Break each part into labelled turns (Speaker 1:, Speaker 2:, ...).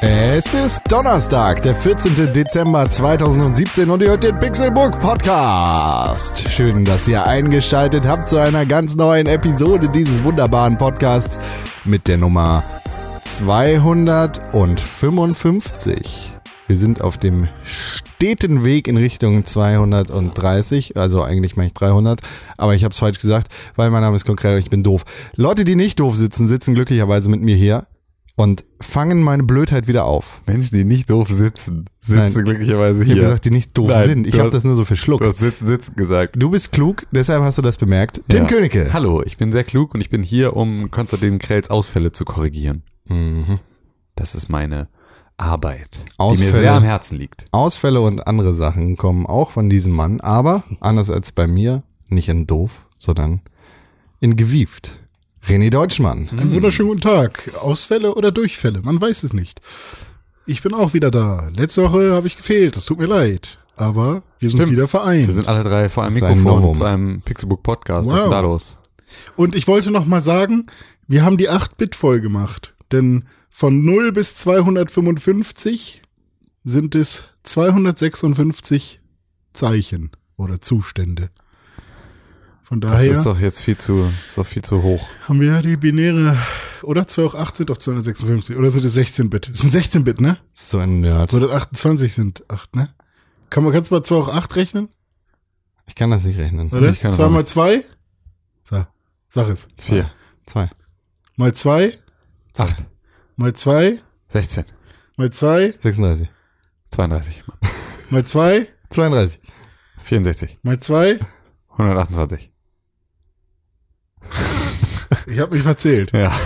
Speaker 1: Es ist Donnerstag, der 14. Dezember 2017 und ihr hört den Pixelburg Podcast. Schön, dass ihr eingeschaltet habt zu einer ganz neuen Episode dieses wunderbaren Podcasts mit der Nummer 255. Wir sind auf dem steten Weg in Richtung 230, also eigentlich meine ich 300, aber ich habe es falsch gesagt, weil mein Name ist konkret und ich bin doof. Leute, die nicht doof sitzen, sitzen glücklicherweise mit mir hier und fangen meine Blödheit wieder auf.
Speaker 2: Menschen, die nicht doof sitzen, sitzen
Speaker 1: Nein.
Speaker 2: glücklicherweise
Speaker 1: Ich
Speaker 2: hier.
Speaker 1: habe gesagt, die nicht doof
Speaker 2: Nein,
Speaker 1: sind. Ich
Speaker 2: du
Speaker 1: habe
Speaker 2: hast-
Speaker 1: das nur so verschluckt.
Speaker 2: du hast sitzen, sitzen gesagt.
Speaker 1: Du bist klug, deshalb hast du das bemerkt. Tim
Speaker 2: Ja.
Speaker 1: Königke.
Speaker 2: Hallo, ich bin sehr klug und ich bin hier, um Konstantin Krells Ausfälle zu korrigieren. Das ist meine Arbeit, die
Speaker 1: Mhm. Ausfälle.
Speaker 2: mir sehr am Herzen liegt.
Speaker 1: Ausfälle und andere Sachen kommen auch von diesem Mann, aber anders als bei mir, nicht in doof, sondern in gewieft. René Deutschmann.
Speaker 3: Einen
Speaker 2: Mhm.
Speaker 3: wunderschönen guten Tag. Ausfälle oder Durchfälle, man weiß es nicht. Ich bin auch wieder da. Letzte Woche habe ich gefehlt, das tut mir leid. Aber wir sind
Speaker 2: Stimmt.
Speaker 3: wieder vereint.
Speaker 2: Wir sind alle drei vor einem
Speaker 1: Das ist ein
Speaker 2: Mikrofon
Speaker 1: Novum.
Speaker 2: zu einem Pixelbook Podcast. Was ist
Speaker 3: Wow.
Speaker 2: denn da los?
Speaker 3: Und ich wollte noch mal sagen, wir haben die 8-Bit voll gemacht. Denn von 0 bis 255 sind es 256 Zeichen oder Zustände. Von
Speaker 1: Ah,
Speaker 2: Das
Speaker 3: daher
Speaker 2: ist doch jetzt viel zu, ist doch viel zu hoch.
Speaker 3: haben wir die binäre, oder 2 hoch 8 sind doch 256, oder sind es 16-Bit? Es sind 16-Bit, ne?
Speaker 1: So ein Nerd.
Speaker 3: 128 sind 8, ne? Kann man, kannst du mal 2 hoch 8 rechnen?
Speaker 1: Ich kann das nicht rechnen.
Speaker 3: Oder?
Speaker 2: Ich kann
Speaker 3: 2
Speaker 2: auch
Speaker 3: mal 2? Sag, sag es.
Speaker 2: Vier,
Speaker 1: Zwei.
Speaker 3: Mal 2,
Speaker 1: Ah.
Speaker 2: acht,
Speaker 3: mal 2,
Speaker 2: 16,
Speaker 3: mal 2,
Speaker 1: 36.
Speaker 2: 32,
Speaker 3: mal 2,
Speaker 1: 32.
Speaker 2: 64,
Speaker 3: mal 2.
Speaker 2: 128.
Speaker 3: Ich habe mich verzählt.
Speaker 2: Ja.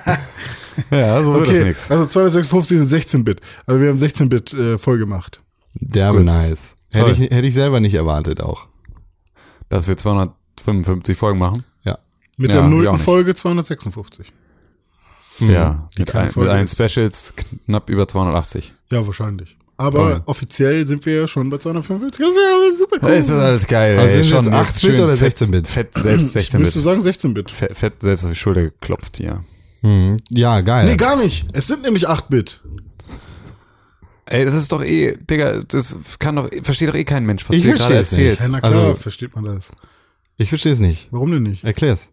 Speaker 2: ja, so wird das
Speaker 3: Okay,
Speaker 2: nichts.
Speaker 3: also 256 sind 16-Bit. Also wir haben 16-Bit äh, voll gemacht.
Speaker 1: Derbe
Speaker 2: Gut.
Speaker 1: nice. Hätte
Speaker 2: Toll.
Speaker 1: ich, hätte ich selber nicht erwartet auch.
Speaker 2: Dass wir 255 Folgen machen.
Speaker 1: Ja.
Speaker 3: Mit
Speaker 2: Ja,
Speaker 3: der
Speaker 2: wir auch
Speaker 3: nullten
Speaker 2: nicht.
Speaker 3: Folge 256.
Speaker 1: Hm.
Speaker 2: Ja,
Speaker 3: Die
Speaker 2: mit,
Speaker 3: keine
Speaker 2: ein, mit
Speaker 3: Folge
Speaker 2: allen
Speaker 3: ist.
Speaker 2: Specials knapp über 280.
Speaker 3: Ja, wahrscheinlich. Aber offiziell sind wir ja schon bei 255. Das ist ja super cool.
Speaker 2: Ist das alles geil.
Speaker 1: Also
Speaker 2: ey.
Speaker 1: sind jetzt 8 Bit
Speaker 2: schön
Speaker 1: oder
Speaker 2: fett-
Speaker 1: 16 Bit?
Speaker 2: Fett selbst
Speaker 3: ich müsste
Speaker 2: 16-Bit.
Speaker 3: sagen 16-Bit.
Speaker 2: Fett, fett selbst auf die Schulter geklopft, ja.
Speaker 1: Mhm. Ja, geil.
Speaker 3: Nee, gar nicht. Es sind nämlich 8-Bit.
Speaker 2: Ey, das ist doch eh, Digga, das kann doch, versteht doch eh kein Mensch, was
Speaker 1: Ich
Speaker 2: du hier gerade
Speaker 1: versteh's nicht.
Speaker 2: erzählst.
Speaker 3: Ja, na klar,
Speaker 1: Also-
Speaker 3: versteht man das.
Speaker 1: ich verstehe es nicht.
Speaker 3: Warum denn nicht?
Speaker 1: Erklär's.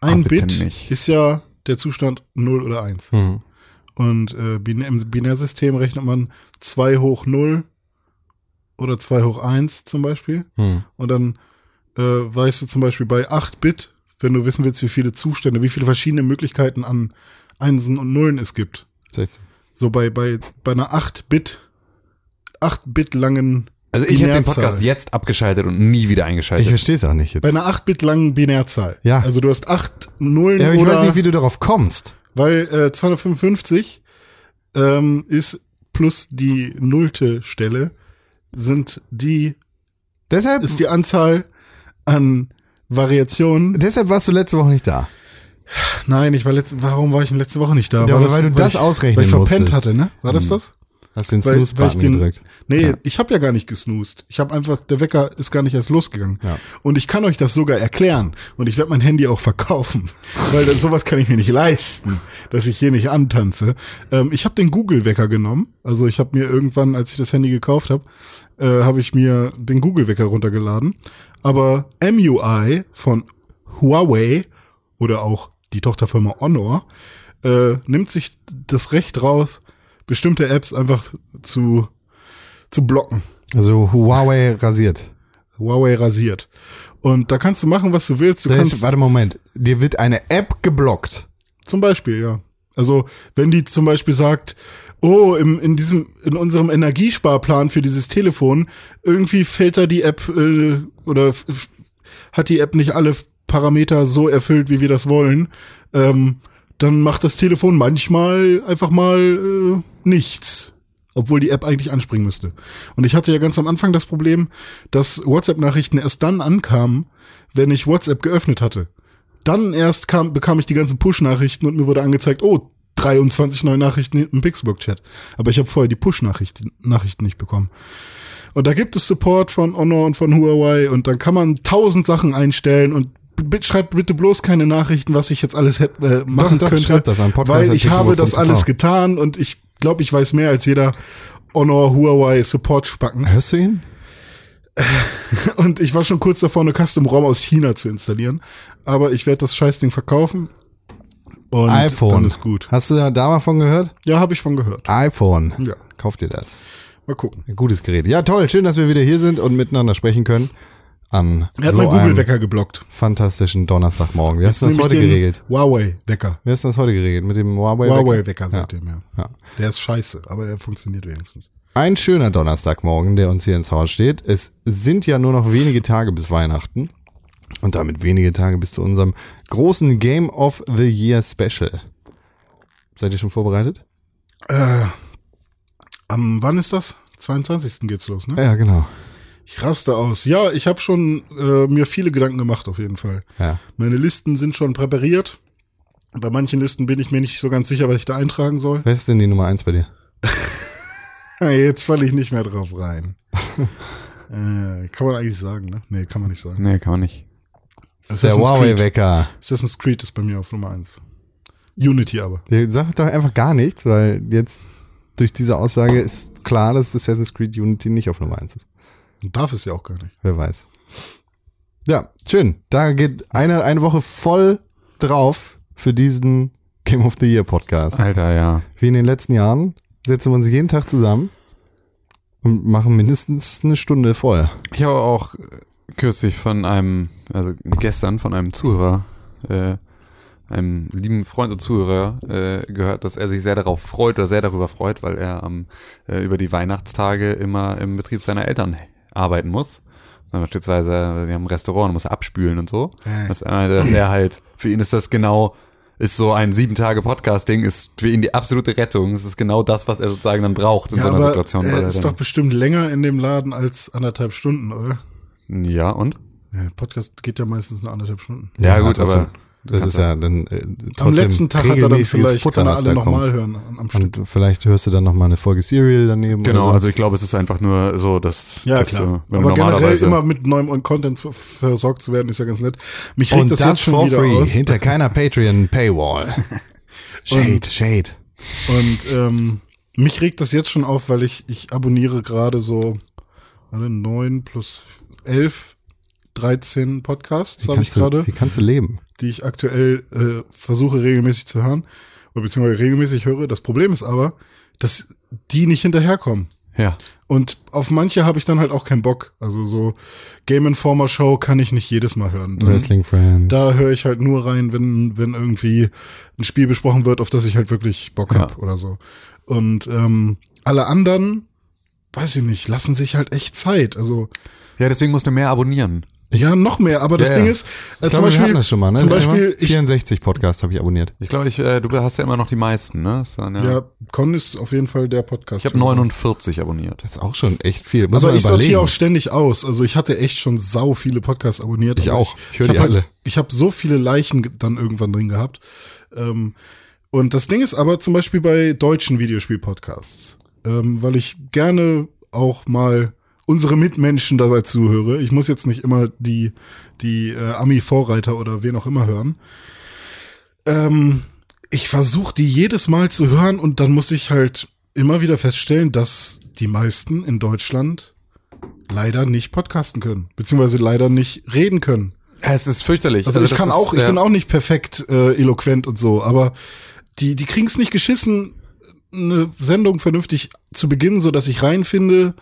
Speaker 3: Ein
Speaker 2: Ah, bitte
Speaker 3: Bit
Speaker 2: nicht.
Speaker 3: ist ja der Zustand 0 oder 1.
Speaker 1: Mhm.
Speaker 3: Und äh, bin im Binärsystem rechnet man 2 hoch 0 oder 2 hoch 1 zum Beispiel.
Speaker 1: Mhm.
Speaker 3: Und dann äh, weißt du zum Beispiel bei 8 Bit, wenn du wissen willst, wie viele Zustände, wie viele verschiedene Möglichkeiten an Einsen und Nullen es gibt.
Speaker 1: 16.
Speaker 3: So bei, bei, bei einer 8 Bit, 8 Bit langen,
Speaker 2: Also ich hätte den
Speaker 3: Binärzahl.
Speaker 2: Podcast jetzt abgeschaltet und nie wieder
Speaker 1: Ich
Speaker 2: eingeschaltet.
Speaker 1: verstehe es auch nicht jetzt.
Speaker 3: bei einer 8 Bit langen Binärzahl.
Speaker 1: Ja.
Speaker 3: Also du hast 8 Nullen
Speaker 1: Ja, aber ich
Speaker 3: oder
Speaker 1: weiß nicht, wie du darauf kommst.
Speaker 3: Weil äh, 255 ähm, ist plus die nullte Stelle sind die
Speaker 1: Deshalb,
Speaker 3: ist die Anzahl an Variationen.
Speaker 1: deshalb warst du letzte Woche nicht da.
Speaker 3: Nein, ich war letzte. Warum war ich denn letzte Woche nicht da?
Speaker 1: Ja,
Speaker 3: war
Speaker 1: weil du das
Speaker 3: ich,
Speaker 1: ausrechnen
Speaker 3: weil ich verpennt
Speaker 1: musstest. Mhm.
Speaker 3: hatte, ne? War das das?
Speaker 1: Hast den
Speaker 3: Weil, weil ich
Speaker 1: Snooze-Button
Speaker 3: den,
Speaker 1: gedrückt.
Speaker 3: Nee, ich habe ja gar nicht gesnoost. Ich habe einfach der Wecker ist gar nicht erst losgegangen.
Speaker 1: Ja.
Speaker 3: Und ich kann euch das sogar erklären und ich werde mein Handy auch verkaufen, weil das, sowas kann ich mir nicht leisten, dass ich hier nicht antanze. Ähm, ich habe den Google Wecker genommen. Also ich habe mir irgendwann, als ich das Handy gekauft habe, äh, habe ich mir den Google Wecker runtergeladen. Aber MUI von Huawei oder auch die Tochterfirma Honor äh, nimmt sich das Recht raus, bestimmte Apps einfach zu, zu blocken.
Speaker 1: Also Huawei rasiert.
Speaker 3: Huawei rasiert. Und da kannst du machen, was du willst. Du
Speaker 1: Da
Speaker 3: kannst
Speaker 1: ist, warte Moment, dir wird eine App geblockt.
Speaker 3: zum Beispiel, ja. Also, wenn die zum Beispiel sagt, oh, im, in diesem, in unserem Energiesparplan für dieses Telefon, irgendwie fällt da die App äh, oder f- f- hat die App nicht alle Parameter so erfüllt, wie wir das wollen, ähm, dann macht das Telefon manchmal einfach mal äh, nichts. Obwohl die App eigentlich anspringen müsste. Und ich hatte ja ganz am Anfang das Problem, dass WhatsApp-Nachrichten erst dann ankamen, wenn ich WhatsApp geöffnet hatte. Dann erst kam, bekam ich die ganzen Push-Nachrichten und mir wurde angezeigt, oh, 23 neue Nachrichten im Pixburg-Chat. Aber ich habe vorher die Push-Nachrichten Nachrichten nicht bekommen. Und da gibt es Support von Honor und von Huawei und dann kann man tausend Sachen einstellen und b- schreibt bitte bloß keine Nachrichten, was ich jetzt alles hätte, äh, machen
Speaker 1: Doch, doch,
Speaker 3: könnte,
Speaker 1: schreibt das an Podcast
Speaker 3: weil
Speaker 1: at
Speaker 3: ich habe das
Speaker 1: pixelburg.tv.
Speaker 3: alles getan und ich glaube, ich weiß mehr als jeder Honor Huawei Support Spacken.
Speaker 1: Hörst du ihn?
Speaker 3: Und ich war schon kurz davor, eine Custom-ROM aus China zu installieren. Aber ich werde das Scheißding verkaufen. Und
Speaker 1: iPhone.
Speaker 3: dann ist gut.
Speaker 1: Hast du da da mal von gehört?
Speaker 3: Ja, habe ich von gehört.
Speaker 1: iPhone.
Speaker 3: Ja.
Speaker 1: Kauf dir das.
Speaker 3: Mal gucken.
Speaker 1: Ein gutes Gerät. Ja, toll. Schön, dass wir wieder hier sind und miteinander sprechen können. An
Speaker 3: Er hat
Speaker 1: so
Speaker 3: meinen
Speaker 1: einem
Speaker 3: Google-Wecker geblockt.
Speaker 1: fantastischen Donnerstagmorgen. Wir hast du das
Speaker 3: Nämlich
Speaker 1: heute
Speaker 3: den
Speaker 1: geregelt?
Speaker 3: Huawei-Wecker.
Speaker 1: Wir hast du das heute geregelt mit dem Huawei.
Speaker 3: Huawei-Wecker
Speaker 1: ja.
Speaker 3: seitdem, ja.
Speaker 1: Ja.
Speaker 3: Der ist scheiße, aber er funktioniert wenigstens.
Speaker 1: Ein schöner Donnerstagmorgen, der uns hier ins Haus steht. Es sind ja nur noch wenige Tage bis Weihnachten und damit wenige Tage bis zu unserem großen Game of the Year Special. Seid ihr schon vorbereitet?
Speaker 3: Am, wann ist das? 22. geht's los, ne?
Speaker 1: Ja, genau.
Speaker 3: Ich raste aus. Ja, ich habe schon äh, mir viele Gedanken gemacht, auf jeden Fall.
Speaker 1: Ja.
Speaker 3: Meine Listen sind schon präpariert. Bei manchen Listen bin ich mir nicht so ganz sicher, was ich da eintragen soll.
Speaker 1: Wer ist denn die Nummer eins bei dir?
Speaker 3: Jetzt falle ich nicht mehr drauf rein. äh, kann man eigentlich sagen, ne? Nee, kann man nicht sagen.
Speaker 2: Nee, kann man nicht.
Speaker 1: Das ist der Huawei-Wecker.
Speaker 3: Assassin's Creed ist bei mir auf Nummer eins. Unity aber.
Speaker 1: Der sagt doch einfach gar nichts, weil jetzt durch diese Aussage ist klar, dass Assassin's Creed Unity nicht auf Nummer eins ist.
Speaker 3: Und darf es ja auch gar nicht.
Speaker 1: Wer weiß. Ja, schön. Da geht eine, eine Woche voll drauf für diesen Game of the Year Podcast.
Speaker 2: Alter, ja.
Speaker 1: Wie in den letzten Jahren setzen wir uns jeden Tag zusammen und machen mindestens eine Stunde voll.
Speaker 2: Ich habe auch kürzlich von einem, also gestern von einem Zuhörer, äh, einem lieben Freund und Zuhörer äh, gehört, dass er sich sehr darauf freut oder sehr darüber freut, weil er am, äh, über die Weihnachtstage immer im Betrieb seiner Eltern arbeiten muss. Dann Beispielsweise, wir haben ein Restaurant und muss abspülen und so.
Speaker 3: Äh.
Speaker 2: Dass, er, dass er halt, für ihn ist das genau, ist so ein sieben Tage Podcast-Ding, ist für ihn die absolute Rettung. Es ist genau das, was er sozusagen dann braucht in so einer Situation. weil
Speaker 3: er
Speaker 2: er
Speaker 3: äh, ist
Speaker 2: dann-
Speaker 3: doch bestimmt länger in dem Laden als anderthalb Stunden, oder?
Speaker 2: ja, und?
Speaker 3: Ja, Podcast geht ja meistens nur anderthalb Stunden.
Speaker 2: Ja, gut, aber
Speaker 1: das ist ja dann äh, trotzdem
Speaker 3: Am letzten Tag hat er dann
Speaker 1: regelmäßiges
Speaker 3: vielleicht,
Speaker 1: Futter,
Speaker 3: kann er
Speaker 1: was
Speaker 3: alle
Speaker 1: da kommt.
Speaker 3: nochmal hören am, am Stück.
Speaker 1: Und vielleicht hörst du dann noch mal eine Folge Serial daneben.
Speaker 2: Genau,
Speaker 1: oder so.
Speaker 2: also ich glaube, es ist einfach nur so, dass, dass
Speaker 1: äh,
Speaker 2: du, wenn
Speaker 3: Aber
Speaker 2: du
Speaker 3: generell
Speaker 2: normalerweise
Speaker 3: immer mit neuem Content ver- versorgt zu werden, ist ja ganz nett. Mich regt
Speaker 1: und
Speaker 3: das,
Speaker 1: das,
Speaker 3: jetzt schon
Speaker 1: for
Speaker 3: wieder
Speaker 1: free,
Speaker 3: aus.
Speaker 1: hinter keiner Patreon-Paywall. Shade, Shade.
Speaker 3: Und ähm, mich regt das jetzt schon auf, weil ich, ich abonniere gerade so alle 9 plus 11, 13 Podcasts habe ich
Speaker 1: Kannst du,
Speaker 3: gerade,
Speaker 1: wie kannst du leben?
Speaker 3: die ich aktuell äh, versuche regelmäßig zu hören. Oder beziehungsweise regelmäßig höre. Das Problem ist aber, dass die nicht hinterherkommen.
Speaker 2: ja.
Speaker 3: Und auf manche habe ich dann halt auch keinen Bock. Also so Game Informer Show kann ich nicht jedes Mal hören. Dann,
Speaker 1: Wrestling Friends.
Speaker 3: Da höre ich halt nur rein, wenn, wenn irgendwie ein Spiel besprochen wird, auf das ich halt wirklich Bock
Speaker 2: Ja.
Speaker 3: hab oder so. Und ähm, alle anderen, weiß ich nicht, lassen sich halt echt Zeit. Also
Speaker 2: Ja, deswegen musst du mehr abonnieren.
Speaker 3: ja, noch mehr. Aber das
Speaker 2: Ja,
Speaker 3: Ding
Speaker 2: ja.
Speaker 3: ist, äh,
Speaker 1: Ich
Speaker 3: zum
Speaker 1: glaube, wir
Speaker 3: Beispiel,
Speaker 1: hatten das schon mal, ne?
Speaker 3: zum
Speaker 1: Das
Speaker 3: Beispiel,
Speaker 1: Thema?
Speaker 3: ich,
Speaker 1: 64 Podcast habe ich abonniert.
Speaker 2: Ich glaube, ich, äh, du hast ja immer noch die meisten, ne? Ist dann, ja.
Speaker 3: ja, Con ist auf jeden Fall der Podcast.
Speaker 2: Ich habe 49 abonniert.
Speaker 1: Das ist auch schon echt viel. Muss
Speaker 3: Aber
Speaker 1: man
Speaker 3: ich
Speaker 1: überlegen.
Speaker 3: sortiere auch ständig aus. Also ich hatte echt schon sau viele Podcasts abonniert.
Speaker 1: Ich
Speaker 3: aber
Speaker 1: auch.
Speaker 3: Ich,
Speaker 1: Ich höre
Speaker 3: ich
Speaker 1: die
Speaker 3: habe
Speaker 1: alle.
Speaker 3: Halt, ich habe so viele Leichen ge- dann irgendwann drin gehabt. Ähm, und das Ding ist aber zum Beispiel bei deutschen Videospiel-Podcasts, ähm, weil ich gerne auch mal unsere Mitmenschen dabei zuhöre. Ich muss jetzt nicht immer die, die äh, Ami-Vorreiter oder wen auch immer hören. Ähm, ich versuche die jedes Mal zu hören und dann muss ich halt immer wieder feststellen, dass die meisten in Deutschland leider nicht podcasten können, beziehungsweise leider nicht reden können.
Speaker 2: Es ist fürchterlich.
Speaker 3: Also, ich
Speaker 2: das
Speaker 3: kann
Speaker 2: ist, äh,
Speaker 3: auch, ich
Speaker 2: ja,
Speaker 3: bin auch nicht perfekt äh, eloquent und so, aber die, die kriegen's nicht geschissen, eine Sendung vernünftig zu beginnen, so dass ich reinfinde.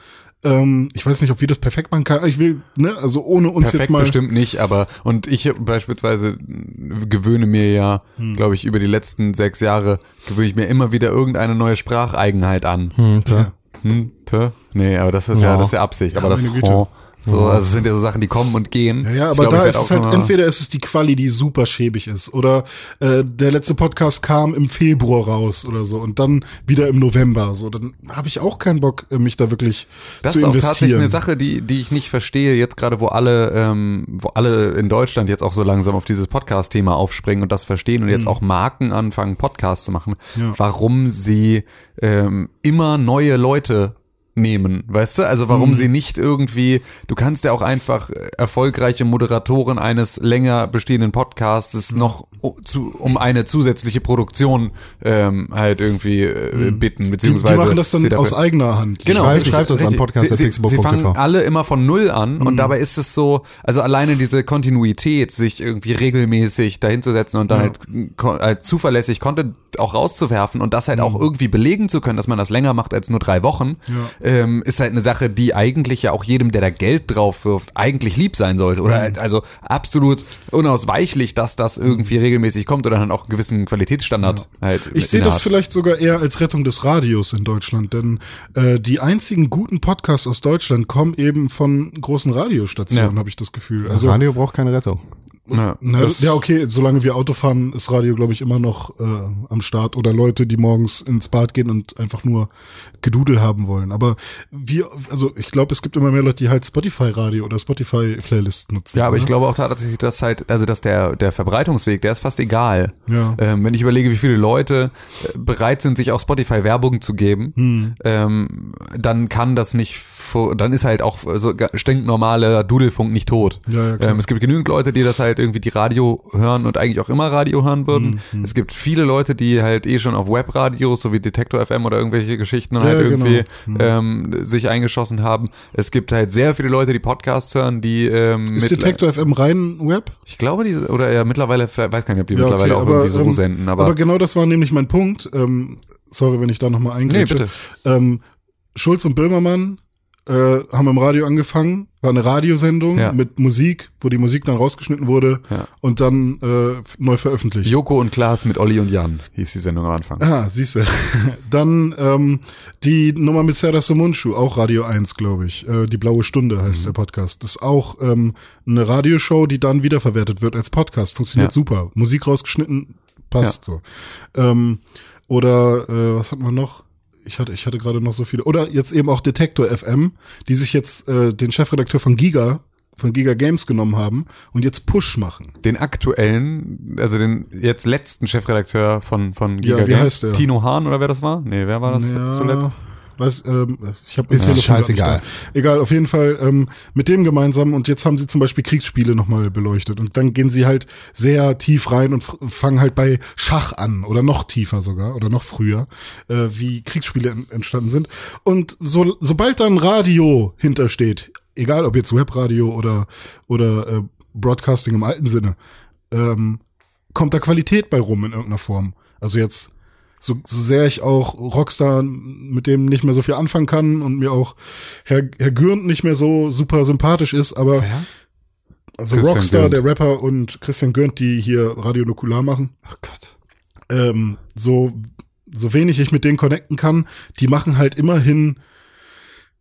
Speaker 3: Ähm, ich weiß nicht, ob wir das perfekt machen kann. Ich will, ne, also ohne uns
Speaker 2: perfekt
Speaker 3: jetzt mal.
Speaker 2: bestimmt nicht, aber und ich beispielsweise gewöhne mir ja,
Speaker 3: Hm.
Speaker 2: glaube ich, über die letzten sechs Jahre gewöhne ich mir immer wieder irgendeine neue Spracheigenheit an.
Speaker 1: Hm, tja.
Speaker 3: Ja.
Speaker 2: Hm, tö? Nee, aber das ist ja,
Speaker 1: Ja.
Speaker 2: das ist ja Absicht. aber das
Speaker 3: meine Güte.
Speaker 2: oh, so, also es sind ja so Sachen, die kommen und gehen.
Speaker 3: Ja, ja,
Speaker 2: Ich
Speaker 3: aber
Speaker 2: glaube,
Speaker 3: da
Speaker 2: ich
Speaker 3: ist
Speaker 2: werd
Speaker 3: es halt,
Speaker 2: auch immer-
Speaker 3: entweder ist es die Quali, die super schäbig ist, oder äh, der letzte Podcast kam im Februar raus oder so und dann wieder im November. So, dann habe ich auch keinen Bock, äh, mich da wirklich
Speaker 2: Das
Speaker 3: zu
Speaker 2: ist auch
Speaker 3: investieren.
Speaker 2: tatsächlich eine Sache, die, die ich nicht verstehe, jetzt gerade, wo alle, ähm, wo alle in Deutschland jetzt auch so langsam auf dieses Podcast-Thema aufspringen und das verstehen und jetzt
Speaker 3: Mhm.
Speaker 2: auch Marken anfangen, Podcasts zu machen,
Speaker 3: Ja.
Speaker 2: warum sie ähm, immer neue Leute nehmen, weißt du? Also
Speaker 3: Mhm.
Speaker 2: warum sie nicht irgendwie, du kannst ja auch einfach äh, erfolgreiche Moderatorin eines länger bestehenden Podcasts
Speaker 3: Mhm.
Speaker 2: noch o- zu, um eine zusätzliche Produktion ähm, halt irgendwie äh, bitten,
Speaker 3: Mhm. Die, die
Speaker 2: beziehungsweise
Speaker 3: machen das
Speaker 2: sie
Speaker 3: dann
Speaker 2: dafür-
Speaker 3: aus eigener Hand.
Speaker 2: Genau,
Speaker 1: Schreibt-
Speaker 2: richtig,
Speaker 1: schreibt uns an
Speaker 2: richtig.
Speaker 1: Podcast at
Speaker 2: Sie, sie,
Speaker 1: pixelburg.tv.
Speaker 2: sie fangen alle immer von Null an
Speaker 1: Mhm.
Speaker 2: und dabei ist es so, also alleine diese Kontinuität, sich irgendwie regelmäßig dahinzusetzen und dann halt, ko- halt zuverlässig Content auch rauszuwerfen und das halt
Speaker 1: Mhm.
Speaker 2: auch irgendwie belegen zu können, dass man das länger macht als nur drei Wochen, ähm, ist halt eine Sache, die eigentlich ja auch jedem, der da Geld drauf wirft, eigentlich lieb sein sollte
Speaker 1: Mhm.
Speaker 2: oder halt also absolut unausweichlich, dass das irgendwie regelmäßig kommt oder dann auch einen gewissen Qualitätsstandard halt.
Speaker 3: Ich sehe das
Speaker 2: innehat.
Speaker 3: vielleicht sogar eher als Rettung des Radios in Deutschland, denn äh, die einzigen guten Podcasts aus Deutschland kommen eben von großen Radiostationen,
Speaker 2: Ja.
Speaker 3: habe ich das Gefühl.
Speaker 1: Das
Speaker 3: Also,
Speaker 1: Radio braucht keine Rettung.
Speaker 2: Ja.
Speaker 3: ne, ja, okay, solange wir Auto fahren, ist Radio, glaube ich, immer noch äh, am Start oder Leute, die morgens ins Bad gehen und einfach nur Gedudel haben wollen. Aber wir, also ich glaube, es gibt immer mehr Leute, die halt Spotify-Radio oder Spotify-Playlists nutzen. ne?
Speaker 2: Ja, aber ich
Speaker 3: oder?
Speaker 2: glaube auch tatsächlich, dass halt, also dass der, der Verbreitungsweg, der ist fast egal.
Speaker 3: Ja.
Speaker 2: Ähm, wenn ich überlege, wie viele Leute äh, bereit sind, sich auf Spotify Werbung zu geben,
Speaker 3: Hm.
Speaker 2: ähm, dann kann das nicht, fu- dann ist halt auch so ga- stinknormaler Dudelfunk nicht tot.
Speaker 3: Ja, ja, klar.
Speaker 2: ähm, es gibt genügend Leute, die das halt irgendwie die Radio hören und eigentlich auch immer Radio hören
Speaker 3: Hm,
Speaker 2: würden. Es gibt viele Leute, die halt eh schon auf Webradios, so wie Detektor FM oder irgendwelche Geschichten dann
Speaker 3: Ja,
Speaker 2: halt
Speaker 3: genau.
Speaker 2: irgendwie ähm, sich eingeschossen haben. Es gibt halt sehr viele Leute, die Podcasts hören, die ähm,
Speaker 3: Ist
Speaker 2: mit-
Speaker 3: Detektor FM rein Web?
Speaker 2: ich glaube, die, oder ja, mittlerweile, vielleicht- weiß gar nicht, ob die
Speaker 3: Ja,
Speaker 2: mittlerweile
Speaker 3: okay,
Speaker 2: auch irgendwie so
Speaker 3: ähm,
Speaker 2: senden, aber,
Speaker 3: genau das war nämlich mein Punkt. Ähm, sorry, wenn ich da nochmal eingreife.
Speaker 2: Nee, bitte.
Speaker 3: Ähm, Schulz und Böhmermann äh, haben im Radio angefangen. War eine Radiosendung
Speaker 2: Ja.
Speaker 3: mit Musik, wo die Musik dann rausgeschnitten wurde
Speaker 2: Ja.
Speaker 3: und dann äh, f- neu veröffentlicht.
Speaker 2: Joko und Klaas mit Olli und Jan hieß die Sendung am Anfang.
Speaker 3: Ah, siehst du. Dann ähm, die Nummer mit Serdar Somuncu, auch Radio 1, glaube ich. Äh, die Blaue Stunde heißt der Podcast. Das ist auch ähm, eine Radioshow, die dann wiederverwertet wird als Podcast. Funktioniert
Speaker 2: Ja.
Speaker 3: super. Musik rausgeschnitten, passt so. Ähm, oder äh, was hatten wir noch? Ich hatte, ich hatte gerade noch so viele. Oder jetzt eben auch Detektor FM, die sich jetzt äh, den Chefredakteur von Giga, von Giga Games genommen haben und jetzt Push machen.
Speaker 2: Den aktuellen, also den jetzt letzten Chefredakteur von, von Giga
Speaker 3: Ja, wie
Speaker 2: Games,
Speaker 3: heißt der?
Speaker 2: Tino Hahn oder wer das war? Nee, wer war das jetzt zuletzt?
Speaker 3: Weiß, ähm, ich hab
Speaker 1: Ist
Speaker 3: mein Telefon
Speaker 1: scheißegal.
Speaker 3: grad nicht da. Egal, auf jeden Fall ähm, mit dem gemeinsam und jetzt haben sie zum Beispiel Kriegsspiele nochmal beleuchtet und dann gehen sie halt sehr tief rein und f- fangen halt bei Schach an oder noch tiefer sogar oder noch früher, äh, wie Kriegsspiele en entstanden sind. Und so, sobald dann Radio hintersteht, egal ob jetzt Webradio oder, oder äh, Broadcasting im alten Sinne, ähm, kommt da Qualität bei rum in irgendeiner Form. Also jetzt, so, so sehr ich auch Rockstar mit dem nicht mehr so viel anfangen kann und mir auch Herr, Herr Gürnt nicht mehr so super sympathisch ist, aber
Speaker 2: Wer?
Speaker 3: also
Speaker 2: Christian
Speaker 3: Rockstar,
Speaker 2: Gürnt.
Speaker 3: der Rapper und Christian Gürnt, die hier Radio Nukular machen,
Speaker 1: Ach Gott.
Speaker 3: ähm, so, so wenig ich mit denen connecten kann, die machen halt immerhin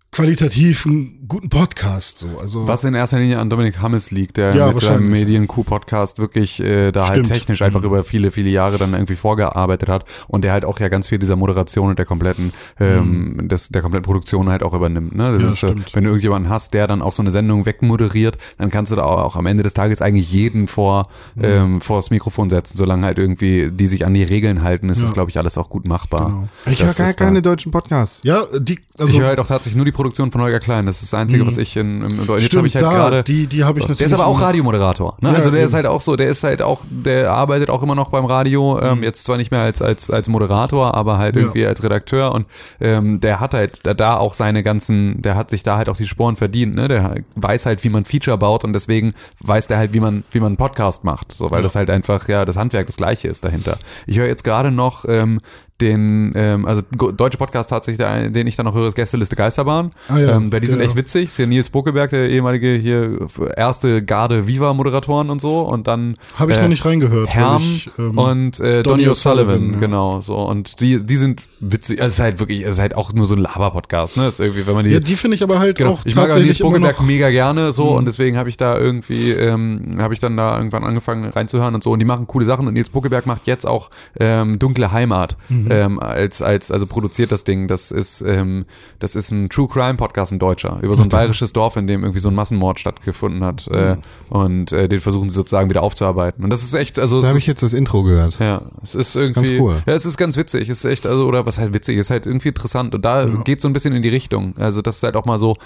Speaker 3: qualitativ einen guten Podcast, so. Also,
Speaker 2: Was in erster Linie an Dominik Hammes liegt, der
Speaker 3: Ja,
Speaker 2: mit seinem
Speaker 3: wahrscheinlich.
Speaker 2: Medien-Q-Podcast wirklich äh, da halt
Speaker 3: Stimmt. Mhm.
Speaker 2: technisch einfach über viele, viele Jahre dann irgendwie vorgearbeitet hat und der halt auch ja ganz viel dieser Moderation und der kompletten, ähm, das, der kompletten Produktion halt auch übernimmt. Ne? Das
Speaker 3: Mhm. Ja,
Speaker 2: ist, so,
Speaker 3: stimmt.
Speaker 2: wenn du irgendjemanden hast, der dann auch so eine Sendung wegmoderiert, dann kannst du da auch am Ende des Tages eigentlich jeden vor
Speaker 3: Mhm.
Speaker 2: ähm, vor das Mikrofon setzen, solange halt irgendwie die sich an die Regeln halten, ist
Speaker 3: Ja.
Speaker 2: das, glaube ich, alles auch gut machbar.
Speaker 3: Genau.
Speaker 1: Ich höre
Speaker 2: Das
Speaker 1: gar
Speaker 2: ist da-
Speaker 1: keine deutschen Podcasts.
Speaker 3: ja, die, also. Mhm.
Speaker 2: ich höre halt auch tatsächlich nur die Produktion von Holger Klein. Das ist das Einzige, was ich in, in, in jetzt habe ich halt
Speaker 3: da,
Speaker 2: gerade.
Speaker 3: die, die habe ich natürlich.
Speaker 2: Der ist aber auch
Speaker 3: noch-
Speaker 2: Radiomoderator. Ne?
Speaker 3: Ja,
Speaker 2: also der
Speaker 3: eben.
Speaker 2: ist halt auch so, der ist halt auch, der arbeitet auch immer noch beim Radio, ähm, jetzt zwar nicht mehr als, als, als Moderator, aber halt
Speaker 3: Mhm. Ja.
Speaker 2: irgendwie als Redakteur und ähm, der hat halt da- da auch seine ganzen, der hat sich da halt auch die Sporen verdient, ne? Der weiß halt, wie man Feature baut und deswegen weiß der halt, wie man, wie man einen Podcast macht. So, weil das halt einfach, ja, das Handwerk das gleiche ist dahinter. Ich höre jetzt gerade noch ähm, den, ähm, also go- deutsche Podcast tatsächlich, der- den ich dann noch höre, ist Gästeliste Geisterbahn.
Speaker 3: Ah ja,
Speaker 2: ähm, weil die sind
Speaker 3: ja.
Speaker 2: echt witzig. Ist ja Nils Buckeberg, der ehemalige hier erste Garde Viva-Moderatoren und so. Und dann äh,
Speaker 3: Habe ich noch nicht reingehört. weil
Speaker 2: Herm
Speaker 3: ich, ähm,
Speaker 2: und äh,
Speaker 3: Donny
Speaker 2: Donny
Speaker 3: O'Sullivan,
Speaker 2: O'Sullivan,
Speaker 3: ja.
Speaker 2: genau so. Und die, die sind witzig. Also es ist halt wirklich, es ist halt auch nur so ein Laber-Podcast, ne? Ist irgendwie, wenn man die.
Speaker 3: Ja, die finde ich aber halt
Speaker 2: Genau.
Speaker 3: auch
Speaker 2: Ich mag auch Nils
Speaker 3: tatsächlich immer noch. Mhm.
Speaker 2: Bogelberg mega gerne so und deswegen habe ich da irgendwie, ähm, habe ich dann da irgendwann angefangen reinzuhören und so und die machen coole Sachen und Nils Bogelberg macht jetzt auch ähm,
Speaker 3: Mhm.
Speaker 2: Dunkle Heimat ähm, als, als, also produziert das Ding. Das ist, ähm, das ist ein True Crime Podcast, ein Deutscher, über so ein bayerisches Dorf, in dem irgendwie so ein Massenmord stattgefunden hat.
Speaker 3: Mhm.
Speaker 2: Äh, und äh, den versuchen sie sozusagen wieder aufzuarbeiten. Und das ist echt, also
Speaker 1: Da
Speaker 2: es
Speaker 1: habe
Speaker 2: ist,
Speaker 1: ich jetzt das Intro gehört.
Speaker 2: ja, es ist irgendwie,
Speaker 1: ganz cool.
Speaker 2: ja, es ist ganz witzig, es ist echt, also oder was halt witzig, ist halt irgendwie interessant und da geht so ein bisschen in die Richtung. Also das ist halt auch mal so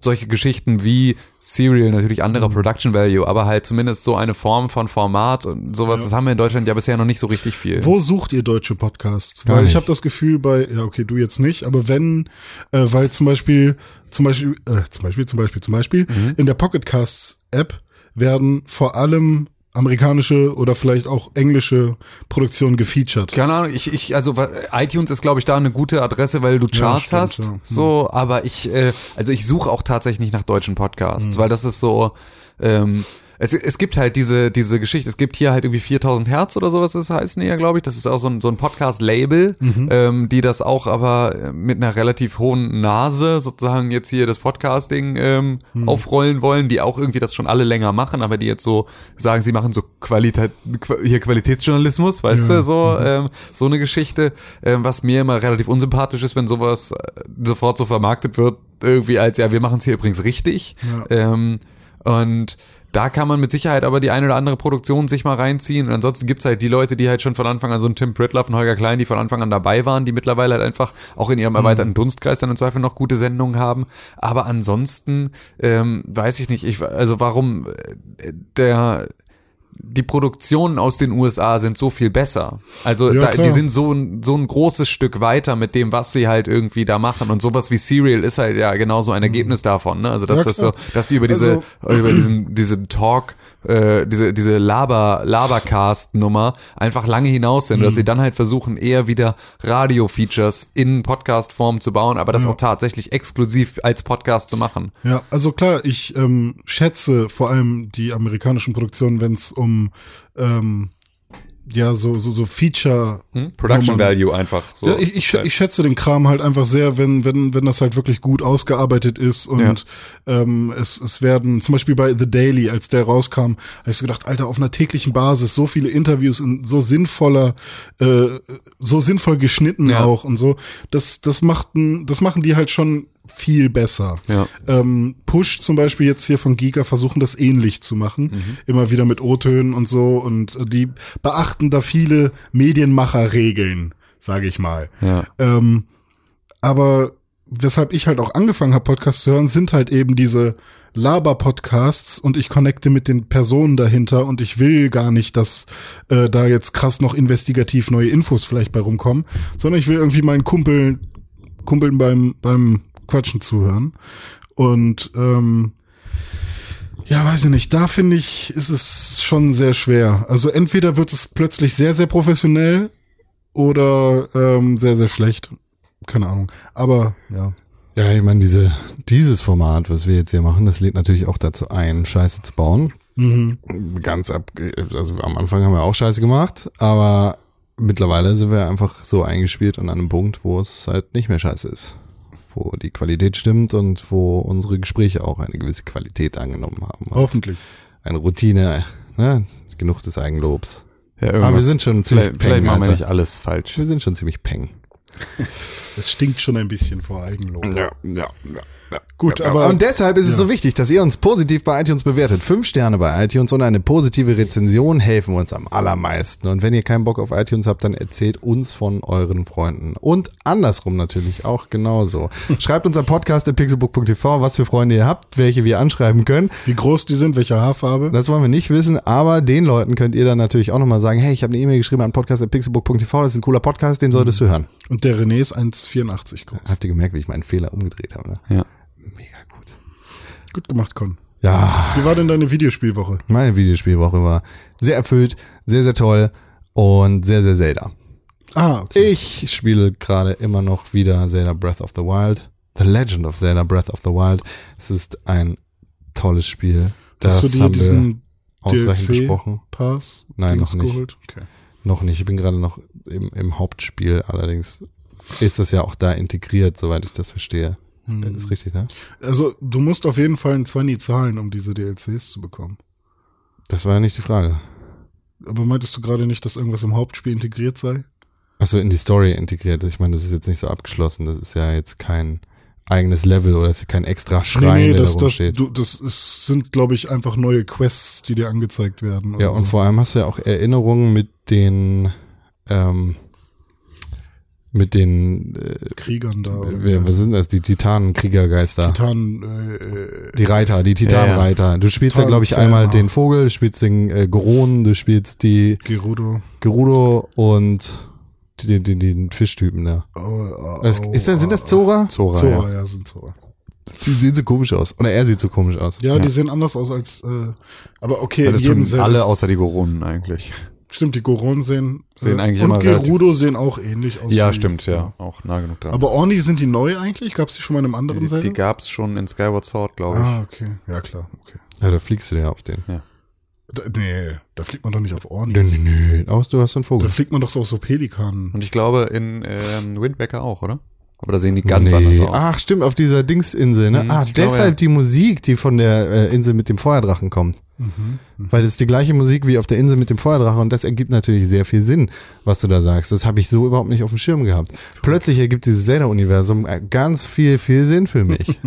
Speaker 2: solche Geschichten wie Serial natürlich anderer Production Value, aber halt zumindest so eine Form von Format und sowas. Das haben wir in Deutschland ja bisher noch nicht so richtig viel.
Speaker 3: Wo sucht ihr deutsche Podcasts?
Speaker 1: Gar
Speaker 3: weil
Speaker 1: nicht.
Speaker 3: ich habe das Gefühl bei, ja okay, du jetzt nicht, aber wenn, äh, weil zum Beispiel, zum Beispiel, äh, zum Beispiel, zum Beispiel, zum Beispiel,
Speaker 2: Mhm.
Speaker 3: in der Pocketcasts App werden vor allem amerikanische oder vielleicht auch englische Produktionen gefeatured.
Speaker 2: Keine Ahnung, ich, ich, also wa- iTunes ist, glaube ich, da eine gute Adresse, weil du Charts
Speaker 3: stimmt,
Speaker 2: hast.
Speaker 3: ja. Hm.
Speaker 2: So, aber ich, äh, also ich suche auch tatsächlich nicht nach deutschen Podcasts,
Speaker 3: Hm.
Speaker 2: weil das ist so, ähm, es, es gibt halt diese, diese Geschichte, es gibt hier halt irgendwie 4000 Hertz oder sowas, das heißen die ja, glaube ich. Das ist auch so ein, so ein Podcast-Label,
Speaker 3: Mhm.
Speaker 2: ähm, die das auch aber mit einer relativ hohen Nase sozusagen jetzt hier das Podcasting ähm,
Speaker 3: Hm.
Speaker 2: aufrollen wollen, die auch irgendwie das schon alle länger machen, aber die jetzt so sagen, sie machen so Qualita Qua- hier Qualitätsjournalismus, weißt du, so, ähm, so eine Geschichte, ähm, was mir immer relativ unsympathisch ist, wenn sowas äh, sofort so vermarktet wird, irgendwie als, ja, wir machen es hier übrigens richtig. Ähm, und da kann man mit Sicherheit aber die eine oder andere Produktion sich mal reinziehen. Und ansonsten gibt's halt die Leute, die halt schon von Anfang an, so ein Tim Pritloff und Holger Klein, die von Anfang an dabei waren, die mittlerweile halt einfach auch in ihrem erweiterten Dunstkreis dann im Zweifel noch gute Sendungen haben. Aber ansonsten ähm, weiß ich nicht, ich, also warum äh, der die Produktionen aus den USA sind so viel besser. Also
Speaker 3: Ja,
Speaker 2: da,
Speaker 3: klar.
Speaker 2: die sind so ein, so ein großes Stück weiter mit dem, was sie halt irgendwie da machen. Und sowas wie Serial ist halt ja genauso ein Ergebnis davon. Ne? Also dass
Speaker 3: Mhm. Ja,
Speaker 2: das so,
Speaker 3: klar. Also
Speaker 2: dass die über diese, über diesen, diese Talk, äh, diese, diese Laber, Labercast-Nummer einfach lange hinaus sind.
Speaker 3: Mhm.
Speaker 2: Dass sie dann halt versuchen, eher wieder Radio-Features in Podcast-Form zu bauen, aber das auch tatsächlich exklusiv als Podcast zu machen.
Speaker 3: Ja, also klar, ich ähm, schätze vor allem die amerikanischen Produktionen, wenn es um ähm, ja so so so Feature
Speaker 2: Hm? Production
Speaker 3: Nummern-
Speaker 2: Value einfach. So
Speaker 3: ja, ich, ich, schä- ich schätze den Kram halt einfach sehr, wenn, wenn, wenn das halt wirklich gut ausgearbeitet ist und
Speaker 2: Ja.
Speaker 3: ähm, es, es werden, zum Beispiel bei The Daily, als der rauskam, habe ich so gedacht, Alter, auf einer täglichen Basis so viele Interviews in so sinnvoller, äh, so sinnvoll geschnitten
Speaker 2: Ja.
Speaker 3: auch und so. Das, das machten, das machen die halt schon viel besser.
Speaker 2: Ja.
Speaker 3: Ähm, Push zum Beispiel jetzt hier von Giga versuchen das ähnlich zu machen. Immer wieder mit O-Tönen und so. Und äh, die beachten da viele Medienmacherregeln, sage ich mal.
Speaker 2: ja.
Speaker 3: Ähm, aber weshalb ich halt auch angefangen habe, Podcasts zu hören, sind halt eben diese Laber-Podcasts und ich connecte mit den Personen dahinter und ich will gar nicht, dass äh, da jetzt krass noch investigativ neue Infos vielleicht bei rumkommen, sondern ich will irgendwie meinen Kumpel, Kumpeln beim, beim Quatschen zuhören. Und ähm, ja, weiß ich nicht. Da finde ich, ist es schon sehr schwer. Also entweder wird es plötzlich sehr, sehr professionell oder ähm, sehr, sehr schlecht. Keine Ahnung. Aber ja.
Speaker 1: Ja, ich meine, diese, dieses Format, was wir jetzt hier machen, das lädt natürlich auch dazu ein, Scheiße zu bauen. Mhm. Ganz ab, also am Anfang haben wir auch Scheiße gemacht, aber mittlerweile sind wir einfach so eingespielt und an einem Punkt, wo es halt nicht mehr Scheiße ist. Wo die Qualität stimmt und wo unsere Gespräche auch eine gewisse Qualität angenommen haben. Und
Speaker 3: Hoffentlich.
Speaker 1: Eine Routine, ne? Genug des Eigenlobs.
Speaker 2: Ja,
Speaker 1: Aber Ah, wir
Speaker 2: irgendwas.
Speaker 1: sind schon ziemlich
Speaker 2: Vielleicht, vielleicht machen wir
Speaker 1: Alter.
Speaker 2: nicht alles falsch.
Speaker 1: Wir sind schon ziemlich peng.
Speaker 3: Es stinkt schon ein bisschen vor Eigenlob.
Speaker 1: Ja, ja, ja.
Speaker 3: Gut, aber
Speaker 1: und deshalb ist es so wichtig, dass ihr uns positiv bei iTunes bewertet. Fünf Sterne bei iTunes und eine positive Rezension helfen uns am allermeisten. Und wenn ihr keinen Bock auf iTunes habt, dann erzählt uns von euren Freunden. Und andersrum natürlich auch genauso. Schreibt uns am Podcast at pixelbook.tv, was für Freunde ihr habt, welche wir anschreiben können.
Speaker 3: wie groß die sind, welche Haarfarbe.
Speaker 1: Das wollen wir nicht wissen, aber den Leuten könnt ihr dann natürlich auch nochmal sagen, hey, ich habe eine E-Mail geschrieben an podcast.pixelbook.tv, das ist ein cooler Podcast, den solltest du hören.
Speaker 3: Und der René ist 1,84 groß.
Speaker 1: Habt ihr gemerkt, wie ich meinen Fehler umgedreht habe? Ne?
Speaker 2: Ja.
Speaker 1: Mega gut.
Speaker 3: Gut gemacht, Con.
Speaker 1: Ja,
Speaker 3: Wie war denn deine Videospielwoche?
Speaker 1: Meine Videospielwoche war sehr erfüllt, sehr, sehr toll und sehr, sehr Zelda.
Speaker 3: Ah, okay.
Speaker 1: Ich spiele gerade immer noch wieder Zelda Breath of the Wild. The Legend of Zelda Breath of the Wild. Es ist ein tolles Spiel. Das
Speaker 3: Hast du dir
Speaker 1: haben wir
Speaker 3: diesen
Speaker 1: ausreichend
Speaker 3: DLC?
Speaker 1: besprochen.
Speaker 3: Pass?
Speaker 1: Nein,
Speaker 3: Dings
Speaker 1: noch nicht.
Speaker 3: Geholt? Okay.
Speaker 1: Noch nicht. Ich bin gerade noch im, im Hauptspiel. Allerdings ist das ja auch da integriert, soweit ich das verstehe.
Speaker 3: Mhm.
Speaker 1: Ist richtig, ne?
Speaker 3: Also, du musst auf jeden Fall ein 20 zahlen, um diese DLCs zu bekommen.
Speaker 1: Das war ja nicht die Frage.
Speaker 3: Aber meintest du gerade nicht, dass irgendwas im Hauptspiel integriert sei?
Speaker 1: Also Achso, in die Story integriert. Ich meine, das ist jetzt nicht so abgeschlossen. Das ist ja jetzt kein eigenes Level oder ist ja kein extra Schrein, der
Speaker 3: das,
Speaker 1: da
Speaker 3: das,
Speaker 1: rumsteht.
Speaker 3: du, das ist, sind, glaube ich, einfach neue Quests, die dir angezeigt werden.
Speaker 1: Ja,
Speaker 3: oder
Speaker 1: und
Speaker 3: so.
Speaker 1: vor allem hast du ja auch Erinnerungen mit den, ähm, mit den, äh,
Speaker 3: Kriegern da. oder
Speaker 1: wer- was sind das? Die Titanenkriegergeister.
Speaker 3: Titanen, äh, äh,
Speaker 1: die Reiter, die Titanenreiter. Du spielst ja, glaube ich,
Speaker 3: Titans,
Speaker 1: einmal
Speaker 3: ja.
Speaker 1: den Vogel, du spielst den äh, Goron, du spielst die
Speaker 3: Gerudo.
Speaker 1: Gerudo und die- die- die- den Fischtypen da.
Speaker 3: Oh, oh,
Speaker 1: Das,
Speaker 3: oh,
Speaker 1: ist das, sind das
Speaker 3: oh,
Speaker 1: äh, Zora?
Speaker 2: Zora,
Speaker 3: Zora?
Speaker 2: ja.
Speaker 3: ja, sind Zora.
Speaker 1: Die sehen so komisch aus. Oder er sieht so komisch aus.
Speaker 3: Ja,
Speaker 2: Ja.
Speaker 3: die sehen anders aus als, äh, aber okay,
Speaker 2: Ja, Das
Speaker 3: in jedem
Speaker 2: tun
Speaker 3: Sinn.
Speaker 2: alle
Speaker 3: ist-
Speaker 2: außer die Goronen eigentlich.
Speaker 3: Stimmt, die Goron sehen, äh,
Speaker 2: Sehen eigentlich
Speaker 3: und
Speaker 2: immer relativ-
Speaker 3: Gerudo sehen auch ähnlich aus.
Speaker 2: Ja,
Speaker 3: wie-
Speaker 2: stimmt, ja. Auch nah genug dran.
Speaker 3: Aber Orni sind die neu eigentlich? Gab's die schon mal in einem anderen
Speaker 2: die, die
Speaker 3: Zelda?
Speaker 2: gab's schon in Skyward Sword, glaube ich.
Speaker 3: Ah, okay. Ja, klar, okay.
Speaker 1: Ja, da fliegst du ja auf den.
Speaker 3: Da, nee, da fliegt man doch nicht auf
Speaker 1: Nö, nö,
Speaker 3: Orni.
Speaker 1: nö. Auch du hast einen
Speaker 3: Da
Speaker 1: Vogel.
Speaker 3: fliegt man doch so auf so Pelikanen.
Speaker 2: Und ich glaube in ähm, Wind Waker auch, oder? Aber da sehen die ganz
Speaker 1: Nee.
Speaker 2: anders aus.
Speaker 1: Ach, stimmt, auf dieser Dingsinsel, ne?
Speaker 2: Mhm,
Speaker 1: ah,
Speaker 2: ich glaube,
Speaker 1: deshalb
Speaker 2: ja.
Speaker 1: die Musik, die von der äh, Insel mit dem Feuerdrachen kommt.
Speaker 2: Mhm,
Speaker 1: Weil das ist die gleiche Musik wie auf der Insel mit dem Feuerdrachen und das ergibt natürlich sehr viel Sinn, was du da sagst. Das habe ich so überhaupt nicht auf dem Schirm gehabt. Plötzlich ergibt dieses Zelda-Universum äh, ganz viel, viel Sinn für mich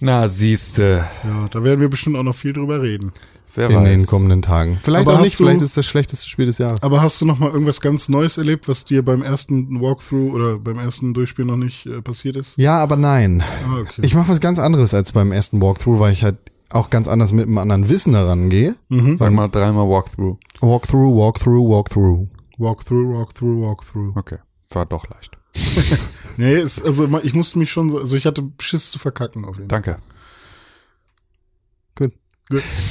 Speaker 2: Na, siehste.
Speaker 3: Ja, da werden wir bestimmt auch noch viel drüber reden.
Speaker 2: Wer
Speaker 1: in
Speaker 2: weiß.
Speaker 1: den kommenden Tagen. Vielleicht
Speaker 3: Aber
Speaker 1: auch
Speaker 3: hast
Speaker 1: nicht,
Speaker 3: du-
Speaker 1: vielleicht ist das schlechteste Spiel des Jahres.
Speaker 3: Aber hast du noch mal irgendwas ganz Neues erlebt, was dir beim ersten Walkthrough oder beim ersten Durchspiel noch nicht äh, passiert ist?
Speaker 1: Ja, aber nein.
Speaker 3: Ah, okay.
Speaker 1: Ich mache was ganz anderes als beim ersten Walkthrough, weil ich halt auch ganz anders mit einem anderen Wissen daran gehe.
Speaker 3: Mhm.
Speaker 2: Sag mal dreimal Walkthrough.
Speaker 1: Walkthrough, Walkthrough, Walkthrough.
Speaker 3: Walkthrough, Walkthrough, Walkthrough.
Speaker 2: Okay. War doch leicht.
Speaker 3: Nee, ist, also ma- ich musste mich schon, so- also ich hatte Schiss zu verkacken auf jeden Fall.
Speaker 2: Danke.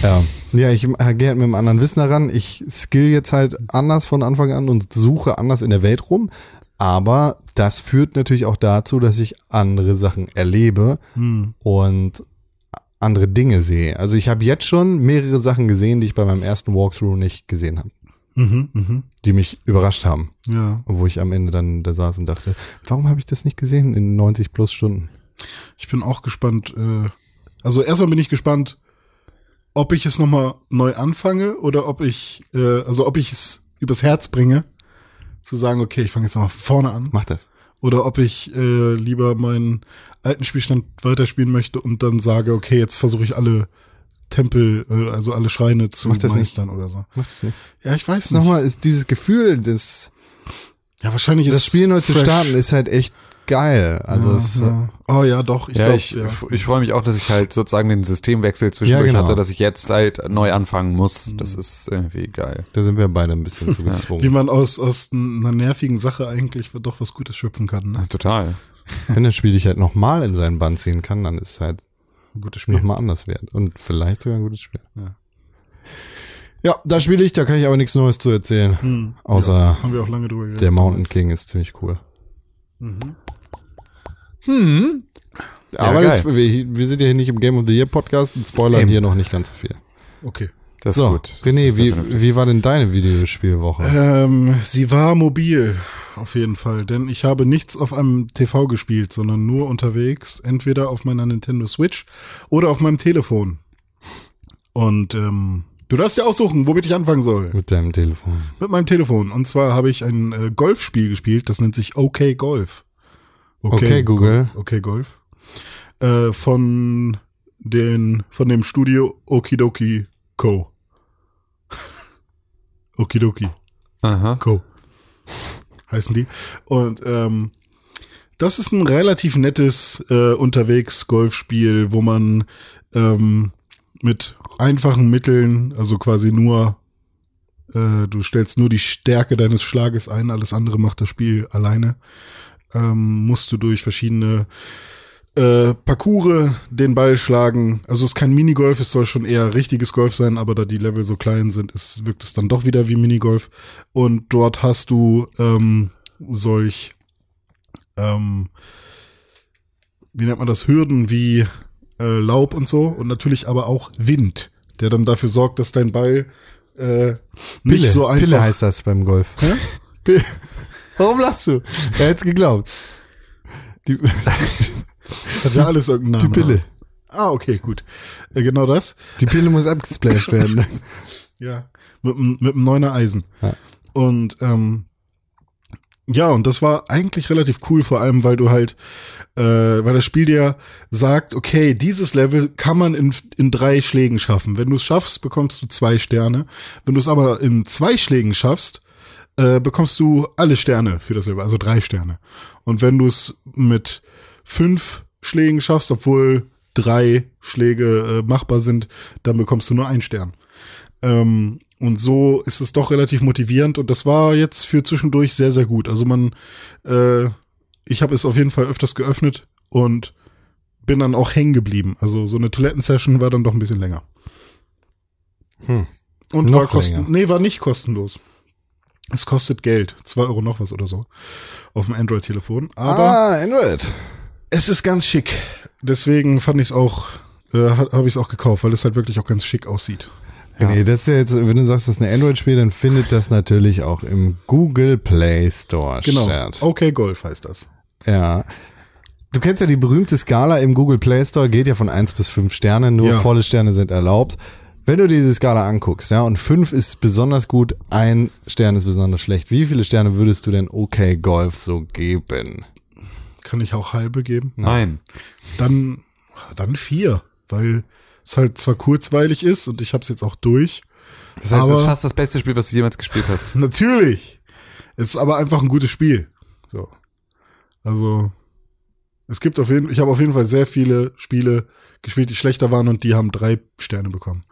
Speaker 1: Ja, ja ich äh, gehe halt mit einem anderen Wissen daran. Ich skill jetzt halt anders von Anfang an und suche anders in der Welt rum. Aber das führt natürlich auch dazu, dass ich andere Sachen erlebe
Speaker 3: Hm.
Speaker 1: und andere Dinge sehe. Also ich habe jetzt schon mehrere Sachen gesehen, die ich bei meinem ersten Walkthrough nicht gesehen habe,
Speaker 3: Mhm, mhm.
Speaker 1: die mich überrascht haben.
Speaker 3: Ja.
Speaker 1: Wo ich am Ende dann da saß und dachte, warum habe ich das nicht gesehen in 90 plus Stunden?
Speaker 3: Ich bin auch gespannt. Äh, also erstmal bin ich gespannt, ob ich es nochmal neu anfange oder ob ich, äh, also ob ich es übers Herz bringe, zu sagen, okay, ich fange jetzt nochmal von vorne an.
Speaker 1: Mach das.
Speaker 3: Oder ob ich äh, lieber meinen alten Spielstand weiterspielen möchte und dann sage, okay, jetzt versuche ich alle Tempel, äh, also alle Schreine zu
Speaker 1: Mach das nicht.
Speaker 3: meistern oder so.
Speaker 1: Mach das nicht.
Speaker 3: Ja, ich weiß nicht.
Speaker 1: Nochmal ist dieses Gefühl des
Speaker 3: Ja, wahrscheinlich ist
Speaker 1: das Spiel neu zu
Speaker 3: fresh.
Speaker 1: starten ist halt echt geil. Also
Speaker 3: ja,
Speaker 1: es ist,
Speaker 3: ja. Oh ja, doch. Ich
Speaker 2: ja,
Speaker 3: glaub,
Speaker 2: ich,
Speaker 3: ja.
Speaker 2: ich freue mich auch, dass ich halt sozusagen den Systemwechsel zwischendurch
Speaker 1: Ja, genau. Mhm.
Speaker 2: hatte, dass ich jetzt halt neu anfangen muss. Das ist irgendwie geil.
Speaker 1: da sind wir beide ein bisschen zu
Speaker 3: Wie
Speaker 1: gezwungen.
Speaker 3: man aus, aus einer nervigen Sache eigentlich doch was Gutes schöpfen kann. Ne?
Speaker 2: Total.
Speaker 1: Wenn das Spiel dich halt nochmal in seinen Bann ziehen kann, dann ist es halt
Speaker 3: Ein gutes Spiel.
Speaker 1: nochmal anders wert. Und vielleicht sogar ein gutes Spiel.
Speaker 3: Ja.
Speaker 1: Ja, da spiele ich, da kann ich aber nichts Neues zu erzählen.
Speaker 3: Hm.
Speaker 1: Außer
Speaker 3: ja, haben wir auch lange drüber geredet.
Speaker 1: der Mountain King ist ziemlich cool.
Speaker 3: Mhm.
Speaker 1: aber
Speaker 2: geil.
Speaker 1: Hm. das, wir, wir sind ja hier nicht im Game of the Year Podcast und spoilern
Speaker 2: Eben.
Speaker 1: hier noch nicht ganz so viel.
Speaker 3: Okay.
Speaker 2: Das
Speaker 1: so,
Speaker 2: ist gut. Das
Speaker 1: René,
Speaker 2: ist sehr
Speaker 1: wie,
Speaker 2: vernünftig.
Speaker 1: wie war denn deine Videospielwoche?
Speaker 3: Ähm, sie war mobil, auf jeden Fall, denn ich habe nichts auf einem TV gespielt, sondern nur unterwegs, entweder auf meiner Nintendo Switch oder auf meinem Telefon. Und ähm, du darfst ja aussuchen, womit ich anfangen soll.
Speaker 1: Mit deinem Telefon.
Speaker 3: Mit meinem Telefon. Und zwar habe ich ein äh, Golfspiel gespielt, das nennt sich OK Golf.
Speaker 1: Okay, Google.
Speaker 3: Okay Golf. Äh, von den, von dem Studio Okidoki Co. Okidoki.
Speaker 2: Aha.
Speaker 3: Co. Heißen die. Und ähm, das ist ein relativ nettes äh, Unterwegs-Golfspiel, wo man ähm, mit einfachen Mitteln, also quasi nur, äh, du stellst nur die Stärke deines Schlages ein, alles andere macht das Spiel alleine, ähm, musst du durch verschiedene äh, Parcours den Ball schlagen. Also es ist kein Minigolf, es soll schon eher richtiges Golf sein, aber da die Level so klein sind, ist, wirkt es dann doch wieder wie Minigolf. Und dort hast du ähm, solch, ähm, wie nennt man das, Hürden wie äh, Laub und so und natürlich aber auch Wind, der dann dafür sorgt, dass dein Ball äh, nicht
Speaker 1: Pille,
Speaker 3: so einfach
Speaker 1: Pille heißt ne? das beim Golf.
Speaker 3: Hä?
Speaker 1: Pille. Warum lachst du? Er hätte geglaubt. Die,
Speaker 3: hat ja alles irgendeinen
Speaker 1: die
Speaker 3: Namen.
Speaker 1: Pille.
Speaker 3: Ah, okay, gut. Äh, genau das.
Speaker 1: Die Pille muss abgesplasht werden.
Speaker 3: Ja, mit, 'm- mit einem neuner Eisen.
Speaker 1: Ja.
Speaker 3: Und ähm, Ja, und das war eigentlich relativ cool, vor allem, weil du halt, äh, weil das Spiel dir sagt, okay, dieses Level kann man in, in drei Schlägen schaffen. Wenn du es schaffst, bekommst du zwei Sterne. Wenn du es aber in zwei Schlägen schaffst, äh, bekommst du alle Sterne für das Level, also drei Sterne. Und wenn du es mit fünf Schlägen schaffst, obwohl drei Schläge äh, machbar sind, dann bekommst du nur einen Stern. Ähm, und so ist es doch relativ motivierend und das war jetzt für zwischendurch sehr, sehr gut. Also man, äh, ich habe es auf jeden Fall öfters geöffnet und bin dann auch hängen geblieben. Also so eine Toilettensession war dann doch ein bisschen länger.
Speaker 1: Hm.
Speaker 3: Und
Speaker 1: Noch
Speaker 3: war kosten
Speaker 1: länger.
Speaker 3: nee, war nicht kostenlos. Es kostet Geld, zwei Euro noch was oder so auf dem Android-Telefon. Aber
Speaker 1: ah, Android.
Speaker 3: es ist ganz schick. Deswegen fand ich es auch, äh, habe ich es auch gekauft, weil es halt wirklich auch ganz schick aussieht.
Speaker 2: Ja.
Speaker 1: Nee, das ist ja jetzt, wenn du sagst, das ist ein Android-Spiel, dann findet das natürlich auch im Google Play Store
Speaker 3: Genau.
Speaker 1: statt.
Speaker 3: Okay, Golf heißt das.
Speaker 1: Ja. Du kennst ja die berühmte Skala im Google Play Store, geht ja von 1 bis 5 Sterne, nur
Speaker 3: Ja.
Speaker 1: volle Sterne sind erlaubt. Wenn du dir diese Skala anguckst, ja, und 5 ist besonders gut, ein Stern ist besonders schlecht. Wie viele Sterne würdest du denn okay Golf so geben?
Speaker 3: Kann ich auch halbe geben?
Speaker 2: Nein.
Speaker 3: Dann, dann vier, weil es halt zwar kurzweilig ist und ich habe es jetzt auch durch.
Speaker 2: Das heißt, das ist
Speaker 3: Aber-
Speaker 2: fast das beste Spiel, was du jemals gespielt hast.
Speaker 3: Natürlich. Es ist aber einfach ein gutes Spiel. So. Also es gibt auf jeden ich habe auf jeden Fall sehr viele Spiele gespielt, die schlechter waren und die haben drei Sterne bekommen.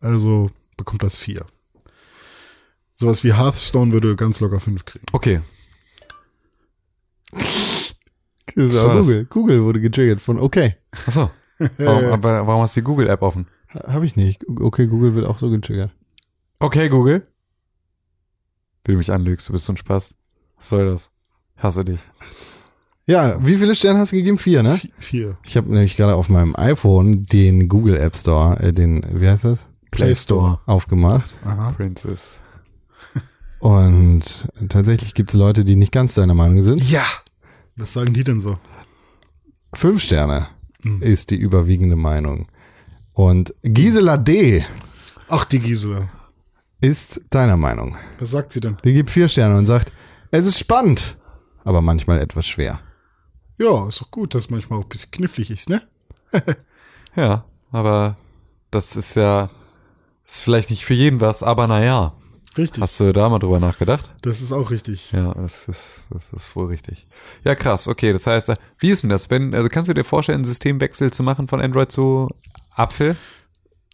Speaker 3: Also bekommt das vier. Sowas wie Hearthstone würde ganz locker fünf kriegen.
Speaker 2: Okay.
Speaker 1: Das
Speaker 2: war das.
Speaker 1: Google. Google wurde getriggert von okay.
Speaker 2: Achso. Warum, aber warum hast du die Google-App offen?
Speaker 1: Habe ich nicht. Okay, Google wird auch so getriggert.
Speaker 2: Okay, Google. Wie du mich anlügst, du bist so ein Spaß. Was soll das? Hasse dich.
Speaker 1: Ja, wie viele Sterne hast du gegeben? Vier, ne?
Speaker 3: Vi- Vier.
Speaker 1: Ich habe nämlich gerade auf meinem iPhone den Google App Store, äh, den, wie heißt das?
Speaker 3: Play Store.
Speaker 1: Aufgemacht.
Speaker 3: Aha.
Speaker 2: Princess.
Speaker 1: Und tatsächlich gibt es Leute, die nicht ganz deiner Meinung sind.
Speaker 3: Ja. Was sagen die denn so?
Speaker 1: Fünf Sterne
Speaker 3: Mhm.
Speaker 1: ist die überwiegende Meinung. Und Gisela D.
Speaker 3: Ach, die Gisela.
Speaker 1: ist deiner Meinung.
Speaker 3: Was sagt sie denn?
Speaker 1: Die gibt vier Sterne und sagt, es ist spannend, aber manchmal etwas schwer.
Speaker 3: Ja, ist doch gut, dass manchmal auch ein bisschen knifflig ist, ne?
Speaker 2: Ja, aber das ist ja, ist vielleicht nicht für jeden was, aber naja.
Speaker 3: Richtig.
Speaker 2: Hast du da mal drüber nachgedacht?
Speaker 3: Das ist auch richtig.
Speaker 2: Ja, das ist, das ist wohl richtig. Ja, krass, okay. Das heißt, äh, wie ist denn das, wenn, also kannst du dir vorstellen, einen Systemwechsel zu machen von Android zu Apfel?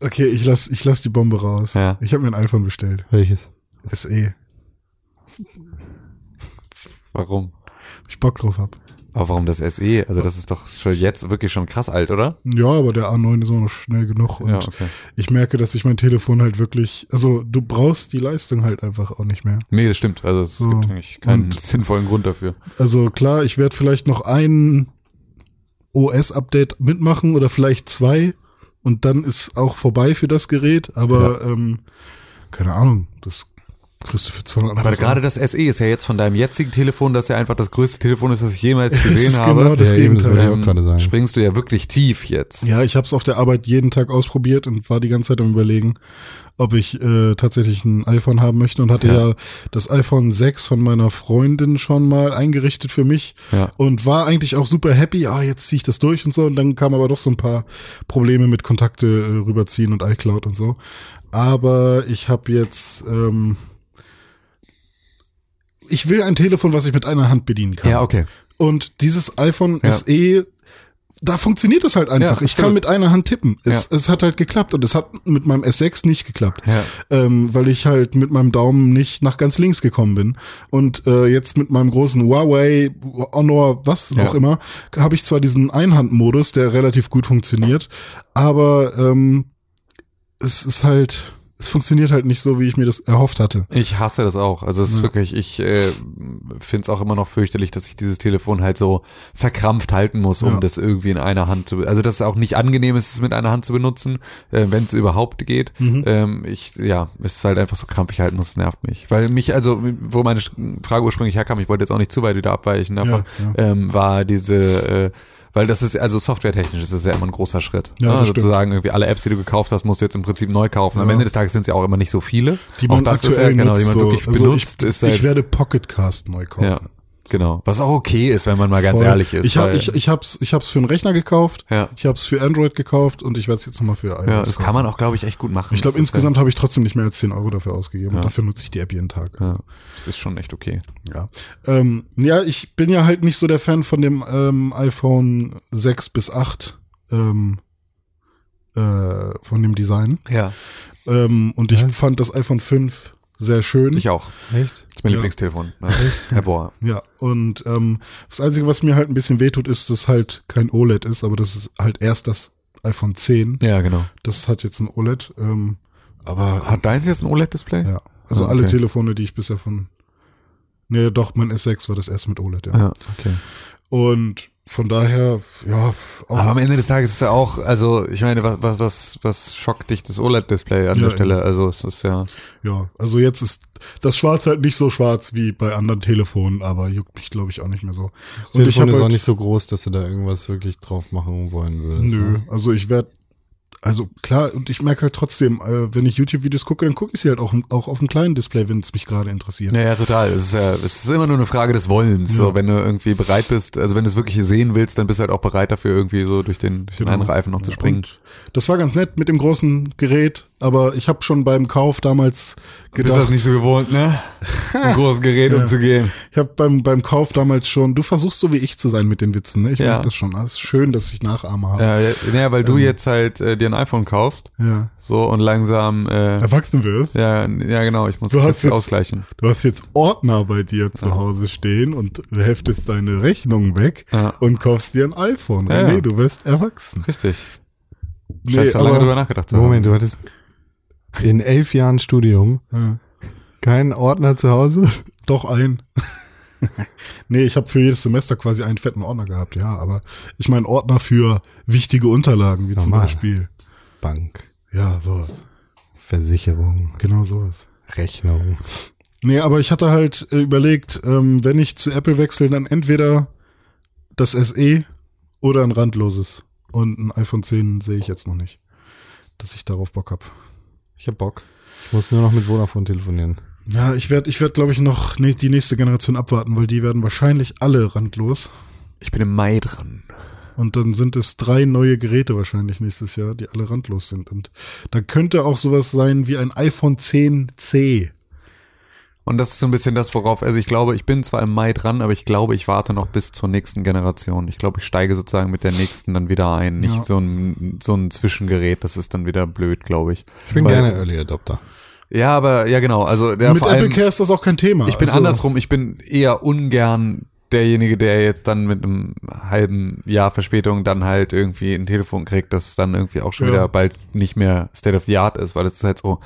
Speaker 3: Okay, ich lass, ich lass die Bombe raus.
Speaker 2: Ja.
Speaker 3: Ich habe mir ein iPhone bestellt. eh.
Speaker 1: Welches?
Speaker 3: SE.
Speaker 2: Warum?
Speaker 3: Ich Bock drauf hab.
Speaker 2: Aber warum das SE? Also das ist doch schon jetzt wirklich schon krass alt, oder?
Speaker 3: Ja, aber der A9 ist auch noch schnell genug und
Speaker 2: ja, okay.
Speaker 3: ich merke, dass ich mein Telefon halt wirklich, also du brauchst die Leistung halt einfach auch nicht mehr.
Speaker 2: Nee, das stimmt. Also es
Speaker 3: So.
Speaker 2: gibt eigentlich keinen
Speaker 3: Und-
Speaker 2: sinnvollen Grund dafür.
Speaker 3: Also klar, ich werde vielleicht noch ein OS-Update mitmachen oder vielleicht zwei und dann ist auch vorbei für das Gerät, aber ähm, keine Ahnung, das kriegst du für 200
Speaker 2: Aber gerade das SE ist ja jetzt von deinem jetzigen Telefon, das ja einfach das größte Telefon ist, das ich jemals gesehen
Speaker 3: ist
Speaker 2: habe.
Speaker 3: genau das
Speaker 1: Ja, eben, das
Speaker 3: Gegenteil.
Speaker 1: wollte ich auch gerade sagen.
Speaker 2: Springst du ja wirklich tief jetzt.
Speaker 3: Ja, ich hab's auf der Arbeit jeden Tag ausprobiert und war die ganze Zeit am überlegen, ob ich äh, tatsächlich ein iPhone haben möchte und hatte ja. das iPhone 6 von meiner Freundin schon mal eingerichtet für mich
Speaker 2: Ja.
Speaker 3: und war eigentlich auch super happy, ah, jetzt zieh ich das durch und so und dann kamen aber doch so ein paar Probleme mit Kontakte äh, rüberziehen und iCloud und so. Aber ich hab jetzt ähm, ich will ein Telefon, was ich mit einer Hand bedienen kann.
Speaker 2: Ja, okay.
Speaker 3: Und dieses iPhone
Speaker 2: Ja.
Speaker 3: SE, da funktioniert das halt einfach.
Speaker 2: Ja,
Speaker 3: ich kann
Speaker 2: absolut.
Speaker 3: mit einer Hand tippen. Es, es hat halt geklappt und es hat mit meinem S6 nicht geklappt,
Speaker 2: Ja.
Speaker 3: ähm, weil ich halt mit meinem Daumen nicht nach ganz links gekommen bin. Und äh, jetzt mit meinem großen Huawei, Honor, was
Speaker 2: Ja.
Speaker 3: auch immer, habe ich zwar diesen Einhandmodus, der relativ gut funktioniert, aber ähm, es ist halt, es funktioniert halt nicht so, wie ich mir das erhofft hatte.
Speaker 2: Ich hasse das auch. Also es ist wirklich, ich äh, finde es auch immer noch fürchterlich, dass ich dieses Telefon halt so verkrampft halten muss, um
Speaker 3: Ja.
Speaker 2: das irgendwie in einer Hand zu, also dass es auch nicht angenehm ist, es mit einer Hand zu benutzen, äh, wenn es überhaupt geht.
Speaker 3: Mhm.
Speaker 2: Ähm, ich, ja, es ist halt einfach so krampfig halten muss, nervt mich. Weil mich, also wo meine Frage ursprünglich herkam, ich wollte jetzt auch nicht zu weit wieder abweichen, aber
Speaker 3: Ja,
Speaker 2: Ähm, war diese äh, weil das ist, also softwaretechnisch ist das ja immer ein großer Schritt.
Speaker 3: Ja,
Speaker 2: ne?
Speaker 3: das stimmt.
Speaker 2: Sozusagen irgendwie alle Apps, die du gekauft hast, musst du jetzt im Prinzip neu kaufen. Am
Speaker 3: Ja.
Speaker 2: Ende des Tages sind es ja auch immer nicht so viele.
Speaker 3: Die
Speaker 2: auch
Speaker 3: man
Speaker 2: das
Speaker 3: aktuell
Speaker 2: ist ja, genau, die
Speaker 3: nutzt,
Speaker 2: man
Speaker 3: so.
Speaker 2: wirklich
Speaker 3: Also
Speaker 2: benutzt,
Speaker 3: ich,
Speaker 2: ist
Speaker 3: ich
Speaker 2: halt,
Speaker 3: werde Pocketcast neu kaufen.
Speaker 2: ja, Genau. Was auch okay ist, wenn man mal ganz
Speaker 3: Voll.
Speaker 2: ehrlich ist.
Speaker 3: Ich, hab,
Speaker 2: weil-
Speaker 3: ich, ich, hab's, ich hab's für einen Rechner gekauft,
Speaker 2: Ja.
Speaker 3: ich hab's für Android gekauft und ich werde es jetzt nochmal für iOS
Speaker 2: ja, das
Speaker 3: kaufen.
Speaker 2: kann man auch, glaube ich, echt gut machen.
Speaker 3: Ich glaube,
Speaker 2: Das ist
Speaker 3: insgesamt habe ich trotzdem nicht mehr als 10 Euro dafür ausgegeben.
Speaker 2: Ja.
Speaker 3: Und dafür nutze ich die App jeden Tag.
Speaker 2: Ja, ja, halt- das ist schon echt okay.
Speaker 3: Ja. Ähm, ja, ich bin ja halt nicht so der Fan von dem ähm, iPhone 6 bis 8, ähm, äh, von dem Design.
Speaker 2: Ja.
Speaker 3: Ähm, und ich fand das iPhone 5 sehr schön.
Speaker 2: Ich auch.
Speaker 1: Echt?
Speaker 2: Das ist mein
Speaker 3: Ja.
Speaker 2: Lieblingstelefon. Ja. Ja, boah.
Speaker 3: Ja, und ähm, das Einzige, was mir halt ein bisschen wehtut, ist, dass halt kein OLED ist, aber das ist halt erst das iPhone 10.
Speaker 2: Ja, genau.
Speaker 3: Das hat jetzt ein OLED. Ähm, aber
Speaker 1: Ah.
Speaker 2: Hat deins jetzt ein E OLED-Display?
Speaker 3: ja, also
Speaker 2: Ah,
Speaker 3: alle
Speaker 2: okay.
Speaker 3: Telefone, die ich bisher von. Nee, doch, mein S6 war das erst mit OLED, ja.
Speaker 2: ja, okay.
Speaker 3: Und von daher, ja, auch,
Speaker 2: Aber am Ende des Tages ist ja auch, also ich meine, was, was, was, was schockt dich das OLED-Display an
Speaker 3: Ja,
Speaker 2: der Stelle? Also es ist ja.
Speaker 3: ja, also jetzt ist das Schwarz halt nicht so schwarz wie bei anderen Telefonen, aber juckt mich, glaube ich, auch nicht mehr so.
Speaker 1: Das Telefon
Speaker 3: hab
Speaker 1: ist auch
Speaker 3: halt-
Speaker 1: nicht so groß, dass du da irgendwas wirklich drauf machen wollen würdest.
Speaker 3: Nö,
Speaker 1: ne?
Speaker 3: also ich werde, also klar, und ich merke halt trotzdem, äh, wenn ich YouTube-Videos gucke, dann gucke ich sie halt auch, auch auf dem kleinen Display, wenn es mich gerade interessiert.
Speaker 2: Ja, ja, total. Es ist, ja, es ist immer nur eine Frage des Wollens. So, wenn du irgendwie bereit bist, also wenn du es wirklich sehen willst, dann bist du halt auch bereit dafür, irgendwie so durch den, durch den einen Reifen noch zu springen.
Speaker 3: Genau. Und das war ganz nett mit dem großen Gerät, aber ich habe schon beim Kauf damals
Speaker 2: Du bist das
Speaker 3: gedacht,
Speaker 2: nicht so gewohnt, ne? Ein großes Gerät um umzugehen.
Speaker 3: ich habe beim, beim Kauf damals schon, du versuchst so wie ich zu sein mit den Witzen, ne? Ich
Speaker 2: Ja.
Speaker 3: merk das schon. Es ist schön, dass ich Nachahmer habe.
Speaker 2: Äh, Ja, ja, naja, weil
Speaker 3: Ähm.
Speaker 2: du jetzt halt äh, dir ein iPhone kaufst,
Speaker 3: Ja.
Speaker 2: so und langsam, äh,
Speaker 3: Erwachsen wirst.
Speaker 2: ja, ja genau, ich muss
Speaker 3: Du
Speaker 2: das
Speaker 3: hast
Speaker 2: jetzt
Speaker 3: jetzt-
Speaker 2: ausgleichen.
Speaker 3: Du hast jetzt Ordner bei dir zu Hause stehen und heftest deine Rechnung weg
Speaker 2: Ja.
Speaker 3: und kaufst dir ein iPhone.
Speaker 2: Ja, ja.
Speaker 3: Nee, du wirst erwachsen.
Speaker 2: Richtig. Ich
Speaker 3: Nee,
Speaker 2: nee, lange drüber
Speaker 3: aber,
Speaker 2: nachgedacht zu haben.
Speaker 1: Moment, du hattest in elf Jahren Studium
Speaker 3: ja,
Speaker 1: keinen Ordner zu Hause?
Speaker 3: doch ein. nee, ich habe für jedes Semester quasi einen fetten Ordner gehabt, ja, aber ich meine Ordner für wichtige Unterlagen, wie zum
Speaker 1: Normal.
Speaker 3: Beispiel.
Speaker 1: Bank,
Speaker 3: Ja, sowas.
Speaker 1: Versicherung,
Speaker 3: Genau sowas.
Speaker 1: Rechnung.
Speaker 3: Nee, aber ich hatte halt äh, überlegt, ähm, wenn ich zu Apple wechsle, dann entweder das SE oder ein randloses. Und ein iPhone 10 sehe ich jetzt noch nicht, dass ich darauf Bock habe.
Speaker 1: Ich hab Bock. Ich muss nur noch mit Vodafone telefonieren.
Speaker 3: Ja, ich werde, ich werd, glaube ich, noch ne, die nächste Generation abwarten, weil die werden wahrscheinlich alle randlos.
Speaker 2: Ich bin im Mai dran.
Speaker 3: Und dann sind es drei neue Geräte wahrscheinlich nächstes Jahr, die alle randlos sind. Und dann könnte auch sowas sein wie ein iPhone 10C.
Speaker 2: Und das ist so ein bisschen das, worauf, also ich glaube, ich bin zwar im Mai dran, aber ich glaube, ich warte noch bis zur nächsten Generation. Ich glaube, ich steige sozusagen mit der nächsten dann wieder ein. Nicht
Speaker 3: Ja.
Speaker 2: so, ein, so ein Zwischengerät, das ist dann wieder blöd, glaube ich.
Speaker 1: Ich bin
Speaker 2: Weil-
Speaker 1: gerne Early Adopter.
Speaker 2: Ja, aber, ja genau, also der
Speaker 3: Mit
Speaker 2: vor allem,
Speaker 3: Apple Care ist das auch kein Thema.
Speaker 2: ich bin
Speaker 3: Also,
Speaker 2: andersrum, ich bin eher ungern derjenige, der jetzt dann mit einem halben Jahr Verspätung dann halt irgendwie ein Telefon kriegt, das dann irgendwie auch schon
Speaker 3: Ja.
Speaker 2: wieder bald nicht mehr State of the Art ist, weil es ist halt so,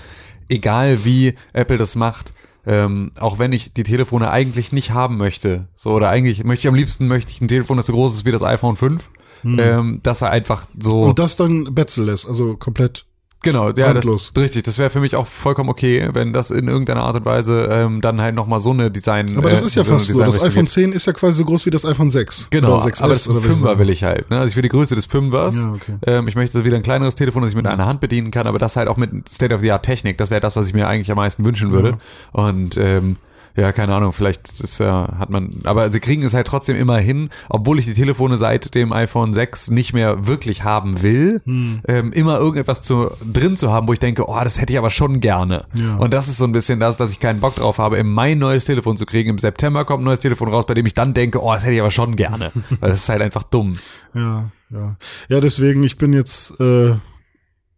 Speaker 2: egal wie Apple das macht, ähm, auch wenn ich die Telefone eigentlich nicht haben möchte, so oder eigentlich möchte ich am liebsten möchte ich ein Telefon, das so groß ist wie das iPhone 5, ähm, dass er einfach so
Speaker 3: Hm. Und das dann betzelless, also komplett
Speaker 2: Genau, ja, das,
Speaker 3: Randlos.
Speaker 2: richtig. Das wäre für mich auch vollkommen okay, wenn das in irgendeiner Art und Weise ähm, dann halt nochmal so eine Design.
Speaker 3: Aber das
Speaker 2: äh,
Speaker 3: ist ja
Speaker 2: eine
Speaker 3: fast so. Das
Speaker 2: Designrichtung
Speaker 3: iPhone
Speaker 2: gibt.
Speaker 3: 10 ist ja quasi so groß wie das iPhone 6.
Speaker 2: Genau,
Speaker 3: Oder 6S
Speaker 2: aber das
Speaker 3: oder wie
Speaker 2: Fünfer
Speaker 3: so.
Speaker 2: will ich halt. Ne? Also ich will die Größe des Fünfers.
Speaker 3: Ja, okay.
Speaker 2: ähm, ich möchte wieder ein kleineres Telefon, das ich mit einer Hand bedienen kann, aber das halt auch mit State-of-the-Art-Technik. Das wäre das, was ich mir eigentlich am meisten wünschen würde. Und ähm, ja, keine Ahnung, vielleicht ist ja, hat man, aber sie kriegen es halt trotzdem immer hin, obwohl ich die Telefone seit dem iPhone 6 nicht mehr wirklich haben will,
Speaker 3: Hm.
Speaker 2: ähm, immer irgendetwas zu, drin zu haben, wo ich denke, oh, das hätte ich aber schon gerne.
Speaker 3: Ja.
Speaker 2: Und das ist so ein bisschen das, dass ich keinen Bock drauf habe, im Mai ein neues Telefon zu kriegen. Im September kommt ein neues Telefon raus, bei dem ich dann denke, oh, das hätte ich aber schon gerne. Weil das ist halt einfach dumm.
Speaker 3: Ja, ja. Ja, deswegen, ich bin jetzt, äh,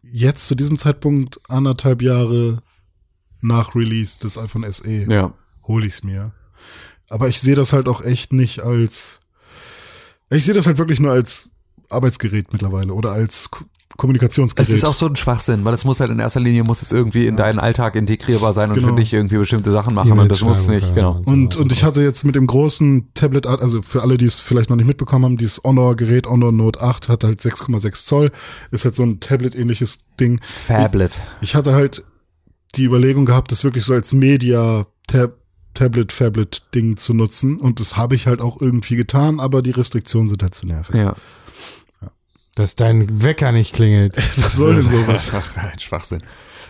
Speaker 3: jetzt zu diesem Zeitpunkt anderthalb Jahre nach Release des iPhone SE.
Speaker 2: Ja.
Speaker 3: Hol ich's mir. Aber ich sehe das halt auch echt nicht als, ich sehe das halt wirklich nur als Arbeitsgerät mittlerweile oder als Ko Kommunikationsgerät.
Speaker 2: Es ist auch so ein Schwachsinn, weil es muss halt in erster Linie muss es irgendwie in deinen Alltag integrierbar sein und
Speaker 3: Genau.
Speaker 2: für dich irgendwie bestimmte Sachen machen und das muss nicht, genau.
Speaker 3: Und, und ich hatte jetzt mit dem großen Tablet, also für alle, die es vielleicht noch nicht mitbekommen haben, dieses Honor-Gerät, Honor Note 8, hat halt 6,6 Zoll, ist halt so ein Tablet-ähnliches Ding.
Speaker 2: Fablet.
Speaker 3: Ich hatte halt die Überlegung gehabt, das wirklich so als Media-Tablet-Fablet-Ding zu nutzen und das habe ich halt auch irgendwie getan, aber die Restriktionen sind halt zu nervig.
Speaker 2: Ja.
Speaker 1: Dass dein Wecker nicht klingelt.
Speaker 3: Was soll denn sowas?
Speaker 2: Ach, ein Schwachsinn.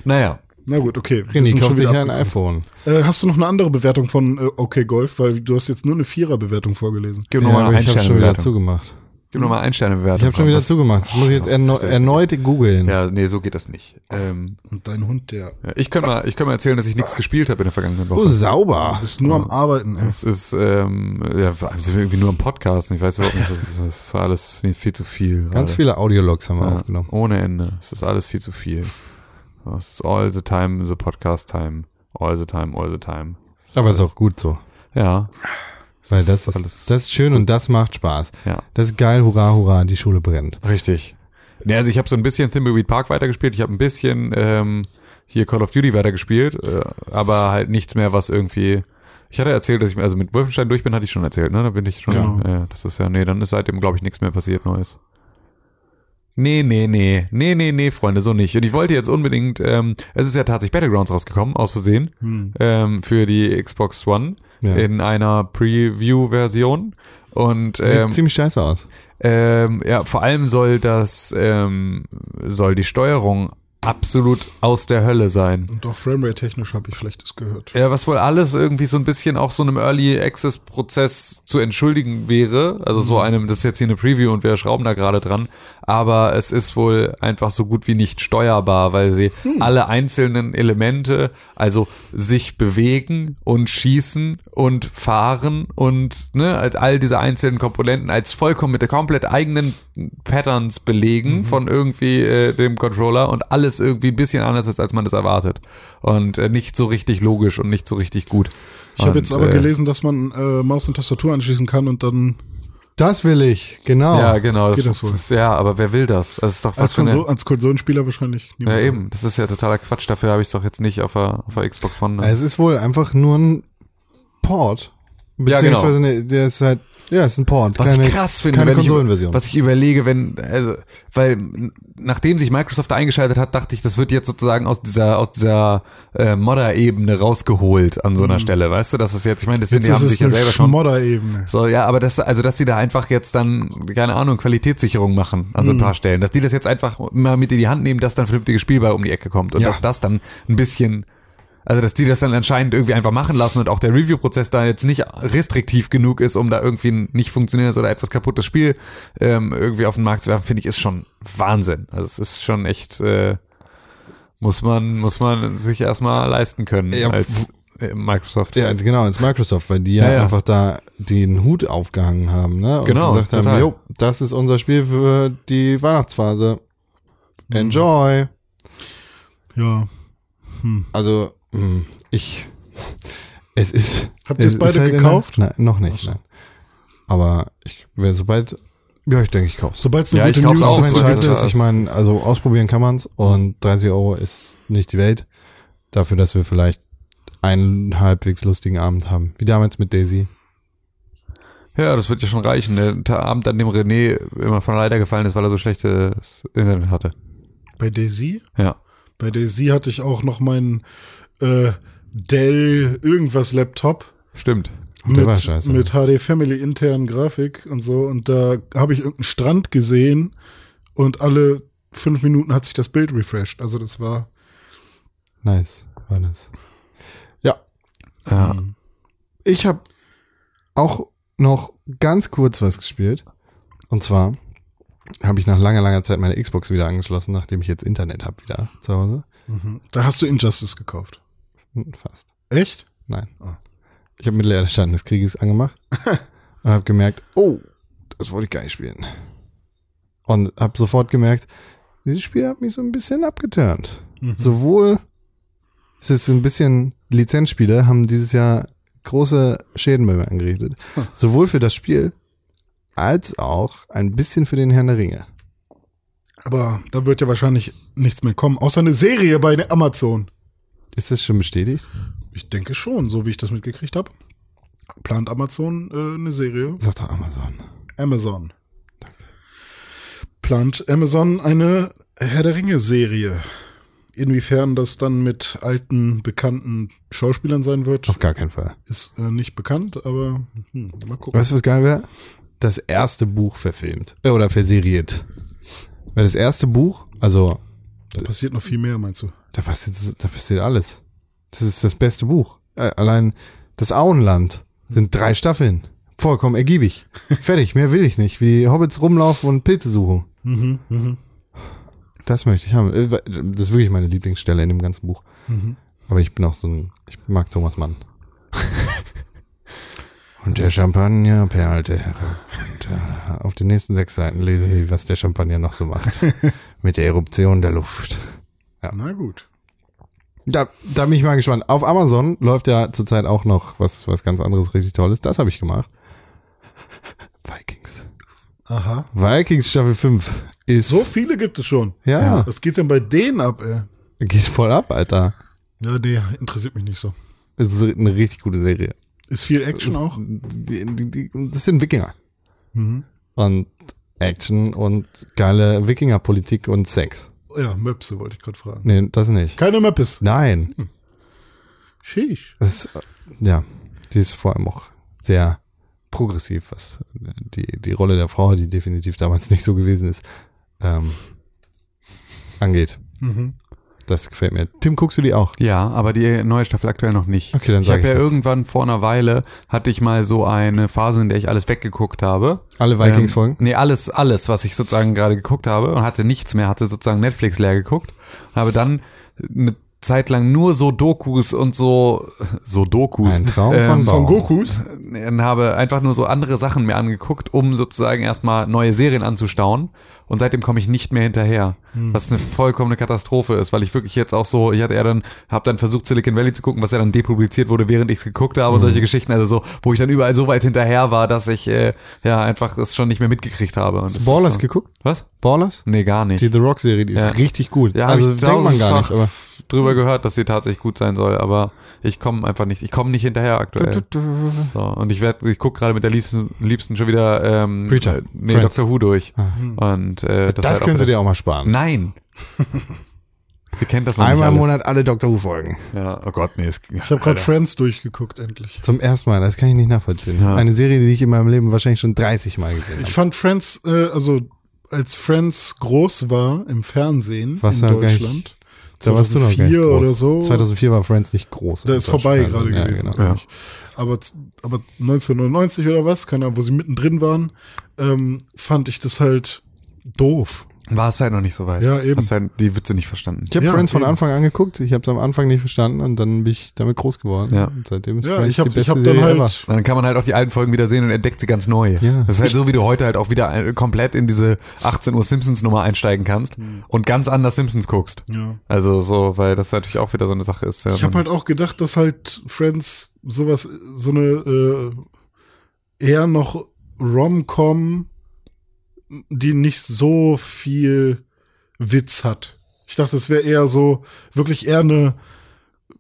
Speaker 2: Naja,
Speaker 3: Na gut, okay. Wir
Speaker 1: René
Speaker 3: sind schon
Speaker 1: kauft sich
Speaker 3: wieder
Speaker 1: ja ein
Speaker 3: abgekommen.
Speaker 1: iPhone.
Speaker 3: Äh, hast du noch eine andere Bewertung von äh, OK Golf? Weil du hast jetzt nur eine Vierer-Bewertung vorgelesen.
Speaker 2: Gib
Speaker 1: Ja,
Speaker 2: nochmal
Speaker 1: aber
Speaker 2: eine
Speaker 1: ich habe schon wieder
Speaker 2: Einsterne-Bewertung.
Speaker 1: zugemacht.
Speaker 2: Gib nochmal Einsterne-Bewertung.
Speaker 1: Ich habe schon wieder zugemacht. Das muss ich jetzt erno erneut googeln.
Speaker 2: Ja, nee, so geht das nicht. Ähm,
Speaker 3: Und dein Hund, der
Speaker 2: ja, ich kann mal, ich kann mal erzählen, dass ich nichts gespielt habe in der vergangenen
Speaker 1: Oh,
Speaker 2: Woche.
Speaker 1: sauber.
Speaker 3: ist nur am Arbeiten. Ey.
Speaker 2: Es ist, ähm, ja, vor allem sind wir irgendwie nur im Podcast. und Ich weiß überhaupt nicht, das ist, das ist alles viel zu viel.
Speaker 1: Ganz
Speaker 2: gerade.
Speaker 1: viele Audiologs haben wir
Speaker 2: Ja,
Speaker 1: aufgenommen.
Speaker 2: Ohne Ende. Es ist alles viel zu viel. So, Es ist all the time, the podcast time. All the time, all the time.
Speaker 1: Aber ist auch gut so.
Speaker 2: Ja. Es
Speaker 1: Weil das
Speaker 2: alles-
Speaker 1: ist, das ist schön und das macht Spaß.
Speaker 2: Ja.
Speaker 1: Das ist geil, hurra, hurra, die Schule brennt.
Speaker 2: Richtig. Ne, also ich habe so ein bisschen Thimbleweed Park weitergespielt, ich habe ein bisschen ähm, hier Call of Duty weitergespielt, äh, aber halt nichts mehr, was irgendwie. Ich hatte erzählt, dass ich also mit Wolfenstein durch bin, hatte ich schon erzählt, ne? Da bin ich schon.
Speaker 3: Genau.
Speaker 2: Äh, das ist ja, nee, dann ist seitdem, glaube ich, nichts mehr passiert Neues. Nee, nee, nee. Nee, nee, nee, Freunde, so nicht. Und ich wollte jetzt unbedingt, ähm, es ist ja tatsächlich Battlegrounds rausgekommen, aus Versehen, ähm, für die Xbox One
Speaker 1: Ja.
Speaker 2: in einer Preview-Version. Und
Speaker 1: Sieht
Speaker 2: ähm,
Speaker 1: ziemlich scheiße aus.
Speaker 2: ähm, ja, vor allem soll das, ähm, soll die Steuerung absolut aus der Hölle sein.
Speaker 3: Und doch Framerate-technisch habe ich Schlechtes gehört.
Speaker 2: Ja, was wohl alles irgendwie so ein bisschen auch so einem Early Access Prozess zu entschuldigen wäre. Also so einem, das ist jetzt hier eine Preview und wir schrauben da gerade dran. Aber es ist wohl einfach so gut wie nicht steuerbar, weil sie alle einzelnen Elemente, also sich bewegen und schießen und fahren und ne, halt all diese einzelnen Komponenten als vollkommen mit der komplett eigenen Patterns belegen
Speaker 3: Mhm.
Speaker 2: von irgendwie äh, dem Controller und alles irgendwie ein bisschen anders ist, als man das erwartet. Und äh, nicht so richtig logisch und nicht so richtig gut.
Speaker 3: Ich habe
Speaker 2: Und,
Speaker 3: jetzt aber
Speaker 2: äh,
Speaker 3: gelesen, dass man äh, Maus und Tastatur anschließen kann und dann
Speaker 1: Das will ich, genau.
Speaker 2: Ja, genau. Das,
Speaker 3: Ah, Geht das wohl? Also
Speaker 2: das, ja, aber wer will das? Das ist doch was
Speaker 3: als,
Speaker 2: für eine,
Speaker 3: Konso als Konsolenspieler wahrscheinlich
Speaker 2: Ja,
Speaker 3: niemand.
Speaker 2: eben. Das ist ja totaler Quatsch. Dafür habe ich es doch jetzt nicht auf der, auf der Xbox One. Ne?
Speaker 1: Es ist wohl einfach nur ein Port. Beziehungsweise ne, der ist halt, ja, ist ein Port.
Speaker 2: genau. Was
Speaker 1: keine,
Speaker 2: ich krass finde,
Speaker 1: keine
Speaker 2: wenn ich,
Speaker 1: Konsolenversion.
Speaker 2: was ich überlege, wenn, also, weil n- nachdem sich Microsoft eingeschaltet hat, dachte ich, das wird jetzt sozusagen aus dieser, aus dieser äh, Modder-Ebene rausgeholt an so
Speaker 1: Mhm.
Speaker 2: einer Stelle, weißt du, das ist jetzt, ich meine, das sind, die haben sich ja selber schon
Speaker 3: Modder-Ebene.
Speaker 2: So, ja, aber das, also, dass die da einfach jetzt dann, keine Ahnung, Qualitätssicherung machen an so ein
Speaker 1: Mhm.
Speaker 2: paar Stellen. Dass die das jetzt einfach mal mit in die Hand nehmen, dass dann vernünftiges Spielbar um die Ecke kommt und
Speaker 3: Ja.
Speaker 2: dass das dann ein bisschen, also, dass die das dann anscheinend irgendwie einfach machen lassen und auch der Review-Prozess da jetzt nicht restriktiv genug ist, um da irgendwie ein nicht funktionierendes oder etwas kaputtes Spiel ähm, irgendwie auf den Markt zu werfen, finde ich, ist schon Wahnsinn. Also, es ist schon echt, äh, muss man, muss man sich erstmal leisten können
Speaker 1: Ja,
Speaker 2: als äh, Microsoft.
Speaker 1: ja, genau, ins Microsoft, weil die ja,
Speaker 2: Ja, ja.
Speaker 1: einfach da den Hut aufgehangen haben, ne? Und
Speaker 2: Genau,
Speaker 1: gesagt haben,
Speaker 2: total.
Speaker 1: jo, das ist unser Spiel für die Weihnachtsphase.
Speaker 2: Mhm.
Speaker 1: Enjoy.
Speaker 3: Ja.
Speaker 1: Also, mh, ich, es ist.
Speaker 3: Habt ihr es beide
Speaker 2: halt
Speaker 1: ist halt in
Speaker 3: gekauft?
Speaker 1: Der, nein, noch nicht, nein. Aber ich, wer sobald, ja, ich denke, ich kauf's.
Speaker 3: Sobald es eine
Speaker 2: Ja, ich
Speaker 3: gute
Speaker 2: kauf's
Speaker 3: News
Speaker 1: Auch
Speaker 2: auch, halt
Speaker 1: wenn es
Speaker 2: so
Speaker 3: gibt,
Speaker 2: gibt's
Speaker 1: scheiße
Speaker 2: das.
Speaker 1: ist, ich meine, also ausprobieren kann man's und 30 Euro ist nicht die Welt dafür, dass wir vielleicht einen halbwegs lustigen Abend haben. Wie damals mit Daisy.
Speaker 2: Ja, das wird ja schon reichen. ne? Der Abend, an dem René immer von der Leiter gefallen ist, weil er so schlechtes Internet hatte.
Speaker 3: bei Daisy.
Speaker 2: Ja.
Speaker 3: Bei Daisy hatte ich auch noch meinen äh, Dell irgendwas Laptop.
Speaker 2: Stimmt.
Speaker 1: Der
Speaker 3: mit,
Speaker 1: war scheiße.
Speaker 3: mit HD Family internen Grafik und so. Und da habe ich irgendeinen Strand gesehen und alle fünf Minuten hat sich das Bild refreshed. Also das war.
Speaker 1: Nice, war das.
Speaker 2: Ja.
Speaker 1: Ich habe auch noch ganz kurz was gespielt. Und zwar habe ich nach langer, langer Zeit meine Xbox wieder angeschlossen, nachdem ich jetzt Internet habe wieder zu Hause.
Speaker 3: Da Mhm. hast du Injustice gekauft.
Speaker 1: Hm, Fast.
Speaker 3: Echt?
Speaker 1: Nein.
Speaker 3: Ah.
Speaker 1: Ich habe Mittelalterstand des Krieges angemacht und habe gemerkt, oh, das wollte ich gar nicht spielen. Und habe sofort gemerkt, dieses Spiel hat mich so ein bisschen abgeturnt. Sowohl, es ist so ein bisschen, Lizenzspiele haben dieses Jahr große Schäden bei mir angerichtet. Sowohl für das Spiel als auch ein bisschen für den Herrn der Ringe.
Speaker 3: Aber da wird ja wahrscheinlich nichts mehr kommen, außer eine Serie bei der Amazon.
Speaker 1: Ist das schon bestätigt?
Speaker 3: Ich denke schon, so wie ich das mitgekriegt habe. Plant Amazon äh, eine Serie?
Speaker 1: Sagt doch Amazon.
Speaker 3: Amazon. Plant Amazon eine Herr der Ringe-Serie. Inwiefern das dann mit alten, bekannten Schauspielern sein wird,
Speaker 1: Auf gar keinen Fall.
Speaker 3: ist äh, nicht bekannt, aber hm, mal gucken.
Speaker 1: Weißt du, was geil wäre? Das erste Buch verfilmt. Äh, oder verseriert. Weil das erste Buch, also
Speaker 3: Da passiert noch viel mehr, meinst du?
Speaker 1: Da passiert, so- da passiert alles. Das ist das beste Buch. Äh, Allein das Auenland sind drei Staffeln. Vollkommen ergiebig. Fertig, mehr will ich nicht. Wie Hobbits rumlaufen und Pilze suchen. Das möchte ich haben. Äh, Das ist wirklich meine Lieblingsstelle in dem ganzen Buch. Aber ich bin auch so ein, ich mag Thomas Mann. und der Champagner, per alte Herren. Und, äh, auf den nächsten sechs Seiten lese ich, was der Champagner noch so macht. Mit der Eruption der Luft.
Speaker 3: Na gut.
Speaker 1: Da, da bin ich mal gespannt. Auf Amazon läuft ja zurzeit auch noch was, was ganz anderes richtig Tolles. Das habe ich gemacht. Vikings.
Speaker 3: Aha.
Speaker 1: Vikings Staffel 5 ist,
Speaker 3: So viele gibt es schon.
Speaker 1: Ja.
Speaker 3: Was geht denn bei denen ab, ey?
Speaker 1: geht voll ab, Alter.
Speaker 3: Ja, nee, interessiert mich nicht so.
Speaker 1: Es ist eine richtig gute Serie.
Speaker 3: Ist viel Action
Speaker 1: Das-
Speaker 3: auch? Mhm.
Speaker 1: Die, die, die, das sind Wikinger. Und Action und geile Wikingerpolitik und Sex.
Speaker 3: Ja, Möpse wollte ich gerade fragen.
Speaker 1: Nee, das nicht.
Speaker 3: Keine Möppes.
Speaker 1: Nein.
Speaker 3: Sheesh.
Speaker 1: Das, ja, die ist vor allem auch sehr progressiv, was die, die Rolle der Frau, die definitiv damals nicht so gewesen ist, ähm, angeht. Das gefällt mir. Tim, guckst du die auch?
Speaker 2: Ja, aber die neue Staffel aktuell noch nicht.
Speaker 1: Okay, dann
Speaker 2: ich
Speaker 1: sag
Speaker 2: habe
Speaker 1: ich
Speaker 2: ja
Speaker 1: nichts.
Speaker 2: irgendwann vor einer Weile hatte ich mal so eine Phase, in der ich alles weggeguckt habe.
Speaker 1: Alle Vikings-Folgen?
Speaker 2: Ähm, nee, alles, alles, was ich sozusagen gerade geguckt habe und hatte nichts mehr, hatte sozusagen Netflix leer geguckt. Habe dann eine Zeit lang nur so Dokus und so, so Dokus. Ähm,
Speaker 1: Ein Traum von Bauer.
Speaker 3: Son Gokus?
Speaker 2: und habe einfach nur so andere Sachen mir angeguckt, um sozusagen erstmal neue Serien anzustauen. Und seitdem komme ich nicht mehr hinterher.
Speaker 1: Hm.
Speaker 2: Was eine vollkommene Katastrophe ist, weil ich wirklich jetzt auch so, ich hatte ja dann, habe dann versucht Silicon Valley zu gucken, was ja dann depubliziert wurde, während ich es geguckt habe
Speaker 1: Hm.
Speaker 2: und solche Geschichten, also so, wo ich dann überall so weit hinterher war, dass ich äh, ja einfach es schon nicht mehr mitgekriegt habe. Und das ist
Speaker 1: Ballers
Speaker 2: so,
Speaker 1: geguckt?
Speaker 2: Was?
Speaker 1: Ballers?
Speaker 2: Nee, gar nicht.
Speaker 1: Die The Rock-Serie, die ist
Speaker 2: Ja.
Speaker 1: richtig gut.
Speaker 2: Ja, also
Speaker 1: also
Speaker 2: ich
Speaker 1: denkt man gar nicht, aber.
Speaker 2: drüber gehört, dass sie tatsächlich gut sein soll, aber ich komme einfach nicht, ich komme nicht hinterher aktuell. So, und ich werde, ich gucke gerade mit der liebsten, liebsten schon wieder ähm,
Speaker 1: Preacher.
Speaker 2: äh, nee,
Speaker 1: Friends.
Speaker 2: Doctor Who durch. Und äh,
Speaker 1: Das, können sie dir auch mal sparen.
Speaker 2: Nein. sie kennt das noch
Speaker 1: Einmal im
Speaker 2: nicht
Speaker 1: Monat alle Doctor Who-Folgen.
Speaker 2: alles. Ja, oh Gott, nee, es,
Speaker 3: Ich habe gerade Friends durchgeguckt, endlich.
Speaker 1: Zum ersten Mal, das kann ich nicht nachvollziehen.
Speaker 2: Ja.
Speaker 1: Eine Serie, die ich in meinem Leben wahrscheinlich schon 30 Mal gesehen habe.
Speaker 3: Ich fand Friends, äh, also als Friends groß war im Fernsehen
Speaker 1: Was
Speaker 3: in
Speaker 1: war gar nicht-
Speaker 3: Deutschland,
Speaker 1: Da warst du noch gar nicht
Speaker 3: 2004
Speaker 1: groß.
Speaker 3: oder so.
Speaker 1: 2004 war Friends nicht groß.
Speaker 3: da ist vorbei gerade
Speaker 1: ja,
Speaker 3: gewesen.
Speaker 1: Genau.
Speaker 2: Ja.
Speaker 3: glaub ich. Aber, z- aber 1999 oder was, keine Ahnung, wo sie mittendrin waren, ähm, fand ich das halt doof.
Speaker 2: war es halt noch nicht so weit.
Speaker 3: Ja, eben.
Speaker 2: Hast halt die Witze nicht verstanden.
Speaker 1: Ich habe
Speaker 3: Ja,
Speaker 1: Friends von
Speaker 3: eben.
Speaker 1: Anfang an geguckt. Ich habe es am Anfang nicht verstanden und dann bin ich damit groß geworden.
Speaker 2: Ja.
Speaker 1: Und seitdem ist
Speaker 3: Ja,
Speaker 1: Friends
Speaker 3: ich habe
Speaker 1: die
Speaker 3: ich
Speaker 1: beste
Speaker 3: hab dann
Speaker 1: Serie
Speaker 3: halt,
Speaker 1: ever.
Speaker 2: Dann kann man halt auch die alten Folgen wieder sehen und entdeckt sie ganz neu.
Speaker 1: Ja.
Speaker 2: Das ist halt so, wie du heute halt auch wieder äh, komplett in diese 18 Uhr Simpsons Nummer einsteigen kannst und ganz anders Simpsons guckst.
Speaker 3: Ja.
Speaker 2: Also so, weil das natürlich auch wieder so eine Sache ist. Ja,
Speaker 3: Ich habe halt auch gedacht, dass halt Friends sowas, so eine äh, eher noch Rom-Com, die nicht so viel Witz hat. Ich dachte, es wäre eher so, wirklich eher eine,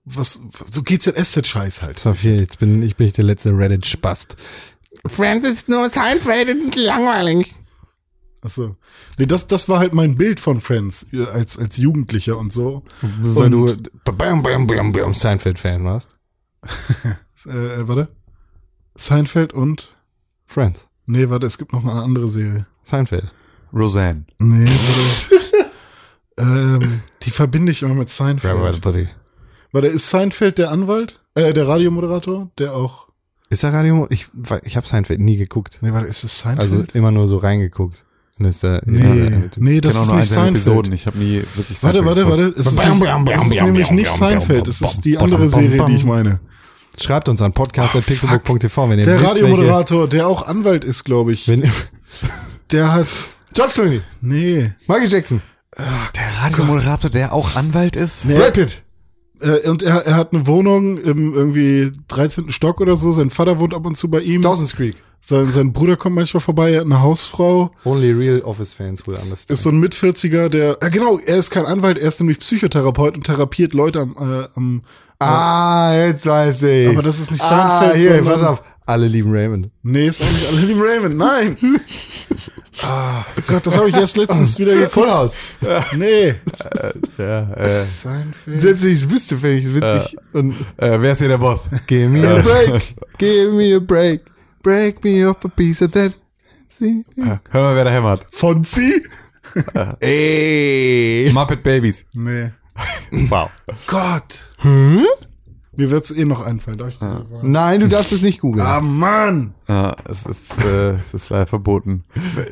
Speaker 3: was, so GZSZ-Scheiß halt.
Speaker 1: So, hier, jetzt bin ich, bin ich der letzte Reddit-Spast. Friends ist nur Seinfeld und langweilig.
Speaker 3: Achso. Nee, das, das war halt mein Bild von Friends äh, als, als Jugendlicher und so.
Speaker 1: Weil du bam, bam, bam, bam, Seinfeld-Fan warst.
Speaker 3: Äh, warte. Seinfeld und.
Speaker 1: Friends.
Speaker 3: Nee, warte, es gibt noch eine andere Serie.
Speaker 1: Seinfeld.
Speaker 2: Roseanne.
Speaker 3: Nee, warte. ähm, die verbinde ich immer mit
Speaker 1: Grab by the
Speaker 3: Seinfeld.
Speaker 1: pussy.
Speaker 3: Warte, ist Seinfeld der Anwalt? Äh, der Radiomoderator? Der auch.
Speaker 1: Ist er Radio? Ich, we- ich habe Seinfeld nie geguckt.
Speaker 3: Nee, warte, ist es Seinfeld?
Speaker 1: Also immer nur so reingeguckt. Und ist da,
Speaker 3: nee, nee, das
Speaker 2: Genau,
Speaker 3: ist
Speaker 2: nur
Speaker 3: nicht
Speaker 2: einzelne
Speaker 3: Seinfeld.
Speaker 2: Episoden. Ich habe nie wirklich
Speaker 3: Warte, warte,
Speaker 2: geguckt.
Speaker 3: warte. Es ist, nicht, es ist nämlich nicht Seinfeld. Es ist die andere Serie, die ich meine.
Speaker 1: Schreibt uns an podcast.pixelbook.tv, wenn ihr
Speaker 3: Der
Speaker 1: wisst, welche,
Speaker 3: Radiomoderator, der auch Anwalt ist, glaube ich.
Speaker 1: wenn,
Speaker 3: Der hat.
Speaker 1: George Clooney,
Speaker 3: Nee.
Speaker 1: Michael Jackson,
Speaker 2: Der Radiomoderator, der auch Anwalt ist?
Speaker 1: Brad Pitt.
Speaker 3: Äh, und er, er hat eine Wohnung im irgendwie 13. Stock oder so. Sein Vater wohnt ab und zu bei ihm.
Speaker 1: Dawson's Creek.
Speaker 3: Sein, sein Bruder kommt manchmal vorbei. Er hat eine Hausfrau.
Speaker 1: Only real Office Fans will understand.
Speaker 3: Ist so ein Mit-40er, der. Äh, genau, er ist kein Anwalt. Er ist nämlich Psychotherapeut und therapiert Leute am. Äh, am
Speaker 1: ah, jetzt weiß ich.
Speaker 3: Aber das ist nicht
Speaker 1: Ah,
Speaker 3: Seinfeld,
Speaker 1: hier,
Speaker 3: sondern-
Speaker 1: pass auf. Alle lieben Raymond.
Speaker 3: nee, ist auch nicht Aladdin Raymond. Nein! ah, Gott, das habe ich erst letztens wieder gefunden.
Speaker 1: Vollhaus.
Speaker 3: Nee.
Speaker 2: Ja, äh,
Speaker 3: Seinfeld.
Speaker 1: Selbst wenn ich es wüsste, fände ich es witzig. Und
Speaker 2: äh, wer ist hier der Boss?
Speaker 1: give me a break, give me a break, break me off a piece of that. See?
Speaker 2: Hör mal, wer da hämmert.
Speaker 3: Fonzi?
Speaker 2: Ey! Muppet Babies.
Speaker 3: Nee.
Speaker 2: Wow.
Speaker 3: Gott. Mir wird's eh noch einfallen. Darf ich das so sagen?
Speaker 1: Nein, du darfst es nicht googeln.
Speaker 3: Ah, Mann.
Speaker 2: Ja, es ist, äh, es ist leider verboten.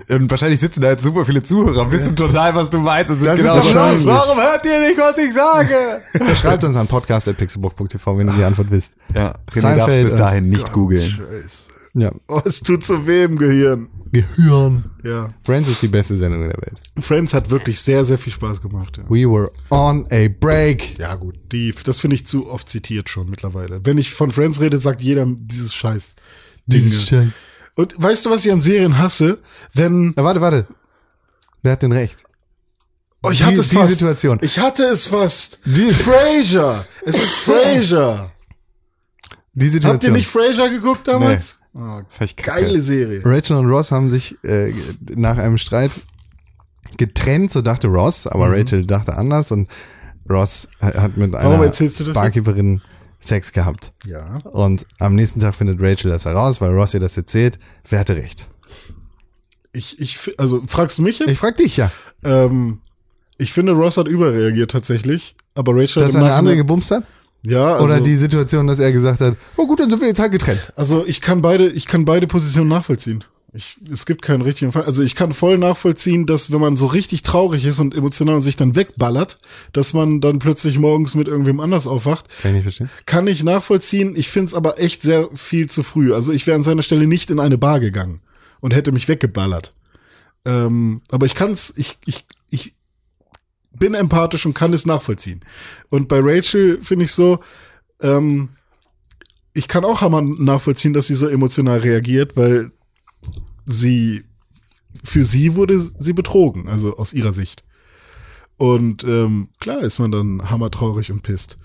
Speaker 2: Und wahrscheinlich sitzen da jetzt super viele Zuhörer, wissen total, was du meinst. Und sind
Speaker 1: Das ist doch
Speaker 2: so,
Speaker 1: scheiße.
Speaker 2: Warum hört ihr nicht, was ich sage?
Speaker 1: Schreibt uns an podcast.pixelburg.tv, wenn ihr die Antwort wisst.
Speaker 2: Ja, René
Speaker 1: Seinfeld
Speaker 2: darfst bis
Speaker 1: und-
Speaker 2: dahin nicht googeln.
Speaker 3: Scheiße.
Speaker 1: Ja.
Speaker 3: Oh, es tut so weh im Gehirn.
Speaker 1: Gehirn.
Speaker 3: Ja.
Speaker 1: Friends ist die beste Sendung der Welt.
Speaker 3: Friends hat wirklich sehr, sehr viel Spaß gemacht. Ja.
Speaker 1: We were on a break.
Speaker 3: Ja, gut, die, das finde ich zu oft zitiert schon mittlerweile. Wenn ich von Friends rede, sagt jeder dieses Scheiß. Dinge.
Speaker 1: Scheiß.
Speaker 3: Und weißt du, was ich an Serien hasse? Wenn.
Speaker 1: Na, warte, warte. Wer hat denn recht?
Speaker 3: Oh, ich
Speaker 1: Die-
Speaker 3: hatte es
Speaker 1: die
Speaker 3: fast.
Speaker 1: Situation.
Speaker 3: Ich hatte es fast.
Speaker 1: Die-
Speaker 3: Frasier. Es ist Frasier.
Speaker 1: Die
Speaker 3: Habt ihr
Speaker 1: Situation.
Speaker 3: nicht Frasier geguckt damals? Oh,
Speaker 2: Vielleicht kacke.
Speaker 3: geile Serie.
Speaker 1: Rachel und Ross haben sich äh, nach einem Streit getrennt, so dachte Ross, aber
Speaker 3: Mhm.
Speaker 1: Rachel dachte anders und Ross ha- hat mit einer
Speaker 3: erzählst du das
Speaker 1: Barkeeperin Sex gehabt.
Speaker 3: Ja.
Speaker 1: Und am nächsten Tag findet Rachel das heraus, weil Ross ihr das erzählt. Wer hatte recht?
Speaker 3: Ich, ich, fi- also, fragst du mich jetzt?
Speaker 1: Ich frag dich ja.
Speaker 3: ähm, ich finde, Ross hat überreagiert tatsächlich. Aber Rachel
Speaker 1: Dass
Speaker 3: hat im
Speaker 1: eine andere
Speaker 3: Nachhinein-
Speaker 1: gebumst hat?
Speaker 3: ja, also,
Speaker 1: Oder die Situation, dass er gesagt hat, oh gut, dann sind wir jetzt halt getrennt.
Speaker 3: Also ich kann beide, ich kann beide Positionen nachvollziehen. Ich, es gibt keinen richtigen Fall. Also ich kann voll nachvollziehen, dass wenn man so richtig traurig ist und emotional sich dann wegballert, dass man dann plötzlich morgens mit irgendwem anders aufwacht.
Speaker 1: Kann ich nicht verstehen.
Speaker 3: Kann ich nachvollziehen. Ich finde es aber echt sehr viel zu früh. Also ich wäre an seiner Stelle nicht in eine Bar gegangen und hätte mich weggeballert. Ähm, aber ich kann's, ich, ich, ich bin empathisch und kann es nachvollziehen. Und bei Rachel finde ich so, ähm, ich kann auch Hammer nachvollziehen, dass sie so emotional reagiert, weil sie, für sie wurde sie betrogen, also aus ihrer Sicht. Und ähm, klar ist man dann hammertraurig und pisst.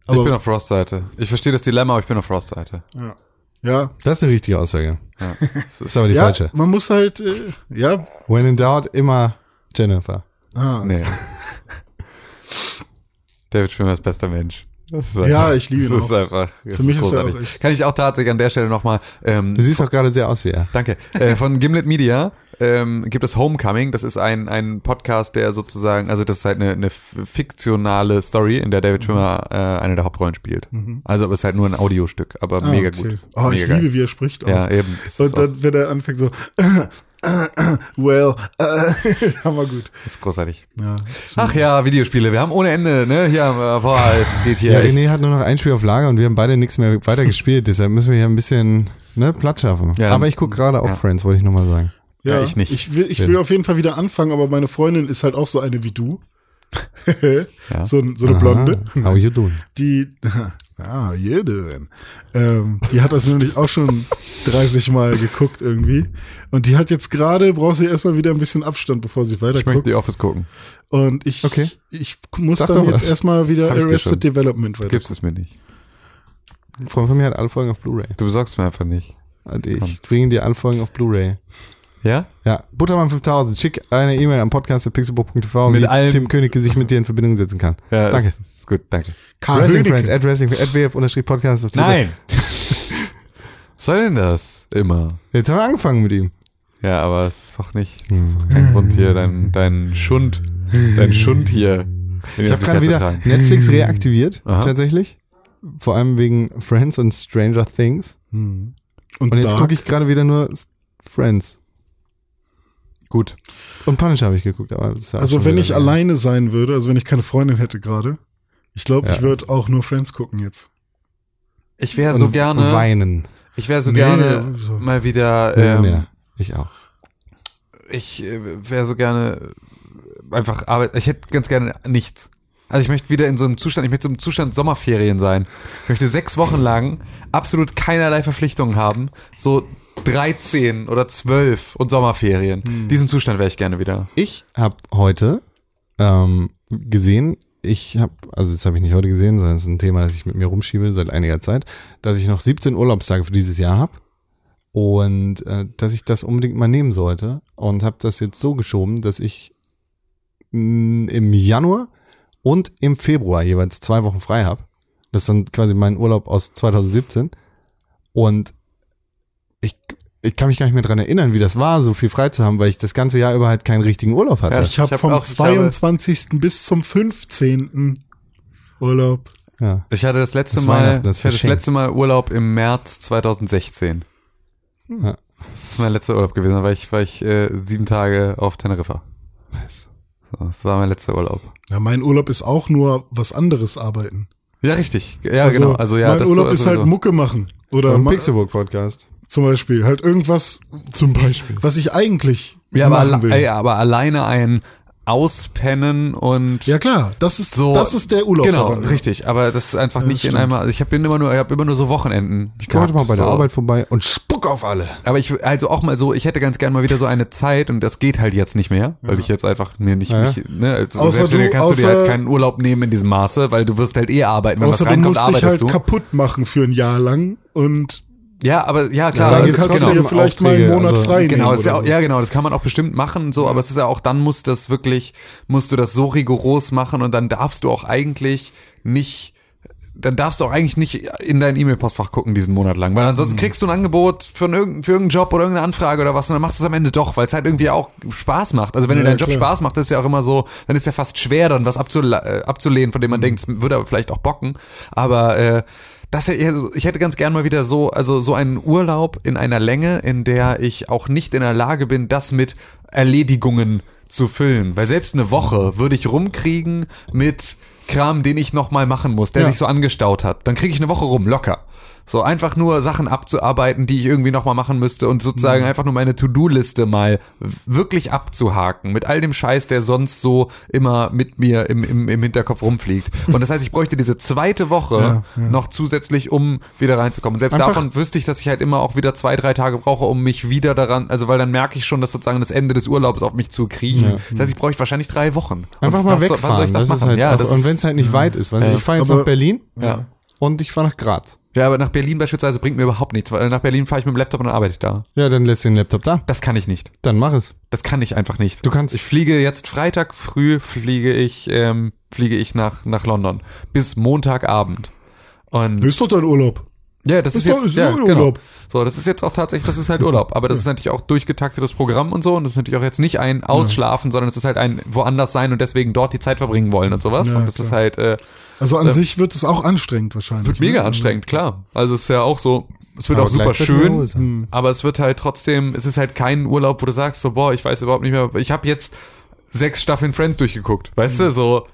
Speaker 2: ich bin
Speaker 3: Aber
Speaker 2: auf Ross Seite. Ich verstehe das Dilemma, aber ich bin auf Ross Seite.
Speaker 3: ja, ja,
Speaker 2: Also
Speaker 1: Das ist eine richtige Aussage.
Speaker 2: Ja, es ist,
Speaker 1: Das ist aber die
Speaker 3: ja
Speaker 1: falsche.
Speaker 3: man muss halt, äh, ja,
Speaker 1: When in doubt, immer Jennifer.
Speaker 3: ah,
Speaker 2: nee. David Schwimmer ist bester Mensch. Das ist
Speaker 3: Ja, ich liebe ihn
Speaker 2: Das ist
Speaker 3: auch.
Speaker 2: einfach. das
Speaker 3: mich ist er
Speaker 2: großartig.
Speaker 3: auch echt-
Speaker 2: Kann ich auch tatsächlich an der Stelle nochmal ähm,
Speaker 1: Du siehst auch gerade sehr aus wie er.
Speaker 2: Danke. Äh, von Gimlet Media ähm, gibt es Homecoming. Das ist ein, ein Podcast, der sozusagen, also das ist halt eine, eine fiktionale Story, in der
Speaker 3: Mhm.
Speaker 2: David Schwimmer äh, eine der Hauptrollen spielt. Also aber es ist halt nur ein Audiostück, aber
Speaker 3: ah,
Speaker 2: mega
Speaker 3: okay.
Speaker 2: gut.
Speaker 3: Oh,
Speaker 2: mega
Speaker 3: ich liebe, wie er spricht. auch.
Speaker 2: Ja, eben. Das ist,
Speaker 3: Und
Speaker 2: auch,
Speaker 3: dann, wenn er anfängt so, well, äh, hammer gut.
Speaker 2: ist großartig.
Speaker 3: Ja.
Speaker 2: Ach ja, Videospiele. Wir haben ohne Ende, ne? Ja, äh, boah, es geht hier.
Speaker 1: Ja,
Speaker 2: echt.
Speaker 1: René hat nur noch ein Spiel auf Lager und wir haben beide nichts mehr weiter gespielt, deshalb müssen wir hier ein bisschen ne, Platz schaffen.
Speaker 2: Ja, dann-
Speaker 1: aber ich gucke gerade auch
Speaker 2: ja.
Speaker 1: Friends, wollte ich nochmal sagen.
Speaker 2: Ja, ich nicht.
Speaker 3: Ich will, ich will auf jeden Fall wieder anfangen, aber meine Freundin ist halt auch so eine wie du. so, ein- so eine Blonde.
Speaker 1: Aha, how you doing?
Speaker 3: Die, ah, jede. Ähm, die hat das nämlich auch schon 30 Mal geguckt irgendwie. Und die hat jetzt gerade, braucht sie erstmal wieder ein bisschen Abstand, bevor sie
Speaker 2: ich möchte
Speaker 3: weiterguckt.
Speaker 2: die Office gucken.
Speaker 3: Und ich,
Speaker 1: Okay.
Speaker 3: ich muss
Speaker 1: Sag
Speaker 3: dann
Speaker 1: doch
Speaker 3: jetzt
Speaker 1: was.
Speaker 3: erstmal wieder
Speaker 2: Hab ich dir schon.
Speaker 3: Arrested Development weiter.
Speaker 2: Gibst es mir nicht.
Speaker 1: Ein Freund von mir hat alle Folgen auf Blu-ray.
Speaker 2: Du besorgst mir einfach nicht.
Speaker 1: Und ich bringe dir alle Folgen auf Blu-ray.
Speaker 2: Ja?
Speaker 1: Ja, Buttermann 5000, schick eine E-Mail am Podcast pixelbook.tv,
Speaker 2: Mit
Speaker 1: wie
Speaker 2: allem-
Speaker 1: Tim Königke sich mit dir in Verbindung setzen kann.
Speaker 2: Ja,
Speaker 1: Danke.
Speaker 2: Ist, ist gut, danke.
Speaker 3: Karl
Speaker 1: Wrestling
Speaker 3: Hönig.
Speaker 1: Friends, at Wrestling at WF-Podcast auf Twitter.
Speaker 2: Was soll denn das? Immer.
Speaker 1: Jetzt haben wir angefangen mit ihm.
Speaker 2: Ja, aber es ist doch nicht, es ist doch kein Grund hier, dein, dein Schund, dein Schund hier.
Speaker 1: Ich habe gerade wieder Netflix reaktiviert,
Speaker 2: Aha.
Speaker 1: tatsächlich. Vor allem wegen Friends und Stranger Things. Und jetzt
Speaker 3: Dark.
Speaker 1: gucke ich gerade wieder nur S- Friends.
Speaker 2: Gut.
Speaker 1: Und Punisher habe ich geguckt, aber das ist ja auch
Speaker 3: Also
Speaker 1: schon
Speaker 3: wenn
Speaker 1: wieder
Speaker 3: ich
Speaker 1: länger.
Speaker 3: alleine sein würde, also wenn ich keine Freundin hätte gerade, ich glaube,
Speaker 1: Ja.
Speaker 3: ich würde auch nur Friends gucken jetzt.
Speaker 2: Ich wäre so Also
Speaker 1: Und
Speaker 2: gerne,
Speaker 1: Weinen.
Speaker 2: ich wäre so
Speaker 3: Nee,
Speaker 2: gerne
Speaker 3: so.
Speaker 2: mal wieder,
Speaker 1: Ja,
Speaker 2: ähm,
Speaker 1: ja, ich auch.
Speaker 2: ich äh, wäre so gerne äh, einfach Arbeit, ich hätte ganz gerne nichts. Also ich möchte wieder in so einem Zustand, ich möchte so im Zustand Sommerferien sein. Ich möchte sechs Wochen lang absolut keinerlei Verpflichtungen haben. So 13 oder 12 und Sommerferien.
Speaker 1: Hm.
Speaker 2: Diesem Zustand wäre ich gerne wieder.
Speaker 1: Ich habe heute ähm, gesehen, ich habe, also das habe ich nicht heute gesehen, sondern es ist ein Thema, das ich mit mir rumschiebe seit einiger Zeit, dass ich noch 17 Urlaubstage für dieses Jahr habe und äh, dass ich das unbedingt mal nehmen sollte und habe das jetzt so geschoben, dass ich mh, im Januar und im Februar jeweils zwei Wochen frei habe. Das ist dann quasi mein Urlaub aus 2017 und ich ich kann mich gar nicht mehr dran erinnern, wie das war, so viel frei zu haben, weil ich das ganze Jahr über halt keinen richtigen Urlaub hatte.
Speaker 3: Ich habe
Speaker 2: Ich hab
Speaker 3: vom
Speaker 2: auch- ich glaube-
Speaker 3: 22. bis zum 15. Urlaub.
Speaker 1: Ja.
Speaker 2: Ich hatte das letzte
Speaker 1: Das
Speaker 2: Mal,
Speaker 1: Weihnachten, das
Speaker 2: ich hatte das
Speaker 1: Geschenk.
Speaker 2: letzte Mal Urlaub im März 2016.
Speaker 1: Ja.
Speaker 2: Das ist mein letzter Urlaub gewesen, da war ich, war ich äh, sieben Tage auf Teneriffa. So, das war mein letzter Urlaub.
Speaker 3: Ja, mein Urlaub ist auch nur was anderes arbeiten.
Speaker 2: Ja, richtig. Ja, genau. Also ja,
Speaker 3: mein
Speaker 2: das
Speaker 3: Urlaub
Speaker 2: so,
Speaker 3: ist halt Mucke machen. Oder
Speaker 1: Vom
Speaker 3: ma
Speaker 1: Äh, Pixelburg-Podcast.
Speaker 3: zum Beispiel. Halt irgendwas. Zum Beispiel. Was ich eigentlich
Speaker 2: ja, aber,
Speaker 3: machen
Speaker 2: alle-
Speaker 3: will.
Speaker 2: ey, aber alleine ein Auspennen und
Speaker 3: Ja klar, das ist,
Speaker 2: so.
Speaker 3: das ist der Urlaub.
Speaker 2: Genau,
Speaker 3: daran.
Speaker 2: richtig. Aber das ist einfach nicht in
Speaker 3: stimmt.
Speaker 2: einmal. Also ich habe immer nur, ich habe immer nur so Wochenenden.
Speaker 1: Ich komme heute mal bei der
Speaker 2: so.
Speaker 1: Arbeit vorbei und spuck auf alle.
Speaker 2: Aber ich, also auch mal so, ich hätte ganz gerne mal wieder so eine Zeit und das geht halt jetzt nicht mehr, weil ich jetzt einfach mir nicht,
Speaker 1: Ja.
Speaker 2: mich, ne, als
Speaker 3: Außer
Speaker 2: Selbstständiger
Speaker 3: du-
Speaker 2: kannst du dir
Speaker 3: außer-
Speaker 2: halt keinen Urlaub nehmen in diesem Maße, weil du wirst halt eh arbeiten, wenn
Speaker 3: Außer
Speaker 2: was
Speaker 3: du
Speaker 2: reinkommt,
Speaker 3: musst dich halt
Speaker 2: arbeitest du.
Speaker 3: kaputt machen für ein Jahr lang und
Speaker 2: Ja, aber, ja, klar.
Speaker 1: Ja,
Speaker 3: dann
Speaker 1: das
Speaker 2: also,
Speaker 1: ist
Speaker 3: kannst du
Speaker 2: genau.
Speaker 3: dir vielleicht mal einen
Speaker 1: Aufträge,
Speaker 3: Monat
Speaker 1: also-
Speaker 3: frei
Speaker 2: Genau,
Speaker 3: nehmen.
Speaker 2: ist ja,
Speaker 3: oder
Speaker 2: auch,
Speaker 3: so.
Speaker 2: ja, genau, das kann man auch bestimmt machen, so, aber es ist ja auch, dann muss das wirklich, musst du das so rigoros machen und dann darfst du auch eigentlich nicht, dann darfst du auch eigentlich nicht in dein E-Mail-Postfach gucken diesen Monat lang, weil
Speaker 3: Mhm.
Speaker 2: ansonsten kriegst du ein Angebot für irgendeinen, für irgendeinen Job oder irgendeine Anfrage oder was und dann machst du es am Ende doch, weil es halt irgendwie auch Spaß macht. Also wenn dir
Speaker 3: Ja,
Speaker 2: dein Job
Speaker 3: klar.
Speaker 2: Spaß macht, ist ja auch immer so, dann ist ja fast schwer, dann was abzule äh, abzulehnen, von dem man denkt, es würde aber vielleicht auch bocken, aber, äh, das, hätte ich- also ich hätte ganz gern mal wieder so, also so einen Urlaub in einer Länge, in der ich auch nicht in der Lage bin, das mit Erledigungen zu füllen. Weil selbst eine Woche würde ich rumkriegen mit Kram, den ich nochmal machen muss, der
Speaker 3: Ja.
Speaker 2: sich so angestaut hat. Dann kriege ich eine Woche rum, locker. So einfach nur Sachen abzuarbeiten, die ich irgendwie nochmal machen müsste und
Speaker 1: Mhm.
Speaker 2: sozusagen einfach nur meine To-Do-Liste mal w- wirklich abzuhaken mit all dem Scheiß, der sonst so immer mit mir im, im, im Hinterkopf rumfliegt. Und das heißt, ich bräuchte diese zweite Woche noch zusätzlich, um wieder reinzukommen. Und selbst
Speaker 1: Einfach-
Speaker 2: davon wüsste ich, dass ich halt immer auch wieder zwei, drei Tage brauche, um mich wieder daran, also weil dann merke ich schon, dass sozusagen das Ende des Urlaubs auf mich zukriecht. Das heißt, ich bräuchte wahrscheinlich drei Wochen.
Speaker 1: Einfach
Speaker 2: und
Speaker 1: mal
Speaker 2: was,
Speaker 1: wegfahren.
Speaker 2: Wann soll ich das,
Speaker 1: ist
Speaker 2: machen?
Speaker 1: Halt
Speaker 2: ja,
Speaker 1: auch,
Speaker 2: das
Speaker 1: und
Speaker 2: ist-
Speaker 1: wenn es halt nicht weit ist. Weißt du, ich fahre jetzt
Speaker 3: Aber-
Speaker 1: nach Berlin
Speaker 2: Ja.
Speaker 1: und ich fahre nach Graz.
Speaker 2: Ja, aber nach Berlin beispielsweise bringt mir überhaupt nichts, weil nach Berlin fahre ich mit dem Laptop und dann arbeite ich da.
Speaker 1: Ja, dann lässt du den Laptop da.
Speaker 2: Das kann ich nicht.
Speaker 1: Dann mach es.
Speaker 2: Das kann ich einfach nicht.
Speaker 1: Du kannst-
Speaker 2: Ich fliege jetzt Freitag früh fliege ich ähm, fliege ich nach nach London bis Montagabend. Und
Speaker 3: Ist doch dein Urlaub.
Speaker 2: ja, das ist
Speaker 3: doch-
Speaker 2: jetzt
Speaker 3: ist
Speaker 2: ja,
Speaker 3: nur
Speaker 2: genau.
Speaker 3: Urlaub.
Speaker 2: So, das ist jetzt auch tatsächlich, das ist halt Urlaub, aber das ist natürlich auch durchgetaktetes Programm und so und das ist natürlich auch jetzt nicht ein Ausschlafen, sondern es ist halt ein woanders sein und deswegen dort die Zeit verbringen wollen und sowas
Speaker 3: Ja,
Speaker 2: und das
Speaker 3: klar.
Speaker 2: ist halt äh,
Speaker 3: Also an sich wird es auch anstrengend wahrscheinlich.
Speaker 2: wird mega
Speaker 3: ne?
Speaker 2: anstrengend, klar. Also es ist ja auch so, es wird
Speaker 1: Aber
Speaker 2: auch super
Speaker 1: gleichzeitig eine
Speaker 2: schön,
Speaker 1: Hose. Mhm.
Speaker 2: aber es wird halt trotzdem, es ist halt kein Urlaub, wo du sagst so, boah, ich weiß überhaupt nicht mehr, ich habe jetzt sechs Staffeln Friends durchgeguckt, weißt
Speaker 3: Mhm.
Speaker 2: du, so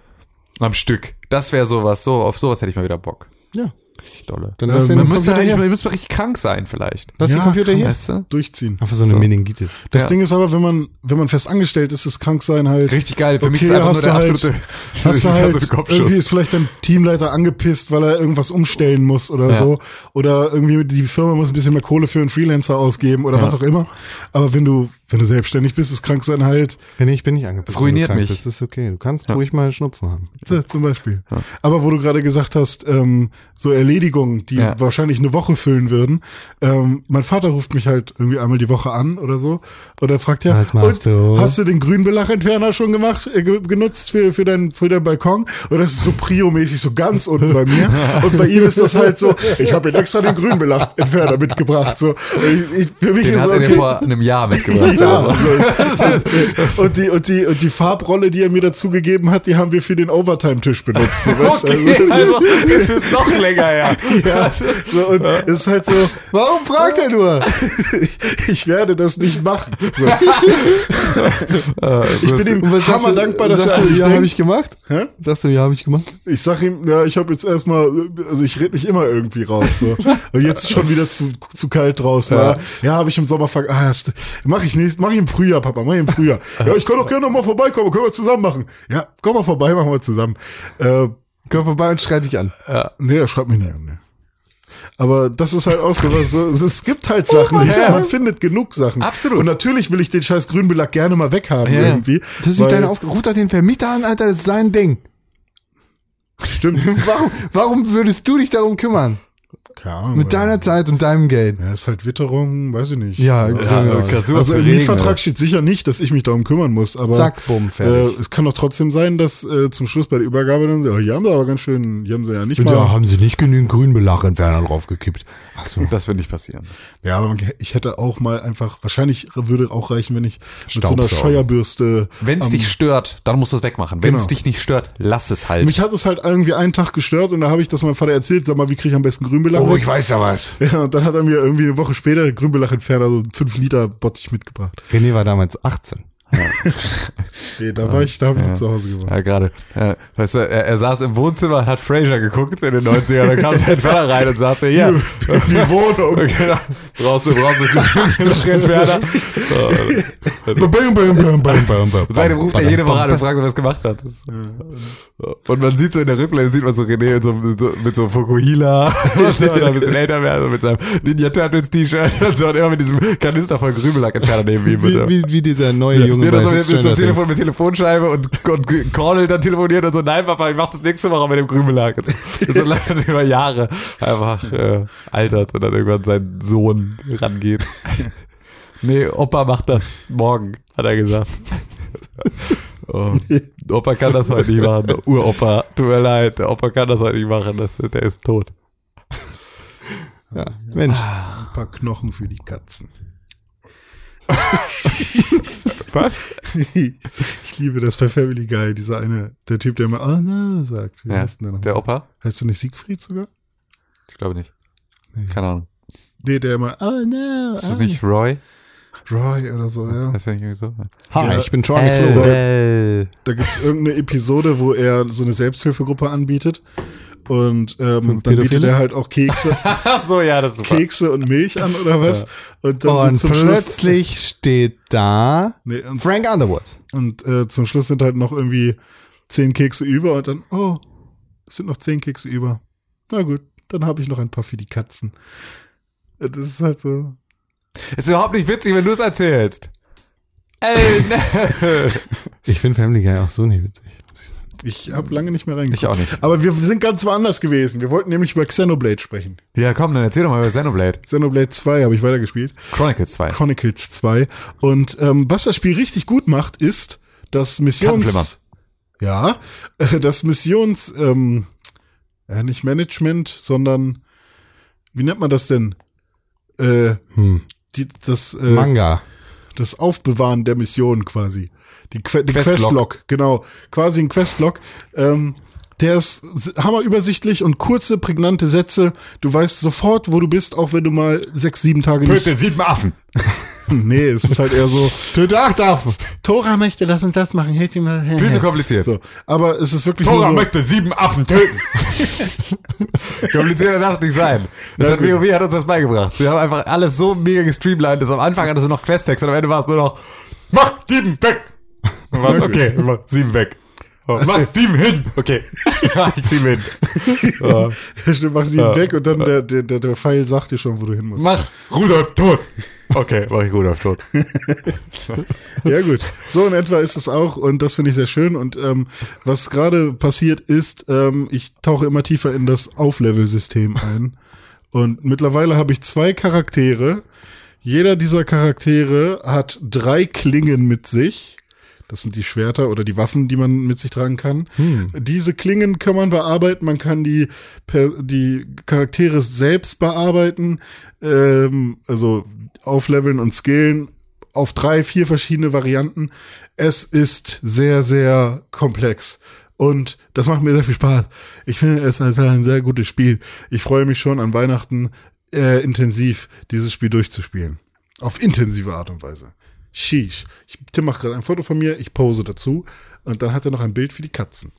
Speaker 2: am Stück. Das wäre sowas, so auf sowas hätte ich mal wieder Bock.
Speaker 1: Ja.
Speaker 2: Richtig dolle.
Speaker 1: Dann
Speaker 3: Ähm,
Speaker 1: lass den
Speaker 2: Man müsste
Speaker 1: Computer
Speaker 2: eigentlich,
Speaker 1: hier.
Speaker 2: man müsste richtig krank sein vielleicht.
Speaker 1: Lass den
Speaker 3: Ja,
Speaker 1: Computer hier.
Speaker 2: Weißt du?
Speaker 3: Durchziehen.
Speaker 1: Einfach so eine Meningitis.
Speaker 3: Das
Speaker 2: Ja.
Speaker 3: Ding ist aber, wenn man, wenn man fest angestellt ist, ist krank sein halt.
Speaker 2: Richtig geil. Für mich
Speaker 3: Okay,
Speaker 2: ist einfach
Speaker 3: hast
Speaker 2: nur der
Speaker 3: du halt-
Speaker 2: absolute, das
Speaker 3: Hast
Speaker 2: ist
Speaker 3: du
Speaker 2: der
Speaker 3: halt,
Speaker 2: absolute
Speaker 3: irgendwie ist vielleicht dein Teamleiter angepisst, weil er irgendwas umstellen muss oder so. Oder irgendwie die Firma muss ein bisschen mehr Kohle für einen Freelancer ausgeben oder was auch immer. Aber wenn du, wenn du selbstständig bist, ist krank sein halt,
Speaker 1: Nee, ich bin nicht angepasst.
Speaker 2: Das ruiniert
Speaker 1: wenn du krank
Speaker 2: mich.
Speaker 1: bist. Das ist okay. Du kannst ruhig mal Schnupfen haben.
Speaker 3: so, zum Beispiel. Aber wo du gerade gesagt hast, ähm, so Erledigungen, die
Speaker 2: Ja.
Speaker 3: wahrscheinlich eine Woche füllen würden. Ähm, mein Vater ruft mich halt irgendwie einmal die Woche an oder so. Oder fragt ja,
Speaker 1: Was machst
Speaker 3: "Und,
Speaker 1: du?"
Speaker 3: hast du den Grünbelachentferner schon gemacht, äh, ge genutzt für, für, dein, für deinen Balkon? Und das ist so Prio-mäßig so ganz unten bei mir. Und bei ihm ist das halt so, ich habe ihm extra den Grünbelachentferner mitgebracht. So. Ich, ich, für mich
Speaker 2: Den
Speaker 3: ist
Speaker 2: hat
Speaker 3: so,
Speaker 2: er dir
Speaker 3: okay,
Speaker 2: vor einem Jahr mitgebracht.
Speaker 3: ja,
Speaker 2: Also.
Speaker 3: also, Genau. und, die, und, die, und die Farbrolle, die er mir dazu gegeben hat, die haben wir für den Overtime-Tisch benutzt. So, weißt du?
Speaker 2: Okay, also es ist noch länger her.
Speaker 3: ja, so, und es ist halt so,
Speaker 1: Warum fragt er nur?
Speaker 3: ich, ich werde das nicht machen. So. ich bin ihm
Speaker 1: Was sagst
Speaker 3: hammer
Speaker 1: du,
Speaker 3: dankbar, dass er
Speaker 1: sagst
Speaker 3: an
Speaker 1: du,
Speaker 3: mich
Speaker 1: ja, habe
Speaker 3: denkt.
Speaker 1: ich gemacht?
Speaker 3: Hä?
Speaker 1: Sagst du, ja, habe ich gemacht?
Speaker 3: Ich sag ihm, ja, ich habe jetzt erstmal, also ich red mich immer irgendwie raus. So. Und jetzt ist schon wieder zu, zu kalt draußen. Ja, ja habe ich im Sommer ver ah, st- mach ich nächst, mach ich im Frühjahr, Papa, mach ich im Frühjahr. Ja, ich kann doch gerne noch mal vorbeikommen, können wir zusammen machen. Ja, komm mal vorbei, machen wir zusammen. Äh,
Speaker 1: Komm vorbei und schreit dich an.
Speaker 3: Nee, er schreibt mich nicht an. Nee. Aber das ist halt auch so, was, so es gibt halt Sachen,
Speaker 2: Mann, ja.
Speaker 3: man findet genug Sachen.
Speaker 2: Absolut.
Speaker 3: Und natürlich will ich den scheiß Grünbelag gerne mal weghaben
Speaker 2: Ja.
Speaker 3: irgendwie.
Speaker 1: Das ist
Speaker 3: weil-
Speaker 1: nicht deine Aufgabe. Ruf doch den Vermieter an, Alter, das ist sein Ding.
Speaker 3: Stimmt.
Speaker 1: Warum, warum würdest du dich darum kümmern?
Speaker 3: Keine Ahnung.
Speaker 1: Mit
Speaker 3: weil-
Speaker 1: deiner Zeit und deinem Geld.
Speaker 3: Ja, ist halt Witterung, weiß ich nicht.
Speaker 1: Ja,
Speaker 2: Ja,
Speaker 1: ja,
Speaker 2: Kasur
Speaker 3: Also
Speaker 2: für
Speaker 3: im
Speaker 2: Regen,
Speaker 3: Mietvertrag steht sicher nicht, dass ich mich darum kümmern muss, aber
Speaker 1: Zack, bumm,
Speaker 3: äh,
Speaker 1: fertig.
Speaker 3: es kann doch trotzdem sein, dass äh, zum Schluss bei der Übergabe dann, ja, hier haben sie aber ganz schön, hier haben sie ja nicht mal.
Speaker 1: da haben sie nicht genügend Grünbelach in Werner draufgekippt. Ach so.
Speaker 2: Das wird nicht passieren.
Speaker 3: Ja, aber man- ich hätte auch mal einfach, wahrscheinlich würde auch reichen, wenn ich mit so einer
Speaker 1: Staubsaugen.
Speaker 3: Scheuerbürste.
Speaker 2: Wenn es
Speaker 3: am-
Speaker 2: dich stört, dann musst du es wegmachen. Wenn es
Speaker 3: Ähm. Genau.
Speaker 2: dich nicht stört, lass es halt.
Speaker 3: Mich hat es halt irgendwie einen Tag gestört und da habe ich das meinem Vater erzählt, sag mal, wie kriege ich am besten Grünbelag?
Speaker 1: Oh,
Speaker 3: weg?
Speaker 1: ich weiß ja was.
Speaker 3: ja, und dann hat er mir irgendwie eine Woche später also Grünbelach-Entferner, so einen 5-Liter-Bottich mitgebracht.
Speaker 1: René war damals 18.
Speaker 3: Nee, da war ich, da habe ich zu Hause gewohnt.
Speaker 2: ja, gerade. Ja, weißt du, er, er saß im Wohnzimmer und hat Fraser geguckt in den 90ern. Dann kam sein Entferner rein und sagte, ja,
Speaker 3: Die Wohnung.
Speaker 2: genau, brauchst du, brauchst du Entferner.
Speaker 1: bam, bam, bam, bam, bam, bam.
Speaker 2: Seitdem ruft er jede Woche an und fragt, ob er es gemacht hat. Das, äh, Und man sieht so in der Rückblende, sieht man so René in so, mit so, mit so Fukuhila, und so, wenn er ein bisschen älter wäre, so mit seinem Ninja Turtles T-Shirt und so und immer mit diesem Kanister voll Grübellack entfernt neben ihm.
Speaker 1: Wie,
Speaker 2: bitte.
Speaker 1: wie, wie dieser neue Junge
Speaker 2: Ja, das
Speaker 1: bei
Speaker 2: haben jetzt mit so
Speaker 1: Stranger
Speaker 2: einem
Speaker 1: Things.
Speaker 2: Telefon mit Telefonscheibe und, und Cornel dann telefoniert und so, nein, Papa, ich mach das nächste Woche mit dem Grübellack. Das ist so lange über Jahre einfach äh, altert und dann irgendwann sein Sohn rangeht. Nee, Opa macht das morgen, hat er gesagt. Oh, Opa kann das heute nicht machen. Uropa, tut mir leid, der Opa kann das heute nicht machen, das, der ist tot.
Speaker 1: Ja. Mensch,
Speaker 3: Ein paar Knochen für die Katzen.
Speaker 2: Was?
Speaker 3: ich liebe das bei Family Guy, dieser eine, der Typ, der immer, ah, na, sagt. Wie
Speaker 2: Ja,
Speaker 3: heißt denn der noch?
Speaker 2: der Opa?
Speaker 3: heißt du nicht Siegfried sogar?
Speaker 2: Ich glaube nicht. Keine Ahnung.
Speaker 3: Nee, der immer, oh no,
Speaker 2: Ist
Speaker 3: ah,
Speaker 2: das nicht Roy?
Speaker 3: Roy oder so, ja.
Speaker 2: Ist das nicht irgendwie so?
Speaker 1: hi,
Speaker 3: Ja.
Speaker 1: ich bin Charlie
Speaker 2: Äh,
Speaker 1: Klo.
Speaker 2: äh.
Speaker 3: Da gibt's irgendeine Episode, wo er so eine Selbsthilfegruppe anbietet. Und ähm, dann bietet
Speaker 1: Pädophile?
Speaker 3: er halt auch Kekse,
Speaker 2: Ach so, ja, das ist super.
Speaker 3: Kekse und Milch an oder was. Und
Speaker 2: Oh,
Speaker 3: dann
Speaker 1: Und
Speaker 3: sind zum Schluss,
Speaker 1: plötzlich steht da
Speaker 3: nee, und,
Speaker 1: Frank Underwood.
Speaker 3: und äh, zum Schluss sind halt noch irgendwie zehn Kekse über und dann, oh, es sind noch zehn Kekse über. Na gut, dann habe ich noch ein paar für die Katzen. Das ist halt so.
Speaker 2: Ist überhaupt nicht witzig, wenn du es erzählst. Ey, ne.
Speaker 1: Ich finde Family Guy auch so nicht witzig. muss ich sagen.
Speaker 3: Ich habe lange nicht mehr reingeguckt.
Speaker 2: Ich auch nicht.
Speaker 3: Aber wir sind ganz woanders gewesen. Wir wollten nämlich über Xenoblade sprechen.
Speaker 2: Ja, komm, dann erzähl doch mal über Xenoblade.
Speaker 3: Xenoblade 2 habe ich weitergespielt.
Speaker 2: Chronicles 2.
Speaker 3: Chronicles 2. Und ähm, was das Spiel richtig gut macht, ist, dass
Speaker 2: Kartenflimmer.
Speaker 3: Missions... Ja, äh, das Missions... Ähm, ja, nicht Management, sondern... Wie nennt man das denn? Äh,
Speaker 1: Hm.
Speaker 3: die, das, äh,
Speaker 1: Manga.
Speaker 3: das Aufbewahren der Mission quasi. Die, que die
Speaker 2: Questlog.
Speaker 3: Questlog. genau. Quasi ein Questlog. Ähm, der ist s- hammerübersichtlich und kurze, prägnante Sätze. Du weißt sofort, wo du bist, auch wenn du mal sechs, sieben Tage nicht
Speaker 2: sieben Affen.
Speaker 3: Nee, es ist halt eher so,
Speaker 1: Töte acht Affen.
Speaker 3: Tora möchte das und das machen, hilf ihm mal.
Speaker 2: Viel zu kompliziert.
Speaker 3: So, aber es ist wirklich nur so,
Speaker 2: möchte sieben Affen töten. Komplizierter darf es nicht sein. Das hat WoW hat uns das beigebracht. Wir haben einfach alles so mega gestreamlined, dass am Anfang hattest du noch Questtext und am Ende war es nur noch Mach sieben weg! Und war's, okay, mach sieben weg. Oh, mach sieben hin! Okay. Mach sieben hin. So.
Speaker 3: stimmt, mach sie weg und dann der, der, der, der Pfeil sagt dir schon, wo du hin musst.
Speaker 2: Mach Rudolf tot. Okay, mach ich Rudolf tot.
Speaker 3: Ja gut, so in etwa ist es auch und das finde ich sehr schön und ähm, was gerade passiert ist, ähm, ich tauche immer tiefer in das Auflevel-System ein und mittlerweile habe ich zwei Charaktere. Jeder dieser Charaktere hat drei Klingen mit sich. Das sind die Schwerter oder die Waffen, die man mit sich tragen kann. Diese Klingen kann man bearbeiten. Man kann die, per, die Charaktere selbst bearbeiten, ähm, also aufleveln und skillen auf drei, vier verschiedene Varianten. Es ist sehr, sehr komplex. Und das macht mir sehr viel Spaß. Ich finde es ist ein sehr gutes Spiel. Ich freue mich schon an Weihnachten äh, intensiv dieses Spiel durchzuspielen. Auf intensive Art und Weise. Sheesh. Ich, Tim macht gerade ein Foto von mir, ich pose dazu und dann hat er noch ein Bild für die Katzen.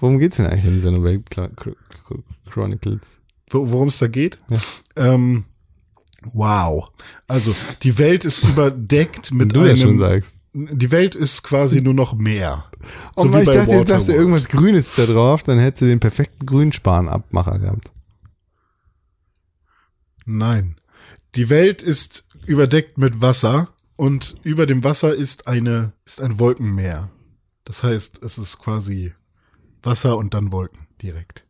Speaker 1: Worum geht's denn eigentlich in Xenoblade Cla- Chr- Chr- Chronicles?
Speaker 3: Wo- Worum es da geht? Ähm, wow. Also, die Welt ist überdeckt
Speaker 1: Wenn
Speaker 3: mit
Speaker 1: du ja schon
Speaker 3: einem...
Speaker 1: sagst.
Speaker 3: die Welt ist quasi nur noch Meer.
Speaker 1: Und weil Oh ich
Speaker 3: bei
Speaker 1: dachte, jetzt sagst du
Speaker 3: Waterworld.
Speaker 1: irgendwas Grünes da drauf, dann hättest du den perfekten Grünspan-Abmacher gehabt.
Speaker 3: Nein. Die Welt ist überdeckt mit Wasser und über dem Wasser ist eine ist ein Wolkenmeer. Das heißt, es ist quasi Wasser und dann Wolken. direkt.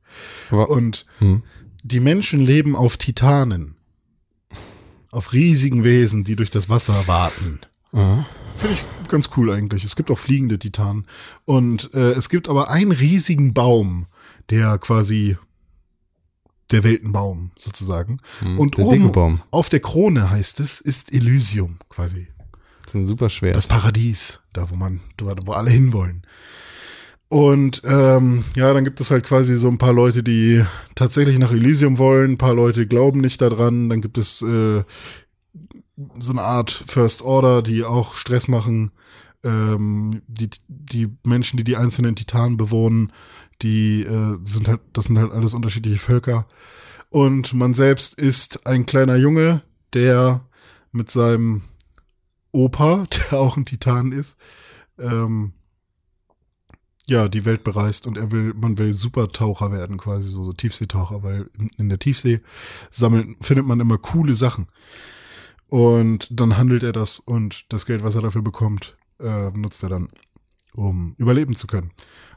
Speaker 2: Aber-
Speaker 3: Und
Speaker 1: Hm.
Speaker 3: die Menschen leben auf Titanen. Auf riesigen Wesen, die durch das Wasser warten.
Speaker 1: Ja.
Speaker 3: Finde ich ganz cool eigentlich. Es gibt auch fliegende Titanen. Und äh, es gibt aber einen riesigen Baum, der quasi der Weltenbaum sozusagen. Und
Speaker 1: der
Speaker 3: oben
Speaker 1: Dekobaum.
Speaker 3: auf der Krone heißt es, ist Elysium quasi.
Speaker 1: Das ist ein super schwer.
Speaker 3: Das Paradies, da wo man, wo alle hinwollen. Und ähm, ja, dann gibt es halt quasi so ein paar Leute, die tatsächlich nach Elysium wollen, ein paar Leute glauben nicht daran, dann gibt es äh, so eine Art First Order, die auch Stress machen. Ähm, die, die Menschen, die die einzelnen Titanen bewohnen, die äh, sind halt, das sind halt alles unterschiedliche Völker. Und man selbst ist ein kleiner Junge, der mit seinem Opa, der auch ein Titan ist, ähm, ja, die Welt bereist und er will, man will Supertaucher werden, quasi so, so Tiefseetaucher, weil in, in der Tiefsee sammelt, findet man immer coole Sachen. Und dann handelt er das und das Geld, was er dafür bekommt, äh, nutzt er dann, um überleben zu können.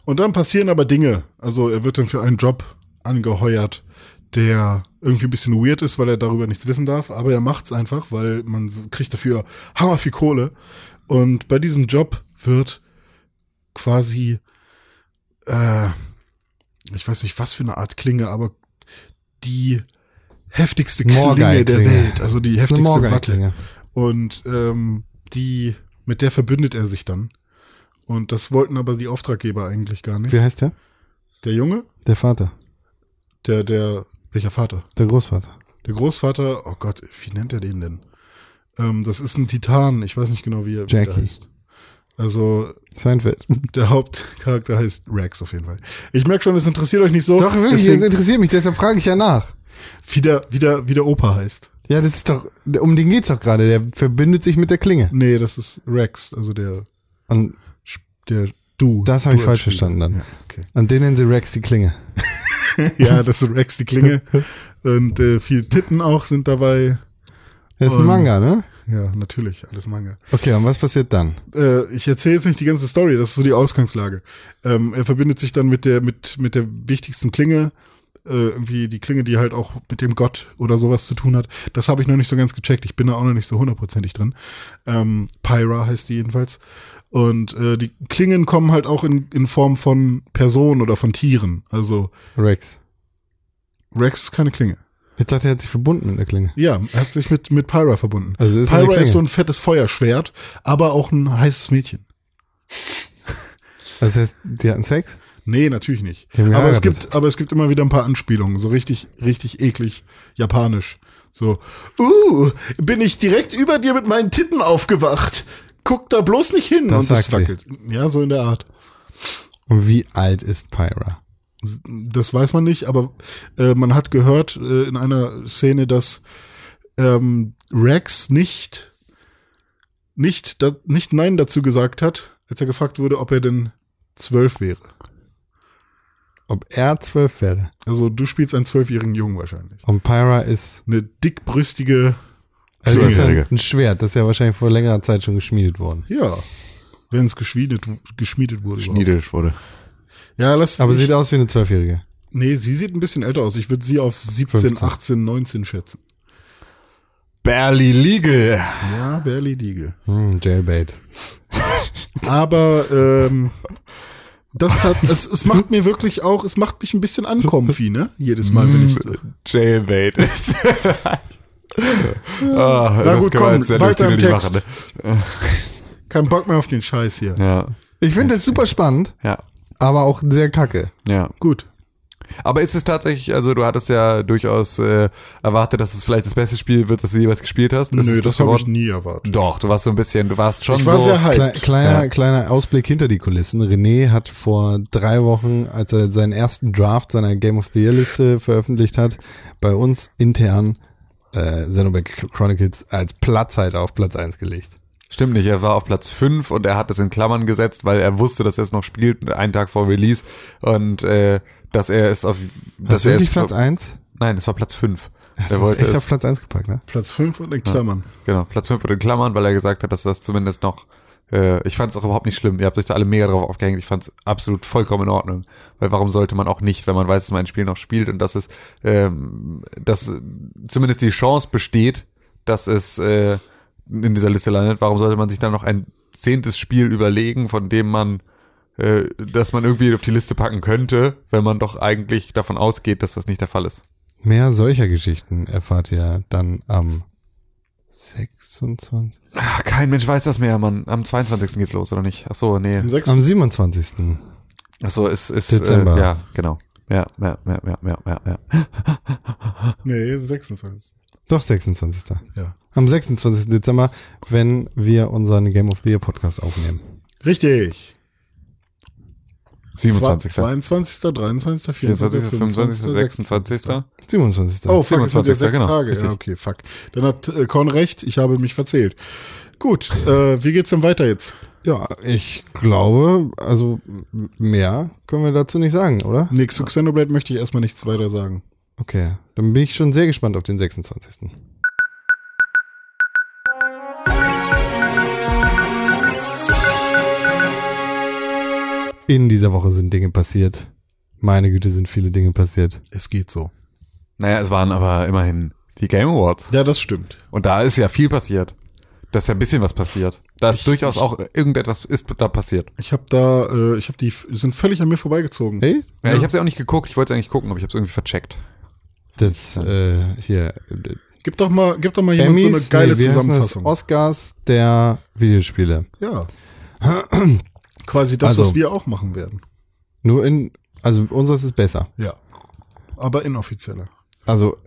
Speaker 3: Und dann passieren aber Dinge. Also er wird dann für einen Job angeheuert, der irgendwie ein bisschen weird ist, weil er darüber nichts wissen darf, aber er macht's einfach, weil man s- kriegt dafür hammer viel Kohle. Und bei diesem Job wird quasi, äh, ich weiß nicht, was für eine Art Klinge, aber die heftigste Klinge der
Speaker 1: Morgei-Klinge.
Speaker 3: Welt, also die
Speaker 1: Das ist eine
Speaker 3: heftigste Waffe.
Speaker 1: Morgan-Klinge.
Speaker 3: Und ähm, die, mit der verbündet er sich dann. Und das wollten aber die Auftraggeber eigentlich gar nicht.
Speaker 1: Wie heißt der?
Speaker 3: Der Junge,
Speaker 1: Der Vater.
Speaker 3: der, der, welcher Vater?
Speaker 1: Der Großvater.
Speaker 3: Der Großvater, oh Gott, wie nennt er den denn? Ähm, das ist ein Titan, ich weiß nicht genau, wie er wie der
Speaker 1: Jackie.
Speaker 3: heißt. Also,
Speaker 1: Seinfeld.
Speaker 3: der Hauptcharakter heißt Rex auf jeden Fall. Ich merke schon, es interessiert euch nicht so.
Speaker 1: Doch, wirklich,
Speaker 3: deswegen,
Speaker 1: das interessiert mich, deshalb frage ich ja nach.
Speaker 3: wie, der, wie, der, wie der Opa heißt.
Speaker 1: Ja, das ist doch, um den geht's doch gerade, der verbindet sich mit der Klinge.
Speaker 3: Nee, das ist Rex, also der,
Speaker 1: Und
Speaker 3: der Du.
Speaker 1: das habe ich
Speaker 3: Du
Speaker 1: falsch
Speaker 3: als Spieler.
Speaker 1: verstanden dann.
Speaker 3: Ja, okay.
Speaker 1: Und den nennen sie Rex die Klinge.
Speaker 3: Ja, das ist Rex die Klinge. Und äh, viel Titten auch sind dabei.
Speaker 1: Das ist ein
Speaker 3: Und-
Speaker 1: Manga, ne?
Speaker 3: Ja, natürlich, alles Manga.
Speaker 1: Okay, und was passiert dann?
Speaker 3: Äh, ich erzähle jetzt nicht die ganze Story, das ist so die Ausgangslage. Ähm, er verbindet sich dann mit der, mit, mit der wichtigsten Klinge. Äh, irgendwie die Klinge, die halt auch mit dem Gott oder sowas zu tun hat. Das habe ich noch nicht so ganz gecheckt. Ich bin da auch noch nicht so hundertprozentig drin. Ähm, Pyra heißt die jedenfalls. Und äh, die Klingen kommen halt auch in, in Form von Personen oder von Tieren. Also
Speaker 1: Rex.
Speaker 3: Rex ist keine Klinge.
Speaker 1: Ich dachte, er hat sich verbunden mit der Klinge.
Speaker 3: Ja, er hat sich mit, mit Pyra verbunden.
Speaker 1: Also ist eine
Speaker 3: Pyra
Speaker 1: Klinge.
Speaker 3: ist so ein fettes Feuerschwert, aber auch ein heißes Mädchen.
Speaker 1: Das heißt, die hatten Sex?
Speaker 3: Nee, natürlich nicht.
Speaker 1: haben
Speaker 3: Aber es,
Speaker 1: geheiratet.
Speaker 3: gibt, aber es gibt immer wieder ein paar Anspielungen, so richtig, richtig eklig, japanisch. So, uh, bin ich direkt über dir mit meinen Titten aufgewacht. Guck da bloß nicht hin.
Speaker 1: Das
Speaker 3: und
Speaker 1: sagt
Speaker 3: das
Speaker 1: sie.
Speaker 3: wackelt. Ja, so in der Art.
Speaker 1: Und wie alt ist Pyra?
Speaker 3: Das weiß man nicht, aber äh, man hat gehört äh, in einer Szene, dass ähm, Rex nicht, nicht, da, nicht Nein dazu gesagt hat, als er gefragt wurde, ob er denn zwölf wäre.
Speaker 1: Ob er zwölf wäre?
Speaker 3: Also du spielst einen zwölfjährigen Jungen wahrscheinlich.
Speaker 1: Und Pyra ist,
Speaker 3: Eine dickbrüstige,
Speaker 1: also ist ja ein,
Speaker 2: Zwölfjährige.
Speaker 1: ein Schwert, das ist ja wahrscheinlich vor längerer Zeit schon geschmiedet worden.
Speaker 3: ja, wenn es geschmiedet, geschmiedet wurde. überhaupt.
Speaker 2: Schniedelisch wurde.
Speaker 3: Ja, lass
Speaker 1: Aber
Speaker 3: ich,
Speaker 1: sieht aus wie eine Zwölfjährige.
Speaker 3: Nee, sie sieht ein bisschen älter aus. Ich würde sie auf 17,
Speaker 1: 15.
Speaker 3: 18, 19 schätzen.
Speaker 2: Barely legal.
Speaker 3: Ja, barely legal.
Speaker 1: Hm, Jailbait.
Speaker 3: Aber ähm, das hat, es, es macht mir wirklich auch, es macht mich ein bisschen uncomfy, ne? Jedes Mal, wenn ich.
Speaker 2: Mhm. Jailbait ist. Ah, das
Speaker 3: gut,
Speaker 2: kann man
Speaker 3: komm,
Speaker 2: als
Speaker 3: weiter
Speaker 2: Sendungstitel
Speaker 3: im
Speaker 2: nicht
Speaker 3: Text.
Speaker 2: machen.
Speaker 3: Kein Bock mehr auf den Scheiß hier.
Speaker 2: ne?
Speaker 1: Ich finde das super spannend,
Speaker 2: Ja, ja,
Speaker 1: aber auch sehr kacke.
Speaker 2: ja.
Speaker 3: Gut.
Speaker 2: Aber ist es tatsächlich, also du hattest ja durchaus äh, erwartet, dass es vielleicht das beste Spiel wird, das du jeweils gespielt hast. Ist
Speaker 3: Nö,
Speaker 2: es
Speaker 3: das habe ich
Speaker 2: geworden?
Speaker 3: nie erwartet.
Speaker 2: Doch, du warst so ein bisschen, du warst schon
Speaker 3: Ich war
Speaker 2: so.
Speaker 3: sehr
Speaker 1: Kle
Speaker 3: hyped.
Speaker 1: kleiner,
Speaker 2: Ja.
Speaker 1: kleiner Ausblick hinter die Kulissen. René hat vor drei Wochen, als er seinen ersten Draft seiner Game of the Year Liste veröffentlicht hat, bei uns intern äh, Xenoblade Chronicles als Platzhalter auf Platz 1 gelegt.
Speaker 2: Stimmt nicht, er war auf Platz 5 und er hat es in Klammern gesetzt, weil er wusste, dass er es noch spielt, einen Tag vor Release. Und äh, dass er es auf. Dass
Speaker 1: Hast
Speaker 2: Also
Speaker 1: du
Speaker 2: er
Speaker 1: wirklich
Speaker 2: es
Speaker 1: Platz 1?
Speaker 2: Nein, es war Platz 5.
Speaker 1: Hast
Speaker 2: Er
Speaker 1: du es
Speaker 2: wollte
Speaker 1: echt auf
Speaker 2: es.
Speaker 1: Platz 1 gepackt, ne?
Speaker 3: Platz 5 und in Klammern.
Speaker 2: Genau, Platz 5 wurde in Klammern, weil er gesagt hat, dass das zumindest noch Äh, ich fand es auch überhaupt nicht schlimm. Ihr habt euch da alle mega drauf aufgehängt. Ich fand es absolut vollkommen in Ordnung. Weil warum sollte man auch nicht, wenn man weiß, dass man ein Spiel noch spielt und dass es, ähm, dass zumindest die Chance besteht, dass es äh, in dieser Liste landet, warum sollte man sich dann noch ein zehntes Spiel überlegen, von dem man äh, dass man irgendwie auf die Liste packen könnte, wenn man doch eigentlich davon ausgeht, dass das nicht der Fall ist.
Speaker 1: Mehr solcher Geschichten erfahrt ihr dann am 26.
Speaker 2: Ach, kein Mensch weiß das mehr, Mann. Am 22. geht's los, oder nicht? Ach so, nee.
Speaker 3: Am 6.
Speaker 1: Am 27.
Speaker 2: Ach so, es ist
Speaker 1: Dezember.
Speaker 2: Äh, ja, genau. Ja, ja, ja, ja, ja, ja, ja.
Speaker 3: nee, 26.
Speaker 1: Doch 26.
Speaker 3: Ja.
Speaker 1: Am 26. Dezember, wenn wir unseren Game of the Year Podcast aufnehmen.
Speaker 3: Richtig.
Speaker 2: 27.
Speaker 3: 22., 23., 24.,
Speaker 2: 24., 25., 26.
Speaker 1: 27.
Speaker 3: Oh, fuck, es sind ja
Speaker 2: 27.,
Speaker 3: sechs
Speaker 2: genau,
Speaker 3: Tage.
Speaker 2: richtig.
Speaker 3: Ja, okay, fuck. Dann hat äh, Korn recht, ich habe mich verzählt. Gut, äh, wie geht's denn weiter jetzt?
Speaker 1: Ja, ich glaube, also m- mehr können wir dazu nicht sagen, oder?
Speaker 3: Nix zu Xenoblade möchte ich erstmal nichts weiter sagen.
Speaker 1: Okay, dann bin ich schon sehr gespannt auf den 26. In dieser Woche sind Dinge passiert. Meine Güte, sind viele Dinge passiert.
Speaker 3: Es geht so.
Speaker 2: Naja, es waren aber immerhin die Game Awards.
Speaker 3: Ja, das stimmt.
Speaker 2: Und da ist ja viel passiert. Da ist ja ein bisschen was passiert. Da ist durchaus auch irgendetwas ist da passiert.
Speaker 3: Ich habe da, äh, ich habe die, f- sind völlig an mir vorbeigezogen.
Speaker 1: Hey,
Speaker 2: Ja, Ich habe ja auch nicht geguckt. Ich wollte eigentlich gucken, aber ich habe es irgendwie vercheckt.
Speaker 1: das äh, hier
Speaker 3: Gib doch mal, gib doch mal jemand
Speaker 1: Emmys,
Speaker 3: so eine geile
Speaker 1: nee, wie heißen das?
Speaker 3: Zusammenfassung.
Speaker 1: Oscars der Videospiele.
Speaker 3: ja. Quasi das,
Speaker 1: Also-
Speaker 3: was wir auch machen werden.
Speaker 1: Nur in, also unseres ist besser.
Speaker 3: Ja. Aber inoffizielle.
Speaker 1: Also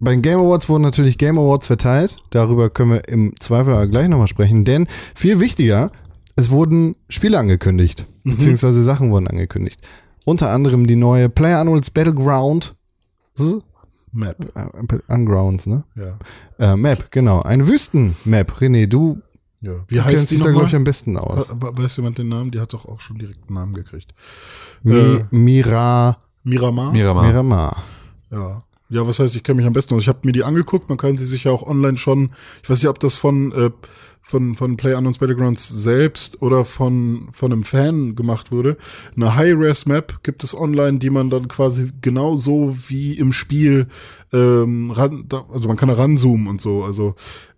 Speaker 1: bei den Game Awards wurden natürlich Game Awards verteilt. Darüber können wir im Zweifel aber gleich nochmal sprechen. Denn viel wichtiger, es wurden Spiele angekündigt.
Speaker 3: Mhm.
Speaker 1: Beziehungsweise Sachen wurden angekündigt. Unter anderem die neue PlayerUnknown's Battleground.
Speaker 3: Map.
Speaker 1: äh, Ungrounds, ne?
Speaker 3: Ja.
Speaker 1: Äh, Map, genau. Eine Wüsten-Map. René, du
Speaker 3: ja. Wie heißt
Speaker 1: kennst
Speaker 3: die Äh,
Speaker 1: dich da, glaube ich,
Speaker 3: nochmal?
Speaker 1: am besten aus.
Speaker 3: We- we- Weiß jemand den Namen? Die hat doch auch schon direkt einen Namen gekriegt.
Speaker 1: Mi Mira,
Speaker 3: äh, Miramar?
Speaker 2: Miramar.
Speaker 1: Miramar.
Speaker 3: Ja. Ja, was heißt, ich kenne mich am besten aus. Ich habe mir die angeguckt, man kann sie sich ja auch online schon, ich weiß nicht, ob das von äh, von von PlayerUnknown's Battlegrounds selbst oder von von einem Fan gemacht wurde. Eine High-Res Map gibt es online, die man dann quasi genau so wie im Spiel ähm, ran, da, also man kann da ranzoomen und so, also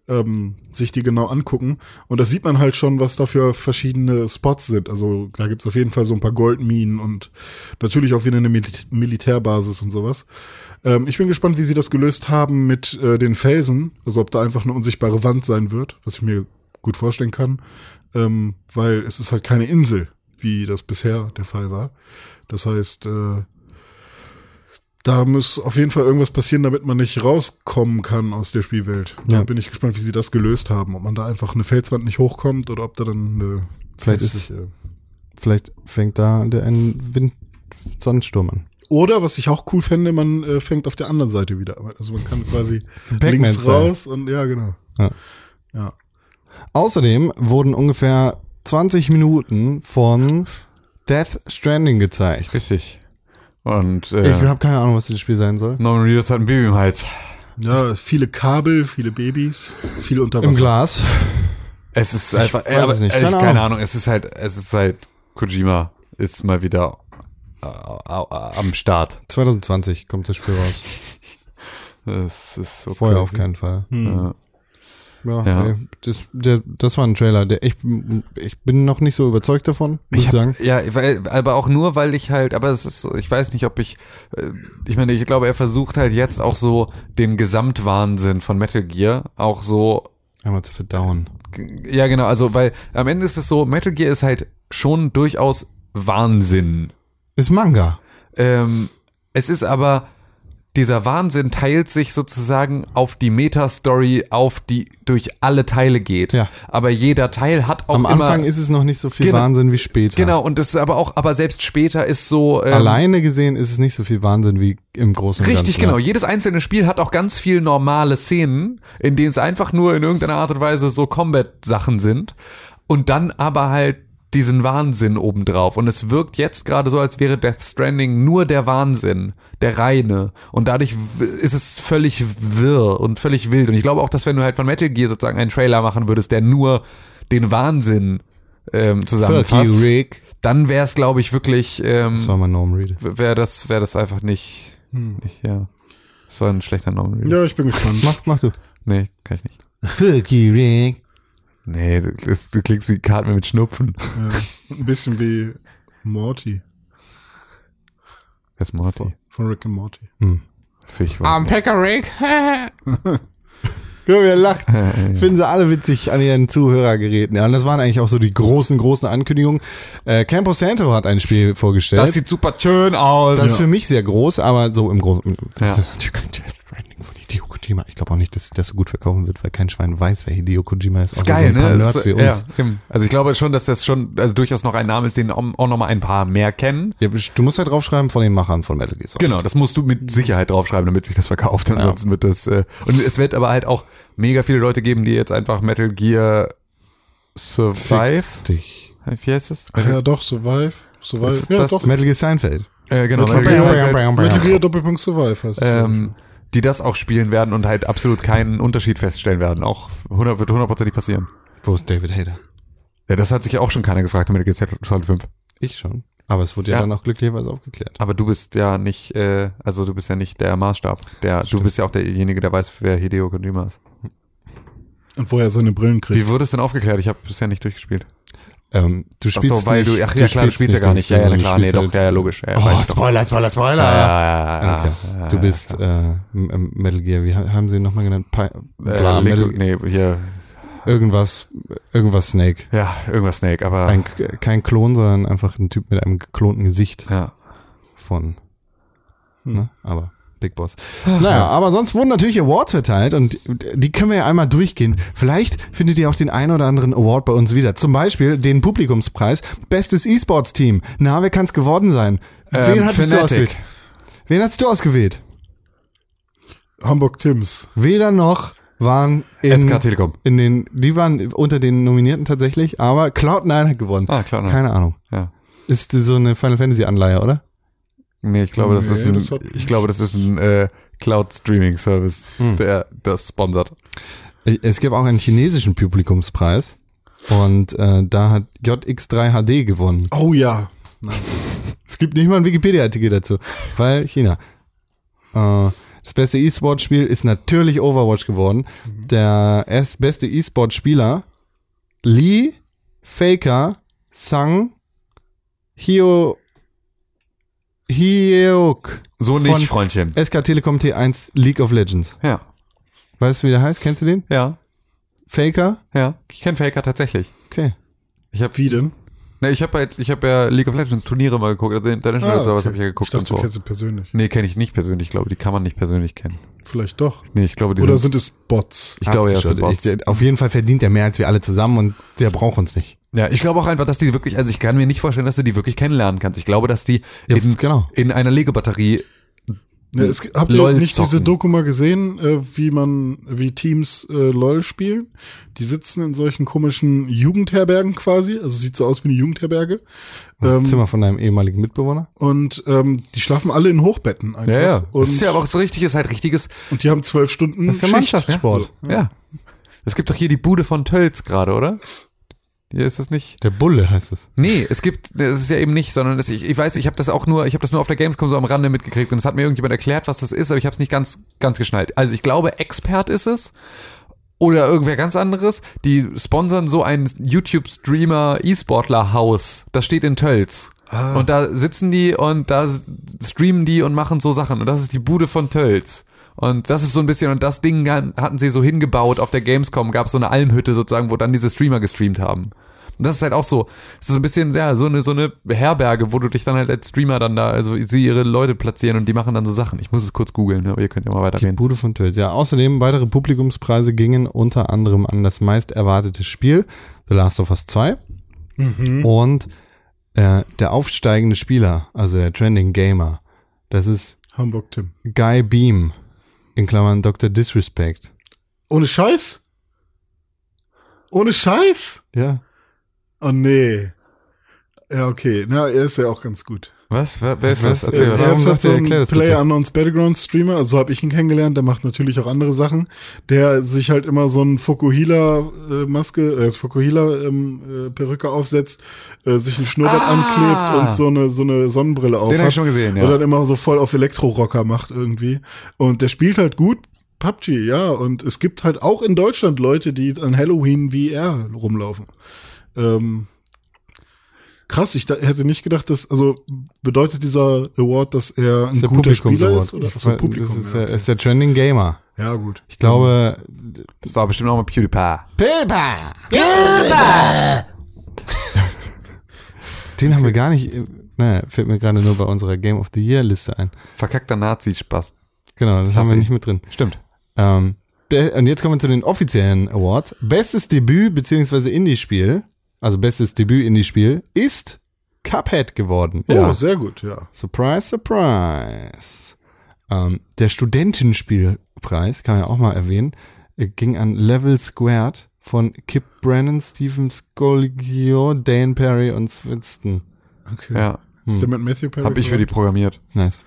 Speaker 3: ähm, sich die genau angucken. Und das sieht man halt schon, was da für verschiedene Spots sind. Also da gibt's auf jeden Fall so ein paar Goldminen und natürlich auch wieder eine Mil Militärbasis und sowas. Ähm, ich bin gespannt, wie sie das gelöst haben mit äh, den Felsen. Also ob da einfach eine unsichtbare Wand sein wird, was ich mir gut vorstellen kann. Ähm, weil es ist halt keine Insel, wie das bisher der Fall war. Das heißt, äh, da muss auf jeden Fall irgendwas passieren, damit man nicht rauskommen kann aus der Spielwelt. Da
Speaker 1: Ja.
Speaker 3: bin ich gespannt, wie sie das gelöst haben. Ob man da einfach eine Felswand nicht hochkommt oder ob da dann eine
Speaker 1: Vielleicht ist-
Speaker 3: künstliche-
Speaker 1: Vielleicht fängt da der ein Wind Sandsturm an.
Speaker 3: Oder, was ich auch cool fände, man äh, fängt auf der anderen Seite wieder. an. Also man kann quasi
Speaker 1: Pac-Man
Speaker 3: links
Speaker 1: Style.
Speaker 3: raus und ja, genau.
Speaker 1: Ja.
Speaker 3: Ja.
Speaker 1: Außerdem wurden ungefähr 20 Minuten von Death Stranding gezeigt.
Speaker 2: Richtig. Und äh,
Speaker 1: Ich habe keine Ahnung, was dieses Spiel sein soll.
Speaker 2: Norman Reedus hat ein Baby im Hals.
Speaker 3: ja, viele Kabel, viele Babys, viel unter
Speaker 1: Im
Speaker 3: Wasser.
Speaker 1: Glas.
Speaker 2: Es ist einfach,
Speaker 1: weiß es nicht.
Speaker 2: äh,
Speaker 1: Keine
Speaker 2: keine, Ahnung. Es ist halt, es ist halt Kojima ist mal wieder äh, äh, am Start.
Speaker 1: 2020 kommt das Spiel raus.
Speaker 2: Es ist so
Speaker 1: Vorher auf
Speaker 2: crazy.
Speaker 1: keinen Fall.
Speaker 2: Ja.
Speaker 1: Ja,
Speaker 2: Ja.
Speaker 1: nee, das, der, das war ein Trailer. Der, ich, ich bin noch nicht so überzeugt davon, muss ich,
Speaker 2: Ich
Speaker 1: sagen.
Speaker 2: hab, ja, weil, aber auch nur, weil ich halt, aber es ist so, ich weiß nicht, ob ich, äh, ich meine, ich glaube, er versucht halt jetzt auch so den Gesamtwahnsinn von Metal Gear auch so
Speaker 1: Einmal zu verdauen.
Speaker 2: Ja, genau, also weil am Ende ist es so, Metal Gear ist halt schon durchaus Wahnsinn.
Speaker 1: Ist Manga.
Speaker 2: Ähm, es ist aber, dieser Wahnsinn teilt sich sozusagen auf die Meta-Story auf, die durch alle Teile geht.
Speaker 1: Ja.
Speaker 2: Aber jeder Teil hat auch
Speaker 1: Am
Speaker 2: immer,
Speaker 1: Anfang ist es noch nicht so viel
Speaker 2: Genau.
Speaker 1: Wahnsinn wie später.
Speaker 2: Genau, und es ist aber auch, aber selbst später ist so. Ähm,
Speaker 1: Alleine gesehen ist es nicht so viel Wahnsinn wie im großen und
Speaker 2: Richtig,
Speaker 1: Ganzen. ne?
Speaker 2: genau. Jedes einzelne Spiel hat auch ganz viel normale Szenen, in denen es einfach nur in irgendeiner Art und Weise so Combat-Sachen sind. Und dann aber halt diesen Wahnsinn obendrauf. Und es wirkt jetzt gerade so, als wäre Death Stranding nur der Wahnsinn, der reine. Und dadurch w- ist es völlig wirr und völlig wild. Und ich glaube auch, dass wenn du halt von Metal Gear sozusagen einen Trailer machen würdest, der nur den Wahnsinn ähm, zusammenfasst,
Speaker 1: Fuck you, Rick.
Speaker 2: dann wäre es, glaube ich, wirklich, ähm,
Speaker 1: Das war mein Norm Reed.
Speaker 2: wäre das, wäre das einfach nicht, nicht, ja. Das war ein schlechter Name.
Speaker 3: Ja, ich bin gespannt.
Speaker 1: Mach, mach du.
Speaker 2: Nee, kann ich nicht.
Speaker 1: Fuck you, Rick.
Speaker 2: Nee, du, das, du klingst wie Cartman mit Schnupfen.
Speaker 3: ja. Ein bisschen wie Morty
Speaker 2: Wer ist Morty?
Speaker 3: von Rick and Morty.
Speaker 2: Fisch
Speaker 1: Am Packer Rick. Guck, wie er lacht. Finden sie alle witzig an ihren Zuhörergeräten. Ja, und das waren eigentlich auch so die großen, großen Ankündigungen. Äh, Campo Santo hat ein Spiel vorgestellt.
Speaker 2: Das sieht super schön aus.
Speaker 1: Das ist für mich sehr groß, aber so im Großen.
Speaker 2: Ja.
Speaker 1: Das ist natürlich kein Death Stranding von Hideo Kojima. Ich glaube auch nicht, dass sich das so gut verkaufen wird, weil kein Schwein weiß, wer Hideo Kojima ist.
Speaker 2: ist
Speaker 1: außer
Speaker 2: geil,
Speaker 1: so ein paar
Speaker 2: ne?
Speaker 1: Nerds
Speaker 2: Das-
Speaker 1: wie uns.
Speaker 2: Ja, eben. also ich glaube schon, dass das schon also durchaus noch ein Name ist, den auch noch mal ein paar mehr kennen.
Speaker 1: Ja. du musst halt draufschreiben von den Machern von Metal Gear Solid.
Speaker 2: Genau, das musst du mit Sicherheit draufschreiben, damit sich das verkauft. Ansonsten wird das äh, und es wird aber halt auch mega viele Leute geben, die jetzt einfach Metal Gear Survive,
Speaker 1: Dich.
Speaker 2: wie heißt es?
Speaker 3: Ach ja, doch, Survive. Survive.
Speaker 2: Ist
Speaker 3: ja,
Speaker 2: das-
Speaker 3: doch.
Speaker 1: Metal Gear Seinfeld.
Speaker 2: Äh, genau,
Speaker 3: Metal
Speaker 2: Metal Gear
Speaker 3: Gear
Speaker 2: Survive.
Speaker 3: Metal Gear Doppelpunkt Survive heißt es.
Speaker 2: ähm, die das auch spielen werden und halt absolut keinen Unterschied feststellen werden. Auch 100, wird hundertprozentig passieren.
Speaker 1: Wo ist David Hayter?
Speaker 2: Ja, das hat sich ja auch schon keiner gefragt, damit Gear Solid 5.
Speaker 1: Ich schon. Aber es wurde ja,
Speaker 2: Ja.
Speaker 1: dann auch glücklicherweise aufgeklärt.
Speaker 2: Aber du bist ja nicht, äh, also du bist ja nicht der Maßstab. Der, du bist ja auch derjenige, der weiß, wer Hideo Kojima ist.
Speaker 3: Und woher er seine Brillen kriegt.
Speaker 2: Wie wurde es denn aufgeklärt? Ich habe bisher nicht durchgespielt.
Speaker 1: Ähm, du
Speaker 2: Ach so, weil du, ach ja klar, du spielst ja gar nicht. Ja, ja, klar, nee, doch, ja, ja, logisch. Ja,
Speaker 1: Oh,
Speaker 2: weiß ich doch.
Speaker 1: Spoiler, Spoiler, Spoiler.
Speaker 2: ja, ja, ja, ja,
Speaker 1: Okay.
Speaker 2: ja, ja,
Speaker 1: Du
Speaker 2: ja,
Speaker 1: bist äh, M- M- Metal Gear, wie ha- haben sie ihn nochmal genannt? Pi
Speaker 2: Äh,
Speaker 1: bla,
Speaker 2: Liquid-
Speaker 1: Metal,
Speaker 2: nee, hier,
Speaker 1: irgendwas, irgendwas Snake.
Speaker 2: ja, irgendwas Snake, aber
Speaker 1: Ein, kein Klon, sondern einfach ein Typ mit einem geklonten Gesicht
Speaker 2: ja.
Speaker 1: von.
Speaker 3: Hm.
Speaker 1: Ne? Aber Big Boss. Naja, aber sonst wurden natürlich Awards verteilt und die können wir ja einmal durchgehen. Vielleicht findet ihr auch den einen oder anderen Award bei uns wieder. Zum Beispiel den Publikumspreis Bestes E-Sports-Team. Na, wer kann es geworden sein? Wen
Speaker 2: Ähm,
Speaker 1: hattest du
Speaker 2: Fnatic.
Speaker 1: ausgewählt? Wen hast du ausgewählt?
Speaker 3: Hamburg Tims.
Speaker 1: Weder noch waren in,
Speaker 2: SK Telekom.
Speaker 1: in den, die waren unter den Nominierten tatsächlich, aber Cloud9 hat gewonnen.
Speaker 2: Ah, klar, ne.
Speaker 1: Keine Ahnung.
Speaker 2: ja.
Speaker 1: Ist so eine Final Fantasy Anleihe, oder?
Speaker 2: Nee, ich glaube, das
Speaker 3: Nee,
Speaker 2: ist ein,
Speaker 3: das hat-
Speaker 2: ich glaube, das ist ein äh, Cloud Streaming Service,
Speaker 3: Hm.
Speaker 2: der das sponsert.
Speaker 1: Es gab auch einen chinesischen Publikumspreis und äh, da hat JX3 HD gewonnen.
Speaker 3: Oh ja.
Speaker 1: Es gibt nicht mal einen Wikipedia-Artikel dazu, weil China. Äh, das beste E-Sport-Spiel ist natürlich Overwatch geworden. Der erst beste E-Sport-Spieler Lee Faker Sang Hio Hyeok
Speaker 2: So nicht,
Speaker 1: Von-
Speaker 2: Freundchen.
Speaker 1: SK Telekom T1 League of Legends.
Speaker 2: Ja.
Speaker 1: Weißt du, wie der heißt? Kennst du den?
Speaker 2: Ja.
Speaker 1: Faker?
Speaker 2: Ja. Ich kenne Faker tatsächlich.
Speaker 1: Okay.
Speaker 2: Ich habe
Speaker 3: Wie denn?
Speaker 2: ne, ich habe halt, ich habe ja League of Legends Turniere mal geguckt, also International ah, sowas habe ich ja geguckt
Speaker 3: ich dachte, du
Speaker 2: und
Speaker 3: kennst
Speaker 2: so.
Speaker 3: sie persönlich.
Speaker 2: Nee, kenne ich nicht persönlich, glaube, die kann man nicht persönlich kennen.
Speaker 3: Vielleicht doch.
Speaker 2: Nee, ich glaube, die
Speaker 3: Oder sind es Bots?
Speaker 2: ich glaube, ja,
Speaker 1: Schon,
Speaker 2: sind Bots.
Speaker 1: ich, auf jeden Fall verdient er mehr als wir alle zusammen und der braucht uns nicht.
Speaker 2: Ja, ich glaube auch einfach, dass die wirklich, also ich kann mir nicht vorstellen, dass du die wirklich kennenlernen kannst. Ich glaube, dass die
Speaker 1: Ja,
Speaker 2: in,
Speaker 1: genau.
Speaker 2: in einer Lego-Batterie
Speaker 3: Ne, es, habt ihr
Speaker 2: LOL
Speaker 3: nicht diese
Speaker 2: zocken.
Speaker 3: Doku mal gesehen, äh, wie man, wie Teams äh, LOL spielen? Die sitzen in solchen komischen Jugendherbergen quasi, also sieht so aus wie eine Jugendherberge.
Speaker 1: Das
Speaker 3: Ähm,
Speaker 1: Zimmer von deinem ehemaligen Mitbewohner. Und
Speaker 3: Und ähm, die schlafen alle in Hochbetten einfach.
Speaker 2: Ja, ja.
Speaker 3: Und,
Speaker 2: das ist ja aber auch so richtig, ist halt richtiges.
Speaker 3: und die haben zwölf Stunden
Speaker 1: das ist ja
Speaker 3: Schicht.
Speaker 1: Mannschaftssport.
Speaker 2: Ja. Es gibt doch hier die Bude von Tölz gerade, oder? Hier ist es nicht.
Speaker 1: Der Bulle heißt es.
Speaker 2: Nee, es gibt, es ist ja eben nicht, sondern es, ich, ich weiß, ich habe das auch nur, ich habe das nur auf der Gamescom so am Rande mitgekriegt und es hat mir irgendjemand erklärt, was das ist, aber ich habe es nicht ganz, ganz geschnallt. Also ich glaube, Expert ist es oder irgendwer ganz anderes. Die sponsern so ein YouTube-Streamer E-Sportler-Haus. Das steht in Tölz.
Speaker 1: Ah.
Speaker 2: Und da sitzen die und da streamen die und machen so Sachen. Und das ist die Bude von Tölz. Und das ist so ein bisschen, und das Ding han- hatten sie so hingebaut auf der Gamescom, gab es so eine Almhütte sozusagen, wo dann diese Streamer gestreamt haben. Und das ist halt auch so, es ist so ein bisschen, ja, so eine, so eine Herberge, wo du dich dann halt als Streamer dann da, also sie ihre Leute platzieren und die machen dann so Sachen. Ich muss es kurz googeln, aber ihr könnt ja mal
Speaker 1: Die
Speaker 2: weiterreden.
Speaker 1: Bude von Tölz. Ja, außerdem weitere Publikumspreise gingen unter anderem an das meist erwartete Spiel, The Last of Us 2.
Speaker 2: Mhm.
Speaker 1: Und äh, der aufsteigende Spieler, also der Trending Gamer, das ist
Speaker 3: Hamburg Tim.
Speaker 1: Guy Beam, in Klammern Dr. Disrespect.
Speaker 3: Ohne Scheiß? Ohne Scheiß?
Speaker 1: Ja.
Speaker 3: Oh nee. Ja, okay. Na, er ist ja auch ganz gut.
Speaker 2: Was? Wer, wer ist das?
Speaker 1: Was?
Speaker 2: Erzähl
Speaker 1: Ja,
Speaker 2: was.
Speaker 1: warum
Speaker 3: Jetzt hat
Speaker 1: sagt
Speaker 3: so
Speaker 1: ihr,
Speaker 3: ein
Speaker 1: erklär das bitte.
Speaker 3: Player Unknowns Battleground Streamer, also so habe ich ihn kennengelernt, der macht natürlich auch andere Sachen, der sich halt immer so ein Fukuhila äh, Maske, äh, Fukuhila ähm, äh, Perücke aufsetzt, äh, sich ein Schnurrbart
Speaker 2: Ah!
Speaker 3: anklebt und so eine so eine Sonnenbrille auf.
Speaker 2: hab ich schon gesehen, ja.
Speaker 3: Und dann immer so voll auf Elektrorocker macht irgendwie und der spielt halt gut PUBG, ja, und es gibt halt auch in Deutschland Leute, die an Halloween wie er rumlaufen. Ähm, krass, ich da, hätte nicht gedacht, dass, also bedeutet dieser Award, dass er ein
Speaker 1: Ist der
Speaker 3: guter Spieler
Speaker 1: Publikumsaward.
Speaker 3: ist? Oder?
Speaker 1: Ich
Speaker 3: Ach so,
Speaker 1: weiß- Das ist,
Speaker 3: ja,
Speaker 1: der, ist der Trending Gamer.
Speaker 3: okay. ja, gut.
Speaker 1: Ich glaube,
Speaker 2: Das war bestimmt auch mal PewDiePie.
Speaker 1: Pippa! Den haben wir gar nicht. äh, Naja, fällt mir gerade nur bei unserer Game of the Year Liste ein.
Speaker 2: Verkackter Nazi-Spaß.
Speaker 1: Genau, das haben
Speaker 2: Klasse.
Speaker 1: wir nicht mit drin.
Speaker 2: Stimmt.
Speaker 1: Ähm, der, und jetzt kommen wir zu den offiziellen Awards. Bestes Debüt bzw. Indie-Spiel, also bestes Debüt Indie-Spiel, ist Cuphead geworden.
Speaker 3: Oh,
Speaker 2: Ja.
Speaker 3: sehr gut, ja.
Speaker 1: Surprise, surprise. Ähm, der Studentenspielpreis, kann man ja auch mal erwähnen, äh, ging an Level Squared von Kip Brennan, Stephen Scolgio, Dan Perry und Swinston.
Speaker 3: Okay.
Speaker 2: Ja.
Speaker 3: Ist der mit Matthew Perry?
Speaker 2: Hab ich für die programmiert.
Speaker 1: Nice.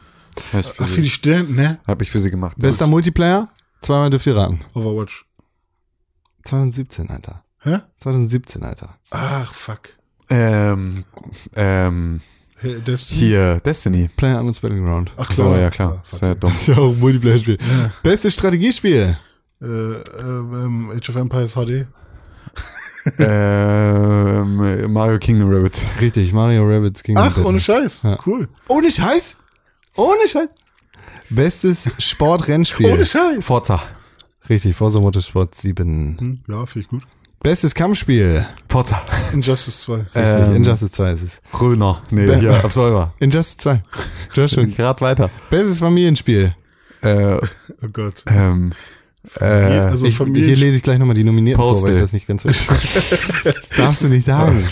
Speaker 2: Hab ich für,
Speaker 3: Ach, für
Speaker 2: sie,
Speaker 3: die Studenten, ne?
Speaker 2: hab ich für sie gemacht.
Speaker 1: Bester Multiplayer? Zweimal dürft ihr raten.
Speaker 3: Overwatch.
Speaker 1: 2017, Alter.
Speaker 3: Hä?
Speaker 1: 2017, Alter.
Speaker 3: Ach, fuck.
Speaker 2: Ähm, ähm,
Speaker 3: Hey, Destiny?
Speaker 2: hier, Destiny.
Speaker 1: Player on Battleground.
Speaker 3: Ach,
Speaker 2: Ach so, ja
Speaker 3: Ah,
Speaker 2: klar.
Speaker 3: fuck.
Speaker 2: Ist ja dumm.
Speaker 1: Das ist ja auch ein Multiplayer-Spiel. Bestes Strategiespiel.
Speaker 3: Äh, ähm, Age of Empires HD.
Speaker 2: ähm, Mario Kingdom Rabbits.
Speaker 1: Richtig, Mario Rabbits Kingdom
Speaker 3: Ach,
Speaker 1: Battle.
Speaker 3: ohne Scheiß. Cool.
Speaker 1: ohne Scheiß. Ohne Scheiß. Bestes Sportrennspiel.
Speaker 3: Ohne Scheiß.
Speaker 2: Forza.
Speaker 1: Richtig, Forza Motorsport 7.
Speaker 3: Hm, Ja, finde ich gut.
Speaker 1: Bestes Kampfspiel.
Speaker 2: Forza.
Speaker 3: Injustice 2.
Speaker 1: Richtig,
Speaker 2: Ähm.
Speaker 1: Injustice 2 ist es.
Speaker 2: Röner. Nee,
Speaker 1: Be-
Speaker 2: hier, Absolver.
Speaker 1: Injustice 2. Du hast schon.
Speaker 2: Ich rat weiter.
Speaker 1: Bestes Familienspiel.
Speaker 2: Äh,
Speaker 3: Oh Gott.
Speaker 2: ähm, äh,
Speaker 3: also
Speaker 1: ich,
Speaker 3: Familien-
Speaker 1: hier lese ich gleich nochmal die Nominierten vor,
Speaker 2: Postal.
Speaker 1: weil ich das nicht ganz verstehe. das darfst du nicht sagen.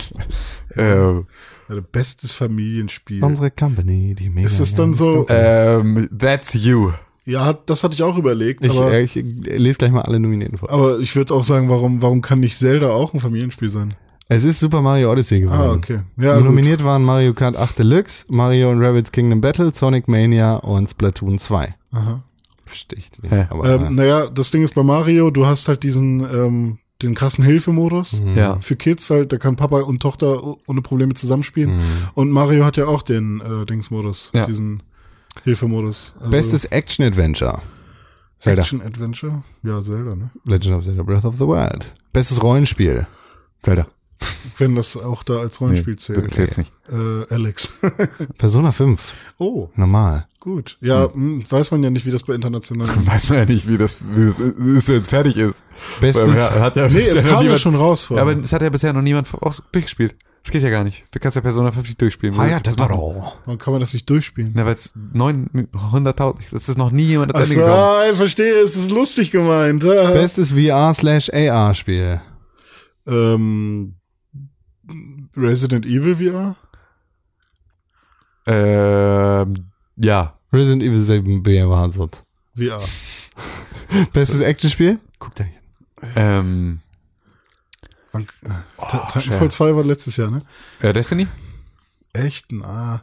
Speaker 2: äh,
Speaker 3: Also bestes Familienspiel.
Speaker 1: Unsere Company, die mega
Speaker 3: Ist es dann so?
Speaker 2: ähm, that's you.
Speaker 3: Ja, hat- das hatte ich auch überlegt,
Speaker 1: Ich,
Speaker 3: aber,
Speaker 1: äh, ich lese gleich mal alle Nominierten vor.
Speaker 3: aber ich würde auch sagen, warum, warum kann nicht Zelda auch ein Familienspiel sein?
Speaker 1: Es ist Super Mario Odyssey geworden.
Speaker 3: Ah, okay. Ja,
Speaker 1: Die
Speaker 3: gut.
Speaker 1: nominiert waren Mario Kart 8 Deluxe, Mario und Rabbids Kingdom Battle, Sonic Mania und Splatoon 2.
Speaker 3: Aha.
Speaker 1: Verstehe ich nicht.
Speaker 2: Hä?
Speaker 1: Aber,
Speaker 3: Ähm, naja, das Ding ist bei Mario, du hast halt diesen, ähm, den krassen Hilfemodus.
Speaker 1: Mhm.
Speaker 2: Ja.
Speaker 3: Für Kids halt, da kann Papa und Tochter o- ohne Probleme zusammenspielen.
Speaker 1: Mhm.
Speaker 3: Und Mario hat ja auch den äh, Dingsmodus,
Speaker 2: Ja.
Speaker 3: diesen Hilfemodus. Also
Speaker 1: Bestes Action Adventure. Zelda.
Speaker 3: Action Adventure? Ja, Zelda, ne?
Speaker 1: Legend of Zelda Breath of the Wild. Bestes Rollenspiel.
Speaker 2: Zelda.
Speaker 3: Wenn das auch da als Rollenspiel zählt.
Speaker 2: Zählt's nicht.
Speaker 3: Äh, Alex.
Speaker 1: Persona 5.
Speaker 3: oh,
Speaker 1: Normal.
Speaker 3: gut. Ja, hm, weiß man ja nicht, wie das bei internationalen
Speaker 2: Weiß man ja nicht, wie das, wie das ist, jetzt fertig ist.
Speaker 1: Bestes-
Speaker 2: Weil man hat ja
Speaker 3: Nee,
Speaker 2: bisher
Speaker 3: es
Speaker 2: noch
Speaker 3: kam ja
Speaker 2: niemand-
Speaker 3: schon raus
Speaker 2: Ja,
Speaker 3: vorher.
Speaker 2: aber das hat ja bisher noch niemand aus- durchgespielt. Das geht ja gar nicht. Du kannst ja Persona 50 durchspielen.
Speaker 3: Ah
Speaker 1: Ah
Speaker 3: Warum kann man das nicht durchspielen?
Speaker 2: Na, weil es 900.000, das ist noch nie jemand
Speaker 3: Ach
Speaker 2: ans
Speaker 3: so,
Speaker 2: Ende gekommen.
Speaker 3: ich verstehe, es ist lustig gemeint. Ja.
Speaker 1: Bestes VR slash AR Spiel.
Speaker 3: Ähm, Resident Evil VR?
Speaker 2: Ähm, ja.
Speaker 1: Resident Evil 7 bewahrheitet.
Speaker 3: VR.
Speaker 1: Bestes Actionspiel? Guck da hin.
Speaker 2: Ähm,
Speaker 3: Wann-
Speaker 2: Oh,
Speaker 3: äh, Ti- Titanfall 2 war letztes Jahr, ne?
Speaker 2: äh, Destiny?
Speaker 3: Echt? Na.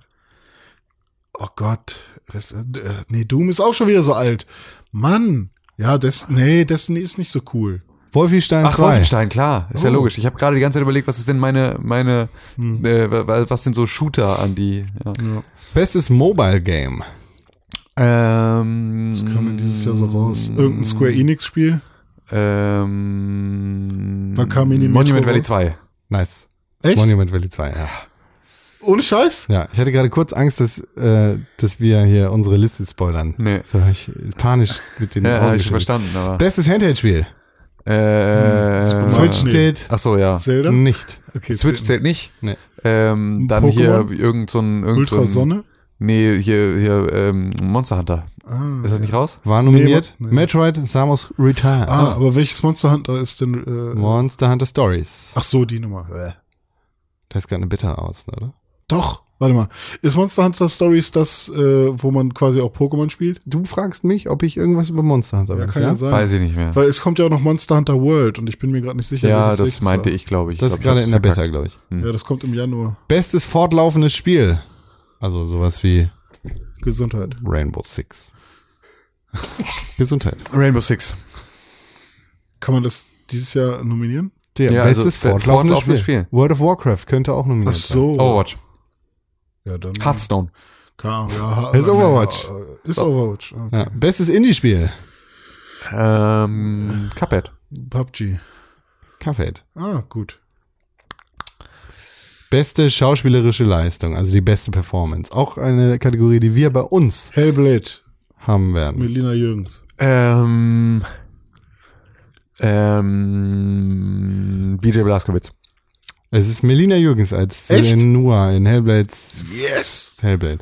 Speaker 3: Oh Gott. Das, äh, nee, Doom ist auch schon wieder so alt. Mann. Ja, das, nee, Destiny ist nicht so cool.
Speaker 1: Wolfenstein
Speaker 2: Ach,
Speaker 1: 2.
Speaker 2: Wolfenstein, klar. Ist ja
Speaker 3: Oh. Hm.
Speaker 2: logisch. Ich habe gerade die ganze Zeit überlegt, was ist denn meine, meine, äh, wa- wa- was sind so Shooter an die, ja.
Speaker 1: Bestes Mobile Game.
Speaker 2: Ähm,
Speaker 3: Das kam ja dieses Jahr so raus. Irgendein Square Enix-Spiel.
Speaker 2: Ähm,
Speaker 3: Wann kam Mini Metro
Speaker 2: Monument Valley
Speaker 3: raus?
Speaker 2: 2.
Speaker 1: Nice.
Speaker 3: Echt?
Speaker 1: Monument Valley 2, ja.
Speaker 3: Ohne Scheiß?
Speaker 1: Ja, ich hatte gerade kurz Angst, dass, äh, dass wir hier unsere Liste spoilern.
Speaker 2: Nee.
Speaker 1: So hab ich panisch mit den
Speaker 2: Ja,
Speaker 1: Augen
Speaker 2: habe ich schon
Speaker 1: geschüttelt.
Speaker 2: verstanden, aber.
Speaker 1: Bestes Handheld-Spiel.
Speaker 2: Äh,
Speaker 1: Switch
Speaker 3: Nee.
Speaker 1: zählt
Speaker 2: Ach so, ja.
Speaker 3: Zelda?
Speaker 1: nicht.
Speaker 3: Okay,
Speaker 2: Switch zählt nicht.
Speaker 1: Nee.
Speaker 2: Ähm, dann
Speaker 3: Pokémon?
Speaker 2: hier irgend so ein irgend so ein-
Speaker 3: Ultra Sonne?
Speaker 2: Nee, hier hier ähm, Monster Hunter.
Speaker 3: Ah.
Speaker 2: Ist das nicht raus?
Speaker 1: War nominiert.
Speaker 3: Nee, nee.
Speaker 1: Metroid Samus Returns.
Speaker 3: Ah, aber welches Monster Hunter ist denn? Äh,
Speaker 1: Monster Hunter Stories.
Speaker 3: ach so, die Nummer. Äh.
Speaker 1: Das ist gerade eine Bitter aus, ne, oder?
Speaker 3: Doch, warte mal. Ist Monster Hunter Stories das, äh, wo man quasi auch Pokémon spielt?
Speaker 1: Du fragst mich, ob ich irgendwas über Monster Hunter weiß. Ja?
Speaker 3: sein.
Speaker 2: Weiß ich nicht mehr.
Speaker 3: Weil es kommt ja auch noch Monster Hunter World und ich bin mir gerade nicht sicher.
Speaker 2: ja,
Speaker 3: welches
Speaker 2: das
Speaker 3: welches
Speaker 2: meinte
Speaker 3: war.
Speaker 2: ich, glaube ich.
Speaker 1: Das ist
Speaker 2: Ich glaub,
Speaker 1: gerade
Speaker 2: ich
Speaker 1: in der
Speaker 2: hab's verkackt.
Speaker 1: Beta, glaube ich.
Speaker 3: Ja, das kommt im Januar.
Speaker 1: Bestes fortlaufendes Spiel. Also sowas wie
Speaker 3: Gesundheit.
Speaker 1: Rainbow Six. Gesundheit.
Speaker 2: Rainbow Six.
Speaker 3: Kann man das dieses Jahr nominieren?
Speaker 1: Der
Speaker 2: Ja,
Speaker 1: bestes
Speaker 2: also,
Speaker 1: fortlaufendes Spiel.
Speaker 2: fortlaufendes Spiel.
Speaker 1: World of Warcraft könnte auch nominiert
Speaker 3: Ach
Speaker 1: sein.
Speaker 3: so.
Speaker 2: Overwatch.
Speaker 3: Ja, dann.
Speaker 2: Oh, Hearthstone.
Speaker 3: Kann, ja,
Speaker 1: Ist Overwatch.
Speaker 3: Ja, Ist Overwatch. Okay.
Speaker 1: Ja, bestes Indie-Spiel.
Speaker 2: Ähm, Cuphead.
Speaker 3: PUBG.
Speaker 1: Cuphead.
Speaker 3: Ah, gut.
Speaker 1: Beste schauspielerische Leistung, also die beste Performance. Auch eine Kategorie, die wir bei uns
Speaker 3: Hellblade.
Speaker 1: haben werden.
Speaker 3: Melina Jürgens.
Speaker 2: Ähm, ähm, BJ Blazkowicz.
Speaker 1: Es ist Melina Jürgens als
Speaker 3: Echt?
Speaker 1: Selenua in Hellblades
Speaker 3: Yes!
Speaker 1: Hellblade.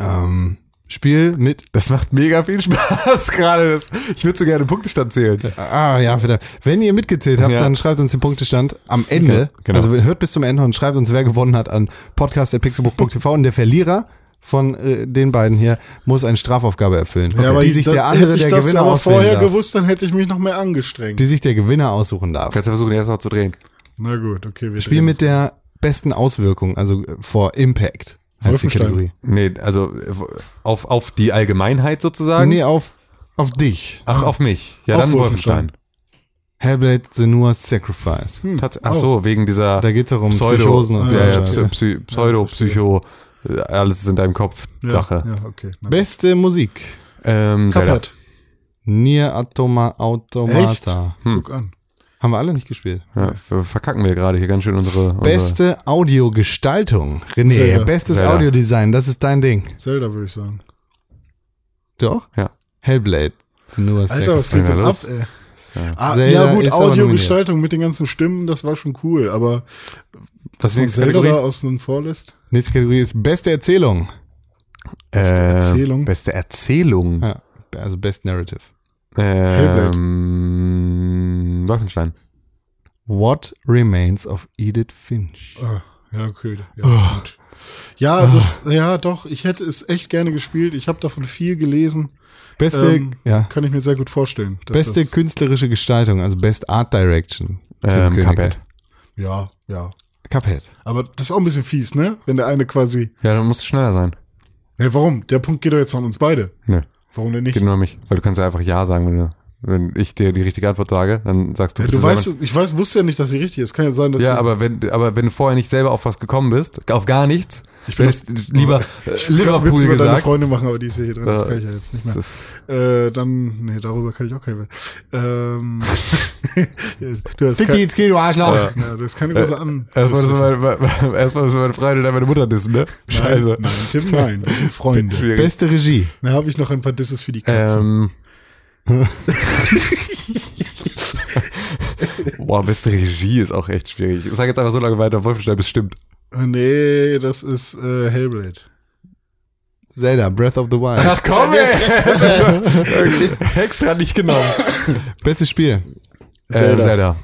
Speaker 1: Ähm, Spiel mit.
Speaker 2: Das macht mega viel Spaß gerade. Das- Ich würde so gerne Punktestand zählen.
Speaker 1: Ah ja, wieder. Wenn ihr mitgezählt habt,
Speaker 2: Ja.
Speaker 1: dann schreibt uns den Punktestand am Ende.
Speaker 2: Okay, genau.
Speaker 1: Also hört bis zum Ende und schreibt uns, wer gewonnen hat, an podcast.pixelbook.tv. Und der Verlierer von äh, den beiden hier muss eine Strafaufgabe erfüllen, die sich
Speaker 3: das-
Speaker 1: der andere,
Speaker 3: hätte ich
Speaker 1: der
Speaker 3: das
Speaker 1: Gewinner
Speaker 3: aber
Speaker 1: auswählen
Speaker 3: vorher
Speaker 1: darf.
Speaker 3: gewusst, dann hätte ich mich noch mehr angestrengt.
Speaker 1: die sich der Gewinner aussuchen darf.
Speaker 2: Kannst du versuchen, jetzt noch zu drehen.
Speaker 3: Na gut, okay. Wir
Speaker 1: Spiel
Speaker 3: drehen
Speaker 1: mit der besten Auswirkung, also äh, vor Impact. Heißt die
Speaker 3: Wolfenstein.
Speaker 1: Kategorie.
Speaker 2: Nee, also äh, auf, auf die Allgemeinheit sozusagen.
Speaker 1: Nee, auf, auf dich.
Speaker 2: Ach, auf mich. Ja,
Speaker 3: Auf
Speaker 2: dann Wolfenstein.
Speaker 1: Hellblade Senua's Sacrifice.
Speaker 3: Hm.
Speaker 2: Tats- Ach so, wegen dieser
Speaker 1: Da geht's auch um
Speaker 2: Pseudo,
Speaker 1: Psychosen und so.
Speaker 2: ja, ja,
Speaker 1: weiter.
Speaker 2: Psy Psy Pseudo, Psycho, äh, alles ist in deinem Kopf
Speaker 3: Ja,
Speaker 2: Sache.
Speaker 3: Ja, okay. Na gut.
Speaker 1: Beste Musik.
Speaker 2: Ähm, Zelda.
Speaker 3: Cuphead.
Speaker 1: Nier Atoma
Speaker 3: Echt?
Speaker 1: Automata.
Speaker 2: Hm.
Speaker 3: Guck an.
Speaker 1: Haben wir alle nicht gespielt.
Speaker 2: Ja, also- ver- verkacken wir gerade hier ganz schön unsere. unsere
Speaker 1: Beste Audiogestaltung. René,
Speaker 3: Zelda.
Speaker 1: bestes
Speaker 2: Zelda.
Speaker 1: Audiodesign, das ist dein Ding.
Speaker 3: Zelda, würde ich sagen.
Speaker 1: Doch?
Speaker 2: Ja.
Speaker 1: Hellblade. Senua's
Speaker 3: Alter,
Speaker 1: Sacrifice.
Speaker 3: was geht denn ab,
Speaker 2: los.
Speaker 3: ey?
Speaker 2: Ja.
Speaker 3: Ah,
Speaker 1: Zelda
Speaker 3: ja gut,
Speaker 1: ist aber nominiert.
Speaker 3: Audiogestaltung mit den ganzen Stimmen, das war schon cool, aber
Speaker 2: Das
Speaker 3: wenn
Speaker 2: nächste
Speaker 3: Zelda da
Speaker 2: Kategorie.
Speaker 3: außen vorlässt,
Speaker 1: Nächste Kategorie ist beste Erzählung.
Speaker 2: Beste
Speaker 3: Erzählung.
Speaker 2: Ähm, Beste Erzählung.
Speaker 1: Ja, also best Narrative.
Speaker 3: Hellblade.
Speaker 2: Ähm, Wolfenstein.
Speaker 1: What Remains of Edith Finch.
Speaker 3: Ah, ja, okay.
Speaker 2: Ah.
Speaker 3: Ja, gut. ja das, ja, doch, ich hätte es echt gerne gespielt, ich habe davon viel gelesen,
Speaker 1: Beste,
Speaker 3: Ähm,
Speaker 1: ja,
Speaker 3: kann ich mir sehr gut vorstellen. dass
Speaker 1: beste
Speaker 3: das,
Speaker 1: künstlerische Gestaltung, also Best Art Direction. Tim
Speaker 2: Ähm,
Speaker 1: Königke.
Speaker 2: Cuphead.
Speaker 3: Ja, ja.
Speaker 1: Cuphead.
Speaker 3: Aber das ist auch ein bisschen fies, ne? Wenn der eine quasi,
Speaker 2: Ja, dann musst du schneller sein.
Speaker 3: hey, warum? Der Punkt geht doch jetzt an uns beide.
Speaker 2: Nö,
Speaker 3: Warum denn nicht?
Speaker 2: geht nur an mich. Weil du kannst ja einfach Ja sagen, wenn, du, wenn ich dir die richtige Antwort sage, dann sagst du,
Speaker 3: Ja,
Speaker 2: bist
Speaker 3: du
Speaker 2: selber-
Speaker 3: weißt, es- ich weiß, wusste ja nicht, dass sie richtig ist. Kann ja sein, dass
Speaker 2: Ja,
Speaker 3: sie-
Speaker 2: aber wenn, aber wenn du vorher nicht selber auf was gekommen bist, auf gar nichts, ich
Speaker 3: bin
Speaker 2: hättest lieber äh, Liverpool
Speaker 3: Witz über deine
Speaker 2: gesagt.
Speaker 3: Freunde machen, aber die ist ja hier drin, das
Speaker 2: Äh,
Speaker 3: kann ich ja jetzt nicht mehr.
Speaker 2: das ist-
Speaker 3: Äh, dann, nee, darüber kann ich auch kein Witz. Ähm, du, hast kein,
Speaker 1: ins Kino, Arschloch.
Speaker 3: ja, du hast keine
Speaker 2: Äh,
Speaker 3: große An.
Speaker 2: Erstmal dass meine, meine, erstmal, dass meine Freunde dann meine Mutter dissen, ne? Scheiße.
Speaker 3: Nein, nein, Tim, nein, wir sind Freunde.
Speaker 2: Schwierig.
Speaker 1: Beste Regie.
Speaker 3: Da habe ich noch ein paar Disses für die Katze.
Speaker 2: Ähm. Boah, beste Regie ist auch echt schwierig. Ich sag jetzt einfach so lange weiter, Wolfenstein bestimmt.
Speaker 3: Nee, das ist äh, Hellblade.
Speaker 1: Zelda, Breath of the Wild.
Speaker 2: Ach komm, ey! Extra nicht genommen.
Speaker 1: Bestes Spiel.
Speaker 2: Zelda. Ähm, Zelda.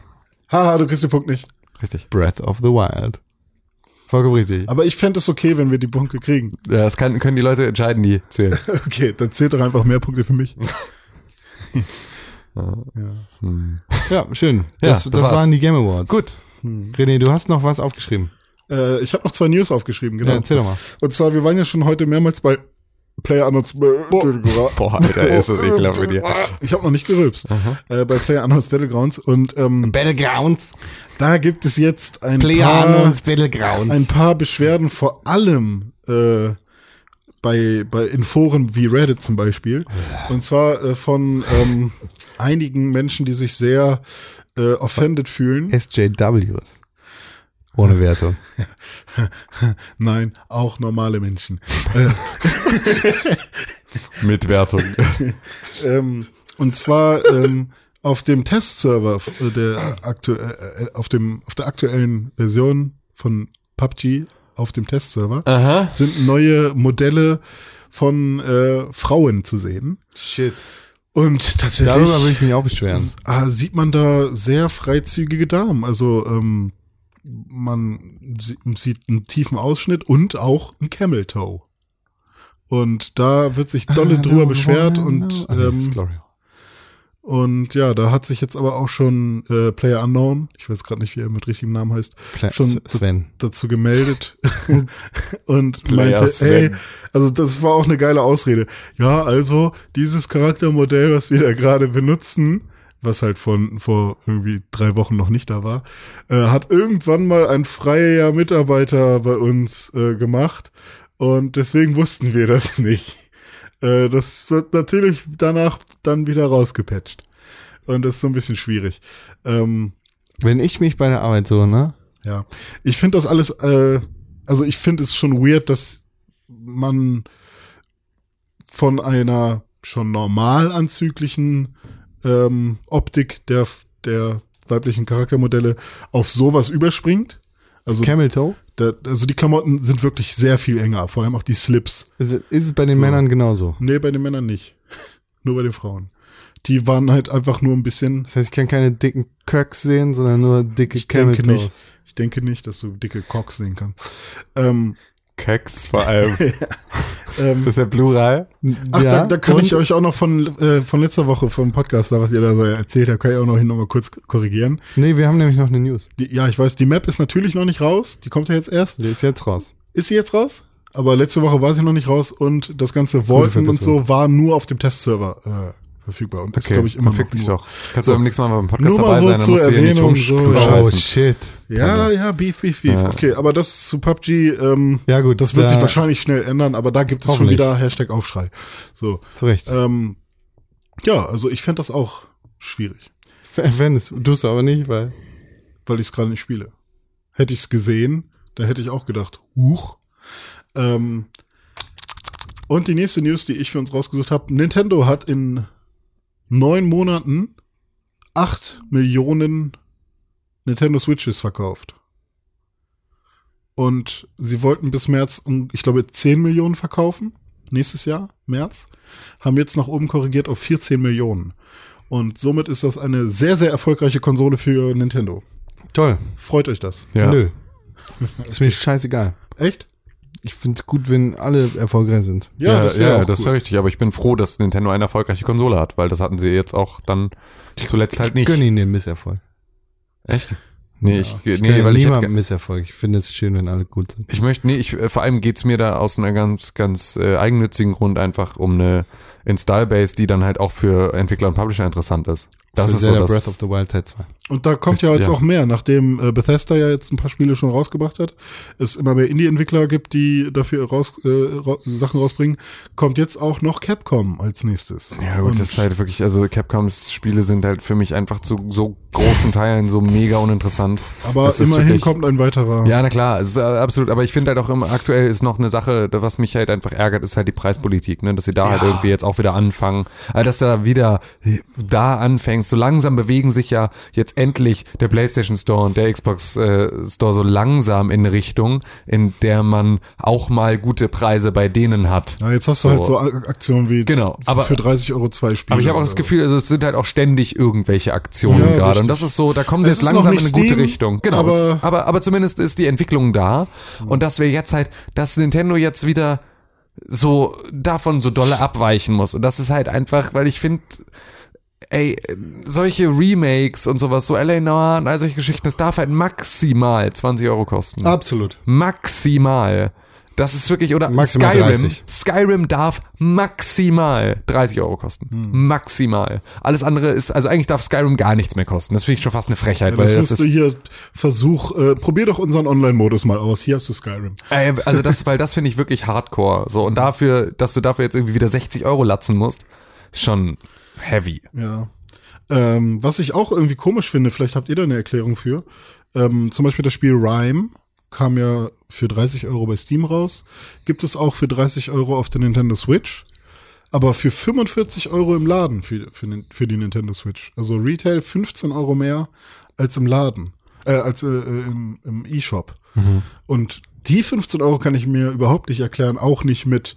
Speaker 3: Haha, du kriegst den Punkt nicht.
Speaker 2: Richtig.
Speaker 1: Breath of the Wild. Vollkommen richtig.
Speaker 3: Aber ich fände es okay, wenn wir die Punkte kriegen.
Speaker 2: Ja, das kann, können die Leute entscheiden, die zählen.
Speaker 3: Okay, dann zählt doch einfach mehr Punkte für mich.
Speaker 1: Ja, schön.
Speaker 2: Ja,
Speaker 1: Das,
Speaker 2: das
Speaker 1: das
Speaker 2: war's.
Speaker 1: waren die Game Awards. Hm.
Speaker 2: Gut.
Speaker 1: René, du hast noch was aufgeschrieben.
Speaker 3: Äh, ich habe noch zwei News aufgeschrieben, genau.
Speaker 1: Ja, erzähl doch mal.
Speaker 3: Und zwar, wir waren ja schon heute mehrmals bei Player Unknowns Battlegrounds.
Speaker 2: Boah, Alter, ist das ekelhaft mit dir.
Speaker 3: Ich habe noch nicht gerülpst. Äh, bei Player Unknowns Battlegrounds. Und ähm,
Speaker 1: Battlegrounds.
Speaker 3: da gibt es jetzt ein paar,
Speaker 1: PlayerUnknown's Battlegrounds.
Speaker 3: ein paar Beschwerden, vor allem äh, bei, bei in Foren wie Reddit zum Beispiel. Und zwar äh, von ähm, einigen Menschen, die sich sehr äh, offended fühlen.
Speaker 1: SJWs. Ohne Wertung.
Speaker 3: Nein, auch normale Menschen.
Speaker 2: Mit Wertung.
Speaker 3: ähm, und zwar ähm, auf dem Testserver f- der aktu äh, äh, auf dem auf der aktuellen Version von PUBG auf dem Testserver
Speaker 2: Aha.
Speaker 3: sind neue Modelle von äh, Frauen zu sehen
Speaker 1: Shit.
Speaker 3: und tatsächlich
Speaker 1: Darüber würde ich mich auch beschweren.
Speaker 3: ah, sieht man da sehr freizügige Damen. Also ähm, man sie- sieht einen tiefen Ausschnitt und auch einen Camel Toe.
Speaker 1: Ah,
Speaker 3: Und da wird sich Dolle drüber beschwert und ähm,
Speaker 1: Glory.
Speaker 3: Und ja, da hat sich jetzt aber auch schon äh, Player Unknown, ich weiß gerade nicht, wie er mit richtigem Namen heißt,
Speaker 1: Pla-
Speaker 3: schon
Speaker 1: S- Sven.
Speaker 3: dazu gemeldet und
Speaker 2: Player
Speaker 3: meinte,
Speaker 2: Sven.
Speaker 3: ey, also das war auch eine geile Ausrede. Ja, also dieses Charaktermodell, was wir da gerade benutzen, was halt von vor irgendwie drei Wochen noch nicht da war, äh, hat irgendwann mal ein freier Mitarbeiter bei uns äh, gemacht und deswegen wussten wir das nicht. Äh, das wird natürlich danach dann wieder rausgepatcht. Und das ist so ein bisschen schwierig. Ähm,
Speaker 1: Wenn ich mich bei der Arbeit so, ne?
Speaker 3: ja, ich finde das alles, äh, also ich finde es schon weird, dass man von einer schon normal anzüglichen ähm, Optik der, der weiblichen Charaktermodelle auf sowas überspringt. Also,
Speaker 1: Camel Toe?
Speaker 3: da, also die Klamotten sind wirklich sehr viel enger, vor allem auch die Slips.
Speaker 1: Ist, ist es bei den Männern genauso?
Speaker 3: Nee, bei den Männern nicht. Nur bei den Frauen. Die waren halt einfach nur ein bisschen
Speaker 1: Das heißt, ich kann keine dicken Köcks sehen, sondern nur dicke
Speaker 3: Ich
Speaker 1: Camel
Speaker 3: denke
Speaker 1: Toes.
Speaker 3: nicht. Ich denke nicht, dass du dicke Cocks sehen kannst. Ähm,
Speaker 2: Keks vor allem.
Speaker 3: ähm,
Speaker 2: Ist das der Plural?
Speaker 3: ach,
Speaker 1: Ja,
Speaker 3: da, da kann
Speaker 1: und-
Speaker 3: ich euch auch noch von, äh, von letzter Woche vom Podcast, da, was ihr da so erzählt habt, kann ich auch noch hin nochmal kurz korrigieren.
Speaker 1: Nee, wir haben nämlich noch eine News.
Speaker 3: Die, ja, ich weiß, die Map ist natürlich noch nicht raus. Die kommt ja jetzt erst.
Speaker 1: Die ist jetzt raus.
Speaker 3: Ist sie jetzt raus? Aber letzte Woche war sie noch nicht raus und das ganze Wolken und
Speaker 1: Verbesserung.
Speaker 3: so war nur auf dem Testserver äh, verfügbar. Und das
Speaker 2: Okay,
Speaker 3: glaube ich immer noch.
Speaker 2: fick dich
Speaker 3: nur.
Speaker 2: doch. Kannst du beim nächsten Mal beim Podcast
Speaker 3: Nur mal
Speaker 2: dabei sein, dann
Speaker 3: so zur
Speaker 2: musst du hier nicht
Speaker 3: Erwähnung, so,
Speaker 2: rumscheißen.
Speaker 1: Oh, shit.
Speaker 3: Ja, ja, Beef, Beef, Beef.
Speaker 2: Ja.
Speaker 3: Okay, aber das zu PUBG, ähm,
Speaker 1: Ja gut,
Speaker 3: das wird
Speaker 1: da-
Speaker 3: sich wahrscheinlich schnell ändern, aber da gibt es schon
Speaker 1: Hoffentlich.
Speaker 3: wieder Hashtag Aufschrei. So.
Speaker 1: Zu Recht.
Speaker 3: Ähm, ja, also ich fänd das auch schwierig,
Speaker 1: F- Wenn es, du es aber nicht, weil
Speaker 3: weil ich es gerade nicht spiele. Hätte ich es gesehen, da hätte ich auch gedacht, huch. Ähm, und die nächste News, die ich für uns rausgesucht habe, Nintendo hat in neun Monaten acht Millionen Nintendo Switches verkauft. Und sie wollten bis März, um, ich glaube, 10 Millionen verkaufen. Nächstes Jahr, März. Haben jetzt nach oben korrigiert auf 14 Millionen. Und somit ist das eine sehr, sehr erfolgreiche Konsole für Nintendo.
Speaker 1: toll.
Speaker 3: Freut euch das?
Speaker 2: Ja.
Speaker 1: Nö. Ist mir scheißegal.
Speaker 3: Echt?
Speaker 1: Ich find's gut, wenn alle erfolgreich sind.
Speaker 2: Ja, ja, das,
Speaker 3: wär
Speaker 2: ja,
Speaker 3: auch
Speaker 2: das
Speaker 3: cool.
Speaker 2: ist ja richtig. Aber ich bin froh, dass Nintendo eine erfolgreiche Konsole hat, weil das hatten sie jetzt auch dann zuletzt halt nicht.
Speaker 1: Gönn ihnen den Misserfolg.
Speaker 2: Echt? Nee, ich,
Speaker 1: Ich
Speaker 2: nee,
Speaker 1: gönn
Speaker 2: weil ich, hätte,
Speaker 1: niemandem Misserfolg. Ich finde es schön, wenn alle gut sind.
Speaker 2: Ich möchte, nee, ich, äh, vor allem geht's mir da aus einem ganz, ganz äh, eigennützigen Grund einfach um eine Installbase, die dann halt auch für Entwickler und Publisher interessant ist. Das
Speaker 1: Für
Speaker 2: ist so
Speaker 1: der
Speaker 2: das.
Speaker 1: Breath of the Wild Teil 2.
Speaker 3: Und da kommt ja
Speaker 2: Richtig,
Speaker 3: jetzt
Speaker 2: ja.
Speaker 3: auch mehr, nachdem äh, Bethesda ja jetzt ein paar Spiele schon rausgebracht hat, es immer mehr Indie-Entwickler gibt, die dafür raus, äh, ra Sachen rausbringen, kommt jetzt auch noch Capcom als nächstes.
Speaker 2: ja gut,
Speaker 3: Und
Speaker 2: das ist halt wirklich, also Capcoms Spiele sind halt für mich einfach zu so großen Teilen so mega uninteressant.
Speaker 3: aber
Speaker 2: das ist
Speaker 3: immerhin
Speaker 2: wirklich-
Speaker 3: kommt ein weiterer.
Speaker 2: Ja, na klar, es ist äh, absolut, aber ich finde halt auch immer, aktuell ist noch eine Sache, da- was mich halt einfach ärgert, ist halt die Preispolitik, ne, dass sie da halt irgendwie jetzt auch wieder anfangen, äh, dass da wieder da anfängst, so langsam bewegen sich ja jetzt endlich der Playstation Store und der Xbox äh, Store so langsam in eine Richtung, in der man auch mal gute Preise bei denen hat.
Speaker 3: Ja, jetzt hast du
Speaker 2: So.
Speaker 3: halt so A- Aktionen wie
Speaker 2: Genau, aber-
Speaker 3: für 30 Euro zwei Spiele.
Speaker 2: Aber ich habe auch das
Speaker 3: oder
Speaker 2: Gefühl, also es sind halt auch ständig irgendwelche Aktionen
Speaker 3: Ja,
Speaker 2: gerade.
Speaker 3: richtig.
Speaker 2: Und das ist so, da kommen sie
Speaker 3: Es
Speaker 2: jetzt
Speaker 3: ist noch
Speaker 2: langsam in
Speaker 3: nicht
Speaker 2: eine gute
Speaker 3: Steam,
Speaker 2: Richtung. Genau.
Speaker 3: aber-
Speaker 2: es- aber, aber zumindest ist die Entwicklung da. Und dass wir jetzt halt, dass Nintendo jetzt wieder so davon so dolle abweichen muss. Und das ist halt einfach, weil ich finde, ey, solche Remakes und sowas, so LA Noir und all solche Geschichten, das darf halt maximal 20 Euro kosten.
Speaker 3: so. Absolut.
Speaker 2: Maximal. Das ist wirklich, oder
Speaker 1: Maximal
Speaker 2: Skyrim.
Speaker 1: 30.
Speaker 2: Skyrim darf maximal 30 Euro kosten. Maximal. Alles andere ist, also eigentlich darf Skyrim gar nichts mehr kosten. Das finde ich schon fast eine Frechheit,
Speaker 3: Das
Speaker 2: weil das
Speaker 3: musst du
Speaker 2: ist,
Speaker 3: hier Versuch, äh, probier doch unseren Online-Modus mal aus. Hier hast du Skyrim.
Speaker 2: äh, also das, weil das finde ich wirklich hardcore. So, und dafür, dass du dafür jetzt irgendwie wieder 60 Euro latzen musst, ist schon heavy.
Speaker 3: Ja. Ähm, was ich auch irgendwie komisch finde, vielleicht habt ihr da eine Erklärung für. Ähm, zum Beispiel das Spiel Rhyme kam ja für 30 Euro bei Steam raus. Gibt es auch für 30 Euro auf der Nintendo Switch. Aber für 45 Euro im Laden für, für, den- für die Nintendo Switch. Also Retail 15 Euro mehr als im Laden, äh, als äh, äh, im, im E-Shop. Und die 15 Euro kann ich mir überhaupt nicht erklären, auch nicht mit,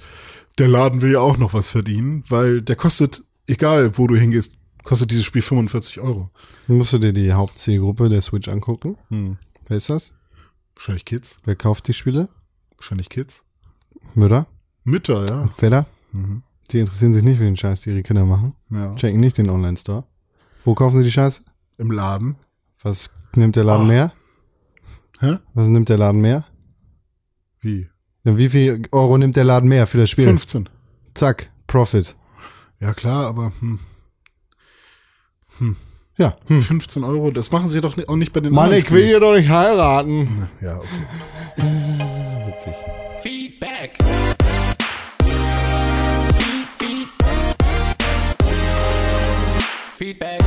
Speaker 3: der Laden will ja auch noch was verdienen, weil der kostet, egal wo du hingehst, kostet dieses Spiel 45 Euro.
Speaker 1: Musst du dir die Hauptzielgruppe der Switch angucken?
Speaker 3: Hm.
Speaker 1: Wer ist das?
Speaker 3: Wahrscheinlich Kids,
Speaker 1: Wer kauft die Spiele?
Speaker 3: wahrscheinlich Kids.
Speaker 1: Mütter?
Speaker 3: Mütter, ja.
Speaker 1: Väter? Die interessieren sich nicht für den Scheiß, die ihre Kinder machen.
Speaker 3: Mhm. ja.
Speaker 1: Checken nicht den Online-Store. Wo kaufen Sie die Scheiße?
Speaker 3: Im Laden.
Speaker 1: Was nimmt der Laden
Speaker 3: Ah.
Speaker 1: mehr?
Speaker 3: Hä?
Speaker 1: Was nimmt der Laden mehr?
Speaker 3: Wie?
Speaker 1: Ja, Wie viel Euro nimmt der Laden mehr für das Spiel?
Speaker 3: 15.
Speaker 1: Zack, Profit.
Speaker 3: Ja, klar, aber hm.
Speaker 1: Ja. Hm.
Speaker 3: 15 Euro, das machen sie doch ni- auch nicht bei den
Speaker 1: Mann,
Speaker 3: anderen
Speaker 1: ich will
Speaker 3: Spielen.
Speaker 1: hier doch nicht heiraten.
Speaker 3: Ja, okay.
Speaker 1: Witzig.
Speaker 4: Feedback. Feedback.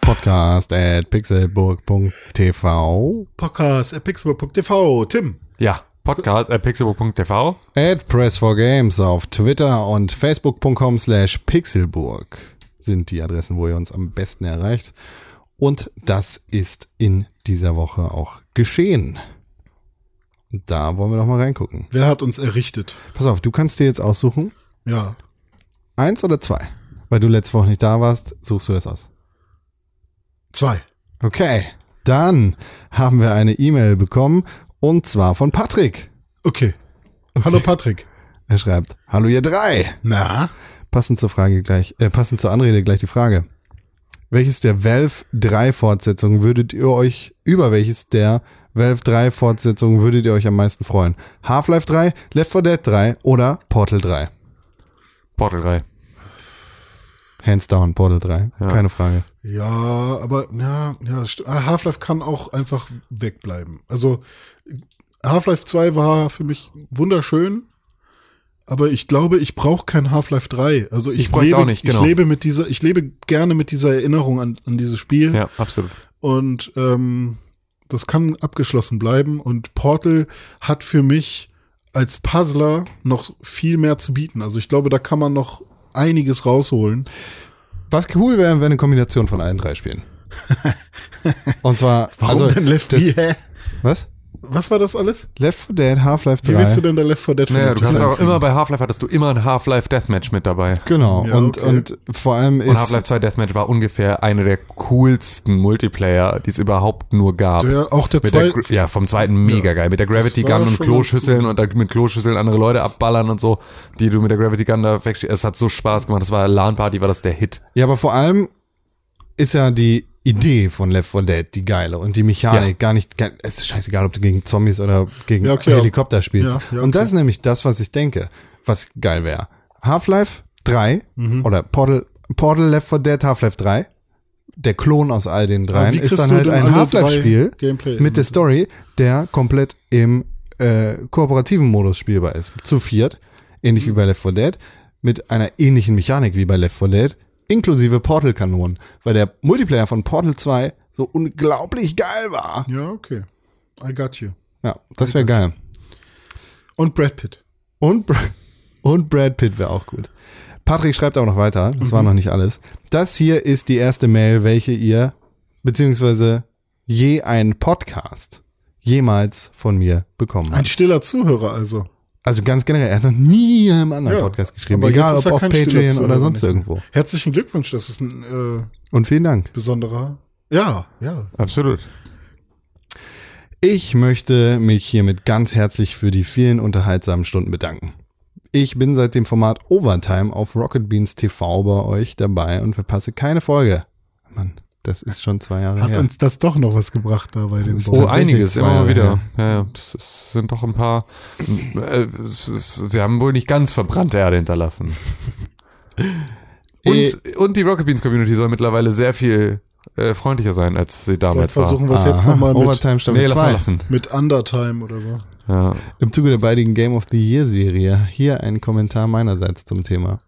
Speaker 1: Podcast at pixelburg.tv
Speaker 3: Podcast at pixelburg.tv. Tim.
Speaker 2: Ja, Podcast äh, at pixelbook.tv.
Speaker 1: at press4games auf Twitter und facebook.com slash pixelburg sind die Adressen, wo ihr uns am besten erreicht. Und das ist in dieser Woche auch geschehen. Und Da wollen wir doch mal reingucken.
Speaker 3: Wer hat uns errichtet?
Speaker 1: Pass auf, du kannst dir jetzt aussuchen,
Speaker 3: Ja.
Speaker 1: eins oder zwei. Weil du letzte Woche nicht da warst, suchst du das aus.
Speaker 3: Zwei.
Speaker 1: Okay, dann haben wir eine E-Mail bekommen und zwar von Patrick.
Speaker 3: Okay. Hallo Patrick.
Speaker 1: Er schreibt, hallo ihr drei.
Speaker 3: Na?
Speaker 1: Passend zur Frage gleich, äh, passend zur Anrede gleich die Frage. Welches der Valve 3 Fortsetzungen würdet ihr euch, über welches der Valve 3 Fortsetzungen würdet ihr euch am meisten freuen? Half-Life 3, Left 4 Dead 3 oder Portal 3?
Speaker 2: Portal 3.
Speaker 1: Hands down, Portal 3.
Speaker 2: Ja.
Speaker 1: Keine Frage.
Speaker 3: Ja, aber ja, ja, st- ah, Half-Life kann auch einfach wegbleiben. Also Half-Life 2 war für mich wunderschön, aber ich glaube, ich brauche kein Half-Life 3. Also ich,
Speaker 2: Ich bräucht's
Speaker 3: lebe,
Speaker 2: auch nicht, genau.
Speaker 3: ich lebe mit dieser, ich lebe gerne mit dieser Erinnerung an, an dieses Spiel.
Speaker 2: Ja, absolut.
Speaker 3: Und ähm, das kann abgeschlossen bleiben. Und Portal hat für mich als Puzzler noch viel mehr zu bieten. Also ich glaube, da kann man noch einiges rausholen.
Speaker 1: Was cool wäre, wäre eine Kombination von allen drei Spielen. Und zwar, also, das,
Speaker 3: Hä?
Speaker 1: was?
Speaker 3: Was war das alles?
Speaker 1: Left 4 Dead, Half-Life 3.
Speaker 3: Wie willst du denn da Left 4 Dead
Speaker 2: Naja, du
Speaker 3: vernünftig
Speaker 2: hast auch
Speaker 3: reinkriegen?
Speaker 2: immer bei Half-Life hattest du immer ein Half-Life Deathmatch mit dabei.
Speaker 1: Genau,
Speaker 3: Ja,
Speaker 1: und,
Speaker 3: okay.
Speaker 1: und vor allem
Speaker 2: Und
Speaker 1: ist,
Speaker 2: Half-Life 2 Deathmatch war ungefähr eine der coolsten Multiplayer, die es überhaupt nur gab.
Speaker 3: Der, auch der
Speaker 2: mit der,
Speaker 3: zwei,
Speaker 2: Gra- ja, vom zweiten mega geil. Mit der Gravity
Speaker 3: das war
Speaker 2: Gun und
Speaker 3: schon
Speaker 2: Kloschüsseln und da mit Kloschüsseln andere Leute abballern und so, die du mit der Gravity Gun da wegschießt. Es hat so Spaß gemacht. Das war LAN-Party, war das der Hit.
Speaker 1: ja, aber vor allem ist ja die Idee von Left 4 Dead die geile und die Mechanik
Speaker 2: Ja.
Speaker 1: gar nicht, gar, es ist scheißegal, ob du gegen Zombies oder gegen
Speaker 3: Ja, okay,
Speaker 1: Helikopter spielst.
Speaker 3: Ja, ja,
Speaker 1: Und das ist nämlich das, was ich denke, was geil wäre. Half-Life 3
Speaker 3: Mhm.
Speaker 1: oder Portal, Portal Left 4 Dead, Half-Life 3. Der Klon aus all den dreien
Speaker 3: wie
Speaker 1: ist
Speaker 3: kriegst
Speaker 1: dann
Speaker 3: du
Speaker 1: halt
Speaker 3: denn
Speaker 1: ein
Speaker 3: alle
Speaker 1: Half-Life-Spiel
Speaker 3: drei Gameplay-
Speaker 1: mit der Story, der komplett im äh, kooperativen Modus spielbar ist. Zu viert, ähnlich wie bei Left 4 Dead, mit einer ähnlichen Mechanik wie bei Left 4 Dead, inklusive Portal-Kanonen, weil der Multiplayer von Portal 2 so unglaublich geil war.
Speaker 3: ja, okay. I got you.
Speaker 1: Ja, das wäre geil.
Speaker 3: Und Brad Pitt.
Speaker 1: Und, Br- und Brad Pitt wäre auch gut. Patrick schreibt auch noch weiter. Das
Speaker 3: Mhm.
Speaker 1: war noch nicht alles. Das hier ist die erste Mail, welche ihr, beziehungsweise je ein Podcast jemals von mir bekommen
Speaker 3: Ein
Speaker 1: habt.
Speaker 3: stiller Zuhörer also.
Speaker 1: Also ganz generell, er hat noch nie einem anderen
Speaker 3: Ja,
Speaker 1: Podcast geschrieben.
Speaker 3: aber jetzt
Speaker 1: Egal
Speaker 3: ist
Speaker 1: ob
Speaker 3: er
Speaker 1: auf
Speaker 3: kein stiller
Speaker 1: Patreon oder
Speaker 3: Zuhörer
Speaker 1: sonst
Speaker 3: mehr.
Speaker 1: irgendwo.
Speaker 3: Herzlichen Glückwunsch, das ist ein äh,
Speaker 1: Und vielen Dank.
Speaker 3: besonderer. Ja, ja.
Speaker 2: Absolut.
Speaker 1: Ich möchte mich hiermit ganz herzlich für die vielen unterhaltsamen Stunden bedanken. Ich bin seit dem Format Overtime auf Rocket Beans TV bei euch dabei und verpasse keine Folge. Mann, das ist schon zwei Jahre
Speaker 3: Hat
Speaker 1: her.
Speaker 3: uns das doch noch was gebracht da bei dem
Speaker 1: Das ist
Speaker 3: Bauch.
Speaker 2: Oh,
Speaker 1: tatsächlich
Speaker 2: einiges,
Speaker 1: zwei
Speaker 2: immer
Speaker 1: Jahre
Speaker 2: mal wieder.
Speaker 1: her.
Speaker 2: Ja, ja, das ist, sind doch ein paar. Äh, es ist, wir haben wohl nicht ganz verbrannte Erde hinterlassen. Und,
Speaker 1: Äh,
Speaker 3: Eh.
Speaker 2: und die Rocket Beans Community soll mittlerweile sehr viel äh, freundlicher sein, als sie
Speaker 3: Vielleicht
Speaker 2: damals
Speaker 3: versuchen wir es
Speaker 1: Aha,
Speaker 3: jetzt nochmal mit,
Speaker 1: Overtime
Speaker 2: war.
Speaker 1: Staffel
Speaker 2: Nee, lass mal
Speaker 1: 2.
Speaker 2: lassen.
Speaker 3: mit Undertime oder so.
Speaker 2: Ja.
Speaker 1: Im Zuge der baldigen Game of the Year Serie hier ein Kommentar meinerseits zum Thema.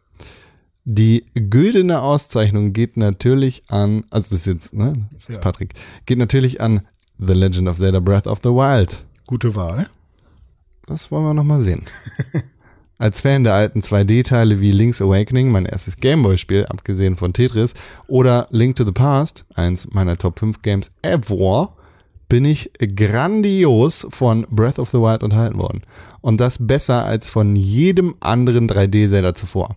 Speaker 1: Die güldene Auszeichnung geht natürlich an, also das ist jetzt, ne, das ist
Speaker 3: Ja.
Speaker 1: Patrick, geht natürlich an The Legend of Zelda Breath of the Wild.
Speaker 3: Gute Wahl.
Speaker 1: Das wollen wir nochmal sehen. Als Fan der alten 2D-Teile wie Link's Awakening, mein erstes Gameboy-Spiel, abgesehen von Tetris, oder Link to the Past, eins meiner Top 5 Games ever, bin ich grandios von Breath of the Wild unterhalten worden. Und das besser als von jedem anderen 3D-Zelda zuvor.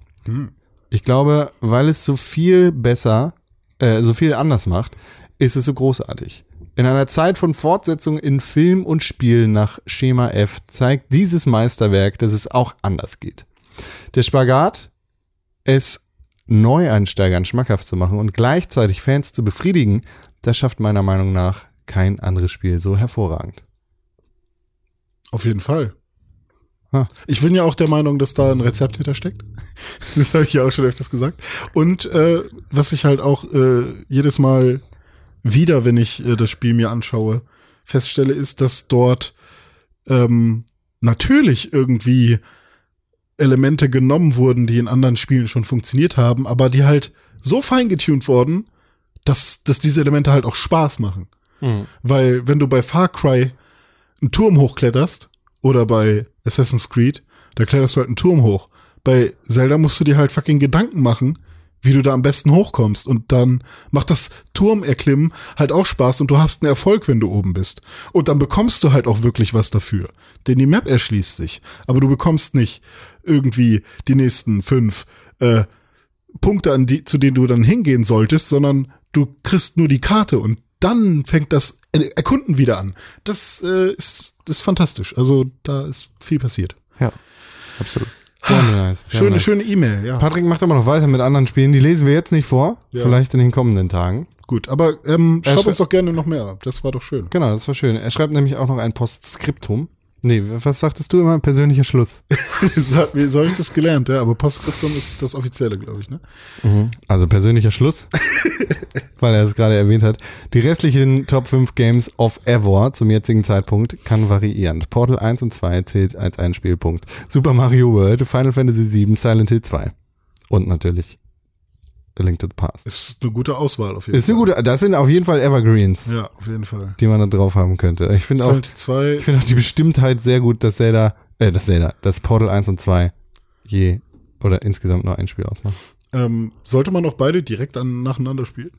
Speaker 1: Ich glaube, weil es so viel besser, äh, so viel anders macht, ist es so großartig. In einer Zeit von Fortsetzung in Film und Spiel nach Schema F zeigt dieses Meisterwerk, dass es auch anders geht. Der Spagat, es Neueinsteigern schmackhaft zu machen und gleichzeitig Fans zu befriedigen, das schafft meiner Meinung nach kein anderes Spiel so hervorragend.
Speaker 3: Auf jeden Fall.
Speaker 1: Ha.
Speaker 3: Ich bin ja auch der Meinung, dass da ein Rezept hintersteckt. Das habe ich ja auch schon öfters gesagt. Und äh, was ich halt auch äh, jedes Mal wieder, wenn ich äh, das Spiel mir anschaue, feststelle, ist, dass dort ähm, natürlich irgendwie Elemente genommen wurden, die in anderen Spielen schon funktioniert haben, aber die halt so feingetuned wurden, dass, dass diese Elemente halt auch Spaß machen. Weil wenn du bei Far Cry einen Turm hochkletterst oder bei Assassin's Creed, da kletterst du halt einen Turm hoch. Bei Zelda musst du dir halt fucking Gedanken machen, wie du da am besten hochkommst. Und dann macht das Turmerklimmen halt auch Spaß und du hast einen Erfolg, wenn du oben bist. Und dann bekommst du halt auch wirklich was dafür. Denn die Map erschließt sich. Aber du bekommst nicht irgendwie die nächsten fünf äh, Punkte, an die, zu denen du dann hingehen solltest, sondern du kriegst nur die Karte und dann fängt das Erkunden wieder an. Das äh, ist, ist fantastisch. Also da ist viel passiert.
Speaker 2: Ja, absolut.
Speaker 1: Sehr nice, sehr
Speaker 3: Schöne,
Speaker 1: nice.
Speaker 3: schöne E-Mail, ja.
Speaker 1: Ah, Patrick macht immer noch weiter mit anderen Spielen. Die lesen wir jetzt nicht vor.
Speaker 3: Ja.
Speaker 1: Vielleicht in den kommenden Tagen.
Speaker 3: Gut, aber ähm,
Speaker 1: Äh,
Speaker 3: schreib
Speaker 1: schrei-
Speaker 3: uns doch gerne noch mehr. ab. Das war doch schön.
Speaker 1: Genau, das war schön. Er schreibt nämlich auch noch ein Postskriptum. Nee, was sagtest du immer? Persönlicher Schluss.
Speaker 3: Das hat- Wie soll ich das gelernt, ja? Aber Postskriptum ist das offizielle, glaube ich, ne?
Speaker 1: Also persönlicher Schluss, weil er es gerade erwähnt hat. Die restlichen Top 5 Games of Ever zum jetzigen Zeitpunkt kann variieren. Portal 1 und 2 zählt als ein Spielpunkt. Super Mario World, Final Fantasy 7, Silent Hill 2. Und natürlich A Link to the Past.
Speaker 3: Ist eine gute Auswahl auf jeden
Speaker 1: Ist eine gute, das sind auf jeden Fall Evergreens,
Speaker 3: Fall. Ja, auf jeden Fall.
Speaker 1: die man da drauf haben könnte. Ich finde auch,
Speaker 3: Silent Hill 2,
Speaker 1: ich finde auch die Bestimmtheit sehr gut, dass Zelda, äh, dass Zelda, dass Portal 1 und 2 je oder insgesamt nur ein Spiel ausmachen.
Speaker 3: ähm, sollte man auch beide direkt an, nacheinander spielen?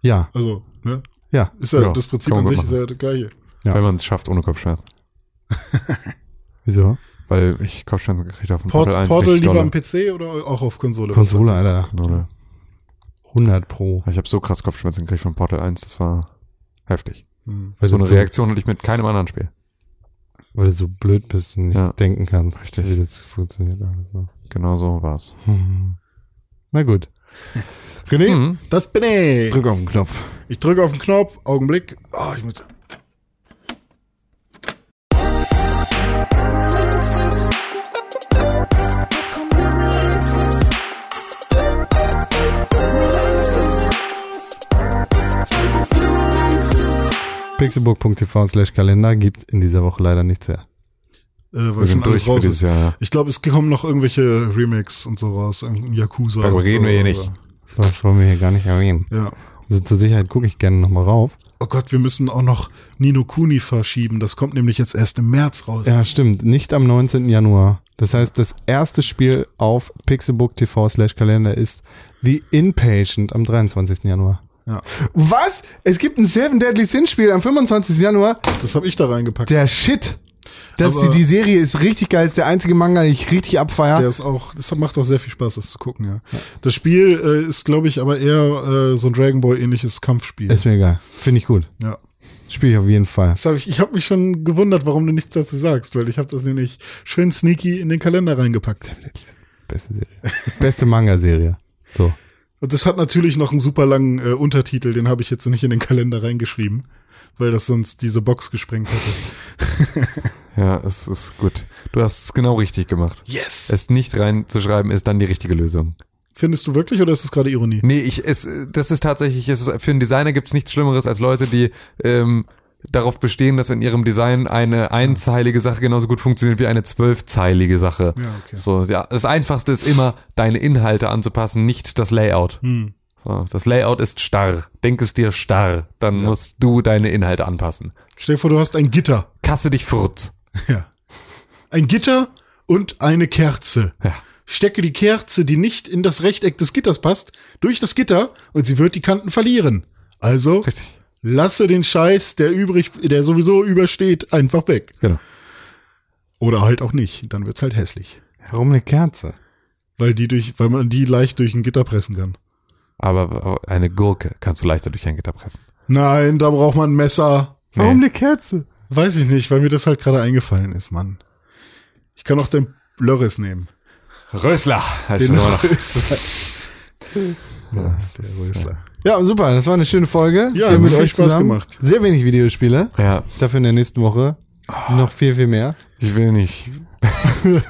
Speaker 1: Ja,
Speaker 3: Also, ne?
Speaker 1: ja.
Speaker 3: Ist ja,
Speaker 2: Ja,
Speaker 3: das Prinzip
Speaker 2: kann
Speaker 3: an
Speaker 2: man
Speaker 3: sich
Speaker 2: gut
Speaker 3: ist ja das gleiche.
Speaker 1: Ja.
Speaker 2: Wenn man es schafft ohne Kopfschmerz.
Speaker 1: Wieso?
Speaker 2: Weil ich Kopfschmerzen gekriegt habe von
Speaker 3: Port,
Speaker 2: Portal
Speaker 3: Portal,
Speaker 2: 1 richtig
Speaker 3: lieber
Speaker 2: dolle.
Speaker 3: am PC oder auch auf Konsole?
Speaker 1: Konsole, Alter.
Speaker 2: Konsole.
Speaker 1: 100 pro.
Speaker 2: Ich habe so krass Kopfschmerzen gekriegt von Portal 1, das war heftig.
Speaker 3: Hm.
Speaker 1: Weil
Speaker 2: So
Speaker 1: du
Speaker 2: eine
Speaker 1: so,
Speaker 2: Reaktion hatte ich mit keinem anderen Spiel.
Speaker 1: weil du so blöd bist und nicht
Speaker 2: Ja.
Speaker 1: denken kannst,
Speaker 2: Richtig.
Speaker 1: wie das funktioniert. alles, ne?
Speaker 2: Genau so war's.
Speaker 1: Hm. Na gut. René,
Speaker 2: Hm.
Speaker 3: Das bin ich.
Speaker 1: drück auf den Knopf.
Speaker 3: Ich drücke auf den Knopf, Augenblick. Ah, ich muss.
Speaker 1: Pixelburg.tv slash Kalender gibt in dieser Woche leider nichts her.
Speaker 3: Äh, weil
Speaker 2: Wir
Speaker 3: schon
Speaker 2: sind durch
Speaker 3: alles
Speaker 2: für
Speaker 3: raus
Speaker 2: dieses
Speaker 3: ist.
Speaker 2: Jahr. ja.
Speaker 3: Ich glaube, es kommen noch irgendwelche Remakes und so raus, irgendein Yakuza.
Speaker 2: Darüber
Speaker 3: und
Speaker 2: reden
Speaker 3: so,
Speaker 2: wir hier
Speaker 3: oder-
Speaker 2: nicht.
Speaker 1: Das war- wollen wir hier gar nicht erwähnen.
Speaker 3: Ja.
Speaker 1: Also zur Sicherheit gucke ich gerne nochmal rauf.
Speaker 3: Oh Gott, wir müssen auch noch Nino Kuni verschieben. Das kommt nämlich jetzt erst im März raus.
Speaker 1: Ja, stimmt. Nicht am 19. Januar. Das heißt, das erste Spiel auf Pixelbook.tv slash Kalender ist The Inpatient am 23. Januar.
Speaker 3: Ja.
Speaker 1: Was? Es gibt ein Seven Deadly Sin Spiel am 25. Januar?
Speaker 3: Das habe ich da reingepackt. Der,
Speaker 1: Der Shit. Das,
Speaker 3: Aber-
Speaker 1: die, die Serie ist richtig geil. Ist der einzige Manga, den ich richtig abfeier.
Speaker 3: ist auch, das macht auch sehr viel Spaß, das zu gucken, ja. Das Spiel äh, ist, glaube ich, aber eher äh, so ein Dragon Ball ähnliches Kampfspiel.
Speaker 1: Ist mir egal. Finde ich gut.
Speaker 3: ja.
Speaker 1: Spiele ich auf jeden Fall.
Speaker 3: Das hab ich ich habe mich schon gewundert, warum du nichts dazu sagst, weil ich habe das nämlich schön sneaky in den Kalender reingepackt.
Speaker 1: Beste Serie. Beste Manga-Serie. So.
Speaker 3: Und das hat natürlich noch einen super langen äh, Untertitel, den habe ich jetzt nicht in den Kalender reingeschrieben, weil das sonst diese Box gesprengt hätte.
Speaker 2: Ja, es ist gut. Du hast es genau richtig gemacht.
Speaker 3: Yes!
Speaker 2: Es nicht reinzuschreiben ist dann die richtige Lösung.
Speaker 3: Findest du wirklich oder ist das gerade Ironie?
Speaker 2: Nee, ich, es, das ist tatsächlich, es ist, für einen Designer gibt's nichts Schlimmeres als Leute, die ähm, darauf bestehen, dass in ihrem Design eine einzeilige Sache genauso gut funktioniert wie eine zwölfzeilige Sache.
Speaker 3: Ja, okay.
Speaker 2: So, ja, das Einfachste ist immer, deine Inhalte anzupassen, nicht das Layout.
Speaker 3: Hm.
Speaker 2: So, das Layout ist starr. Denk es dir starr. Dann musst du deine Inhalte anpassen.
Speaker 3: Stell dir vor, du hast ein Gitter.
Speaker 2: Kasse dich furz.
Speaker 3: Ja. Ein Gitter und eine Kerze.
Speaker 2: Ja.
Speaker 3: Stecke die Kerze, die nicht in das Rechteck des Gitters passt, durch das Gitter und sie wird die Kanten verlieren. Also
Speaker 2: Richtig.
Speaker 3: lasse den Scheiß, der übrig, der sowieso übersteht, einfach weg.
Speaker 2: Genau.
Speaker 3: Oder halt auch nicht, dann wird's halt hässlich,
Speaker 1: Warum eine Kerze?
Speaker 3: weil die durch, weil man die leicht durch ein Gitter pressen kann.
Speaker 2: Aber eine Gurke kannst du leichter durch ein Gitter pressen.
Speaker 3: Nein, da braucht man ein Messer.
Speaker 1: Warum eine Kerze?
Speaker 3: Weiß ich nicht, weil mir das halt gerade eingefallen ist, Mann. Ich kann auch den Lörres nehmen.
Speaker 2: Rösler heißt
Speaker 3: Den
Speaker 2: er immer noch.
Speaker 3: Rösler.
Speaker 1: Ja, der Rösler. Ja, super. Das war eine schöne Folge.
Speaker 3: Ja,
Speaker 1: Wir
Speaker 3: hat viel Spaß gemacht.
Speaker 1: Sehr wenig Videospiele.
Speaker 2: Ja,
Speaker 1: Dafür in der nächsten Woche noch viel, viel mehr.
Speaker 2: ich will nicht.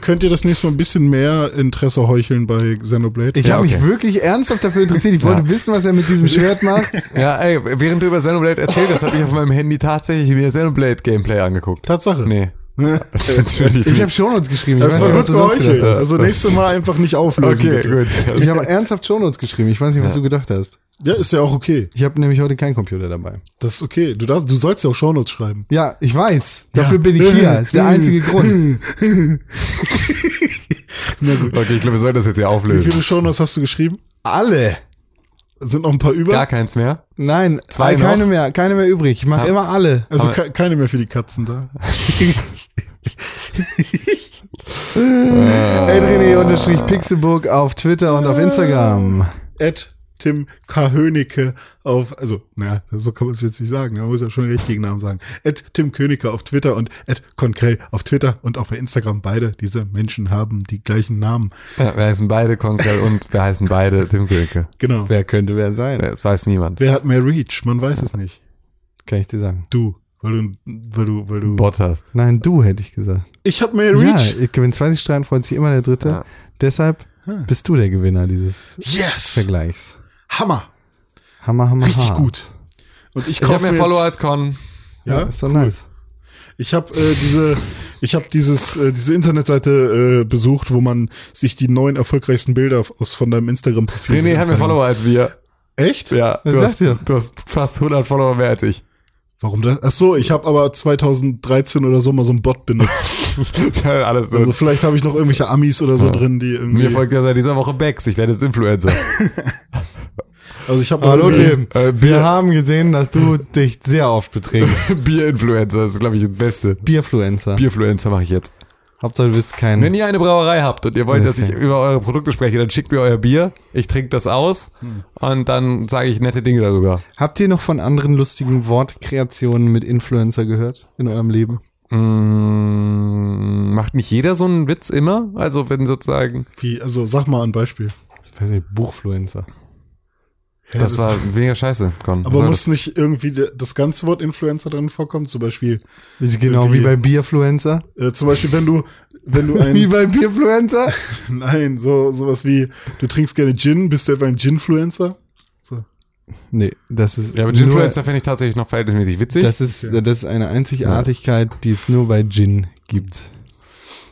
Speaker 3: Könnt ihr das nächste Mal ein bisschen mehr Interesse heucheln bei Xenoblade?
Speaker 1: Ich
Speaker 2: Ja,
Speaker 1: habe mich
Speaker 2: okay.
Speaker 1: wirklich ernsthaft dafür interessiert. Ich wollte wissen, was er mit diesem Schwert macht.
Speaker 2: Ja, ey, während du über Xenoblade erzählt hast, habe ich auf meinem Handy tatsächlich mir Xenoblade Gameplay angeguckt.
Speaker 3: Tatsache.
Speaker 2: Nee. Natürlich
Speaker 1: Ich
Speaker 2: nicht.
Speaker 1: habe Shownotes geschrieben. Ich
Speaker 3: Das
Speaker 1: weiß
Speaker 3: war
Speaker 1: nicht, was
Speaker 3: gut
Speaker 1: du sonst gedacht
Speaker 3: geheuchelt.
Speaker 1: hast.
Speaker 3: Also
Speaker 2: Das-
Speaker 3: nächstes Mal einfach nicht auflösen.
Speaker 2: Okay,
Speaker 3: bitte.
Speaker 2: gut.
Speaker 1: Ich habe ernsthaft Shownotes geschrieben. Ich weiß nicht, was du gedacht hast.
Speaker 3: Ja, ist ja auch okay.
Speaker 1: Ich habe nämlich heute keinen Computer dabei.
Speaker 3: Das ist okay. Du darfst, du sollst ja auch Shownotes schreiben.
Speaker 1: Ja, ich weiß. Dafür bin ich hier. Ist der einzige Grund.
Speaker 2: Also, Okay, ich glaube, wir sollten das jetzt hier
Speaker 3: Wie
Speaker 2: auflösen.
Speaker 3: viele Shownotes hast du geschrieben?
Speaker 1: Alle.
Speaker 3: Sind noch ein paar über?
Speaker 2: Gar keins mehr?
Speaker 1: Nein, äh,
Speaker 2: Zwei
Speaker 1: zwei keine
Speaker 2: noch?
Speaker 1: mehr, keine mehr übrig. Ich mache
Speaker 2: Ja.
Speaker 1: immer alle.
Speaker 3: also
Speaker 2: aber-
Speaker 3: ke keine mehr für die Katzen da.
Speaker 1: Adrene-Pixelburg auf Twitter und auf Instagram.
Speaker 3: Ed Tim K. Hönicke auf, also, naja, so kann man es jetzt nicht sagen. Man muss ja schon den richtigen Namen sagen. Ed Tim Königke auf Twitter und Ed Konkrell auf Twitter und auch bei Instagram. Beide diese Menschen haben die gleichen Namen.
Speaker 2: Ja, wir heißen beide Konkel und wir heißen beide Tim Königke.
Speaker 3: Genau. Wer,
Speaker 1: Wer könnte wer sein?
Speaker 2: Das weiß niemand.
Speaker 3: hat mehr Reach? Man weiß es nicht.
Speaker 1: Kann ich dir sagen.
Speaker 3: Du. Weil du, weil du, weil du.
Speaker 2: Bots hast.
Speaker 1: Nein, du hätte ich gesagt.
Speaker 3: Ich habe mehr
Speaker 1: Ja,
Speaker 3: Reach.
Speaker 1: ich gewinne 20 Strahlen, freut sich immer der Dritte.
Speaker 2: Ja.
Speaker 1: Deshalb bist du der Gewinner dieses
Speaker 3: Yes!
Speaker 1: Vergleichs.
Speaker 3: Hammer!
Speaker 1: Hammer, hammer,
Speaker 3: Richtig
Speaker 1: hammer.
Speaker 3: gut. Und
Speaker 2: Ich
Speaker 3: ich, kauf
Speaker 2: habe mehr
Speaker 3: mir jetzt-
Speaker 2: Follower als Con.
Speaker 1: Ja,
Speaker 3: Ja,
Speaker 1: ist doch nice.
Speaker 3: Ich habe äh, diese, ich habe dieses, äh, diese Internetseite äh, besucht, wo man sich die neun erfolgreichsten Bilder f- aus von deinem Instagram-Profil.
Speaker 2: René hat mehr
Speaker 3: anzeigen-
Speaker 2: Follower als wir.
Speaker 3: Echt?
Speaker 2: Ja,
Speaker 1: Was
Speaker 2: du
Speaker 1: sagt
Speaker 2: hast,
Speaker 1: ihr?
Speaker 2: du hast fast 100 Follower mehr als ich.
Speaker 3: Warum das? Ach so, ich habe aber 2013 oder so mal so einen Bot benutzt.
Speaker 2: Alles so.
Speaker 3: also vielleicht habe ich noch irgendwelche Amis oder so drin, die irgendwie.
Speaker 2: Mir folgt ja seit dieser Woche Bex. Ich werde jetzt Influencer.
Speaker 3: also ich habe
Speaker 1: Hallo Tim,
Speaker 2: Äh, Bier-
Speaker 1: wir haben gesehen, dass du dich sehr oft beträgst.
Speaker 2: Bier-Influencer ist, glaube ich, das Beste.
Speaker 1: Bierfluencer.
Speaker 2: Bierfluencer mache ich jetzt.
Speaker 1: Hauptsache du bist kein...
Speaker 2: Wenn ihr eine Brauerei habt und ihr wollt, dass ich
Speaker 1: Okay.
Speaker 2: über eure Produkte spreche, dann schickt mir euer Bier. Ich trinke das aus und dann sage ich nette Dinge darüber.
Speaker 1: Habt ihr noch von anderen lustigen Wortkreationen mit Influencer gehört in eurem Leben?
Speaker 2: Mm, macht nicht jeder so einen Witz immer? Also wenn sozusagen,
Speaker 3: Wie, also sag mal ein Beispiel.
Speaker 1: Ich weiß nicht, Buchfluencer.
Speaker 3: Hä,
Speaker 2: das war weniger Scheiße. Con. Was
Speaker 3: Aber
Speaker 2: soll
Speaker 3: muss nicht irgendwie de- das ganze Wort Influencer drin vorkommen? Zum Beispiel,
Speaker 1: Genau wie bei Bierfluencer.
Speaker 3: äh, zum Beispiel, wenn du, wenn du ein
Speaker 1: Wie bei Bierfluencer?
Speaker 3: Nein, so sowas wie du trinkst gerne Gin, bist du etwa ein Ginfluencer? So.
Speaker 1: Nee, das ist
Speaker 2: das? ja, aber
Speaker 1: nur-
Speaker 2: Influencer fände ich tatsächlich noch verhältnismäßig witzig.
Speaker 1: Das ist, das ist eine Einzigartigkeit, die es nur bei Gin gibt.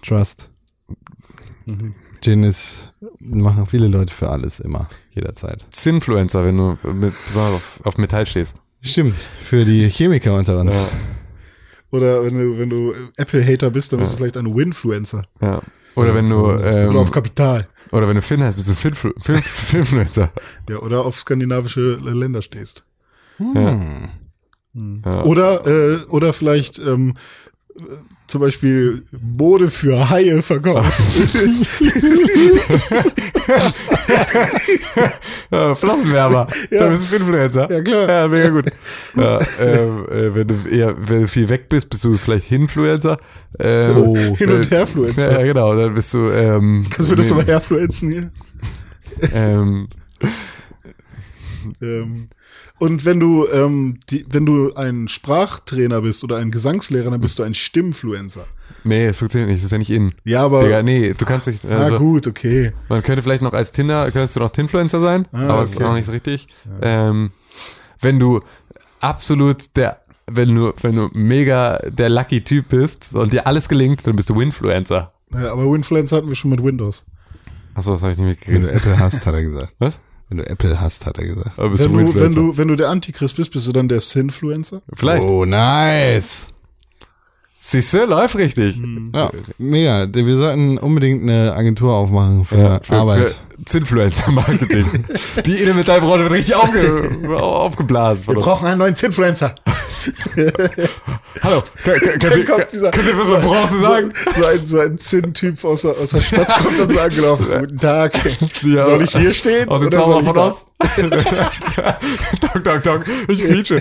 Speaker 1: Trust. Mhm. Gin ist, machen viele Leute für alles immer, jederzeit.
Speaker 2: Zinfluencer, wenn du mit, besonders auf, auf Metall stehst.
Speaker 1: Stimmt, für die Chemiker unter uns.
Speaker 2: Ja,
Speaker 3: Oder wenn du wenn du Apple Hater bist, dann bist du vielleicht ein Winfluencer
Speaker 2: ja. Oder wenn du ähm,
Speaker 3: oder auf Kapital.
Speaker 2: oder wenn du Finn heißt, bist du Finflu Fin- Finfluencer.
Speaker 3: Ja, oder auf skandinavische Länder stehst.
Speaker 2: Hm.
Speaker 3: Hm.
Speaker 2: Ja.
Speaker 3: Oder äh, oder vielleicht ähm, äh, zum Beispiel Mode für Haie verkaufst.
Speaker 2: Ja, Flassenwerber.
Speaker 3: Ja.
Speaker 2: Da bist du Influencer.
Speaker 3: Ja, klar.
Speaker 2: Ja, mega gut. ja, ähm, äh, wenn, du eher, wenn du viel weg bist, bist du vielleicht Hinfluencer. Ähm,
Speaker 3: Oh. Hin- und Herfluencer.
Speaker 2: Ja, ja, genau. Dann bist du. Ähm,
Speaker 3: Kannst du mir das
Speaker 2: nee,
Speaker 3: aber herfluenzen hier?
Speaker 2: ähm,
Speaker 3: Ähm, und wenn du ähm, die, wenn du ein Sprachtrainer bist oder ein Gesangslehrer, dann bist du ein Stimmfluencer.
Speaker 2: Nee, es funktioniert nicht. Das ist ja nicht in.
Speaker 3: Ja, aber
Speaker 2: Digga, nee, du kannst nicht.
Speaker 3: ah,
Speaker 2: Also,
Speaker 3: gut, okay.
Speaker 2: man könnte vielleicht noch als Tinder, könntest du noch Tinfluencer sein, aber es ist
Speaker 3: Ah, okay.
Speaker 2: auch nicht so richtig. Ähm, wenn du absolut der, wenn du, wenn du mega der lucky Typ bist und dir alles gelingt, dann bist du Winfluencer.
Speaker 3: Ja, aber Winfluencer hatten wir schon mit Windows.
Speaker 2: Achso, das habe ich nicht
Speaker 1: Wenn
Speaker 2: mitgekriegt.
Speaker 1: du Apple hast, hat er gesagt.
Speaker 2: Was? Oh,
Speaker 1: Wenn du Apple hast, hat er gesagt.
Speaker 2: Aber bist
Speaker 3: Wenn du, wenn,
Speaker 2: Winfluencer.
Speaker 3: du, wenn du der Antichrist bist, bist du dann der Sinfluencer?
Speaker 2: Vielleicht.
Speaker 1: Oh, nice.
Speaker 2: Siehst du, läuft richtig.
Speaker 3: Hm.
Speaker 1: Ja, mega. Wir sollten unbedingt eine Agentur aufmachen für
Speaker 2: Für-
Speaker 1: Arbeit.
Speaker 2: für Zinfluencer-Marketing. Die Innenmetallbranche wird richtig aufge aufgeblasen. Von uns.
Speaker 3: brauchen einen neuen Sinfluencer.
Speaker 2: Hallo, kann- kann- kannst du
Speaker 3: Dann kommt dieser-
Speaker 2: kannst du was von Bronze sagen?
Speaker 3: So ein, so ein Zinn-Typ aus, der- aus der Stadt kommt dann so angelaufen. Guten Tag.
Speaker 2: Ja.
Speaker 3: Soll ich hier stehen?
Speaker 2: Aus dem
Speaker 3: oder soll
Speaker 2: Zauberer
Speaker 3: ich
Speaker 2: von
Speaker 3: da-
Speaker 2: Oz? Dong, dong, dong. Ich quietsche.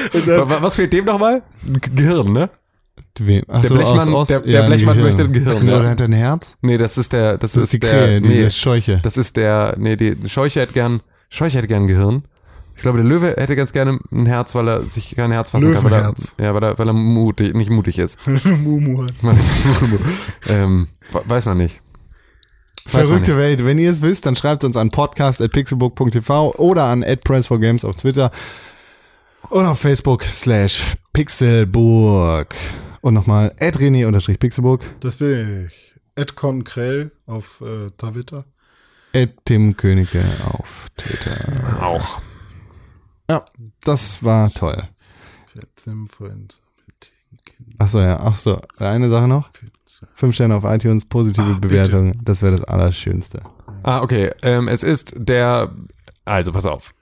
Speaker 3: Und dann,
Speaker 2: Was fehlt dem nochmal? Ein Gehirn, ne?
Speaker 1: Wem? Ach
Speaker 2: Der
Speaker 1: so,
Speaker 2: Blechmann-
Speaker 1: aus, aus,
Speaker 2: der- der Blechmann möchte ein Gehirn, ja.
Speaker 1: Oder hat er ein Herz?
Speaker 2: Nee, das ist der, das,
Speaker 1: Das
Speaker 2: ist
Speaker 1: ist genau. die
Speaker 2: der,
Speaker 1: Krähe,
Speaker 2: nee,
Speaker 1: diese Scheuche.
Speaker 2: das ist der, nee, die Scheuche hätte gern, Scheuche hätte gern Gehirn. Ich glaube, der Löwe hätte ganz gerne ein Herz, weil er sich kein Herz fassen kann, weil er,
Speaker 3: Löwenherz.
Speaker 2: ja, weil er, weil er mutig, nicht mutig ist.
Speaker 3: Mumu hat.
Speaker 2: ähm, we- weiß man nicht. Weiß man
Speaker 1: Verrückte Welt. Wenn ihr es wisst, dann schreibt uns an podcast.pixelbook.tv oder an @press4games auf Twitter oder auf Facebook slash pixelburg. Und nochmal @rené-pixelburg,
Speaker 3: Das bin ich. Edcon Krell auf äh, Twitter.
Speaker 1: @timkönigke auf Twitter.
Speaker 2: nicht. Auch.
Speaker 1: Ja, das war toll.
Speaker 3: Für Zimfriend. mit den Kindern,
Speaker 1: Achso, ja, achso. Eine Sache noch.
Speaker 3: für Zim-
Speaker 1: Fünf Sterne auf iTunes, positive Bewertung. Das wäre das Allerschönste.
Speaker 2: Ah, okay. Ähm, es ist der, also pass auf.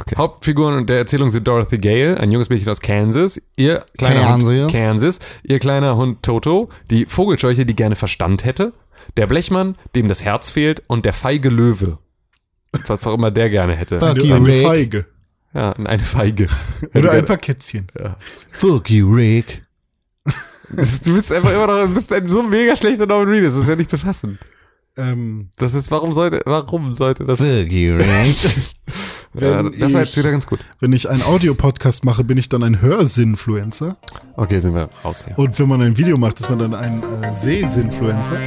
Speaker 1: Okay.
Speaker 2: Hauptfiguren der Erzählung sind Dorothy Gale, ein junges Mädchen aus Kansas, ihr kleiner Hund
Speaker 1: Kansas.
Speaker 2: Kansas, ihr kleiner Hund Toto, die Vogelscheuche, die gerne Verstand hätte, der Blechmann, dem das Herz fehlt und der feige Löwe. Was auch immer der gerne hätte.
Speaker 1: Was?
Speaker 3: Eine,
Speaker 1: Fuck you,
Speaker 3: eine
Speaker 1: Rick.
Speaker 3: Feige.
Speaker 2: Ja, eine Feige.
Speaker 3: Oder ein Pakettchen.
Speaker 1: Fuck you, Rick.
Speaker 2: Du bist einfach immer noch, du bist ein so mega schlechter Norman Reedus, das ist ja nicht zu fassen.
Speaker 3: Ähm,
Speaker 2: Das ist, warum sollte, warum sollte das?
Speaker 1: Fuck you, Rick.
Speaker 2: Ja,
Speaker 3: Wenn
Speaker 2: das war
Speaker 3: ich-
Speaker 2: jetzt wieder ganz gut.
Speaker 3: wenn ich einen Audiopodcast mache, bin ich dann ein Hörsinfluencer.
Speaker 2: Okay, sind wir raus hier.
Speaker 3: Und wenn man ein Video macht, ist man dann ein äh, Sehsinfluencer.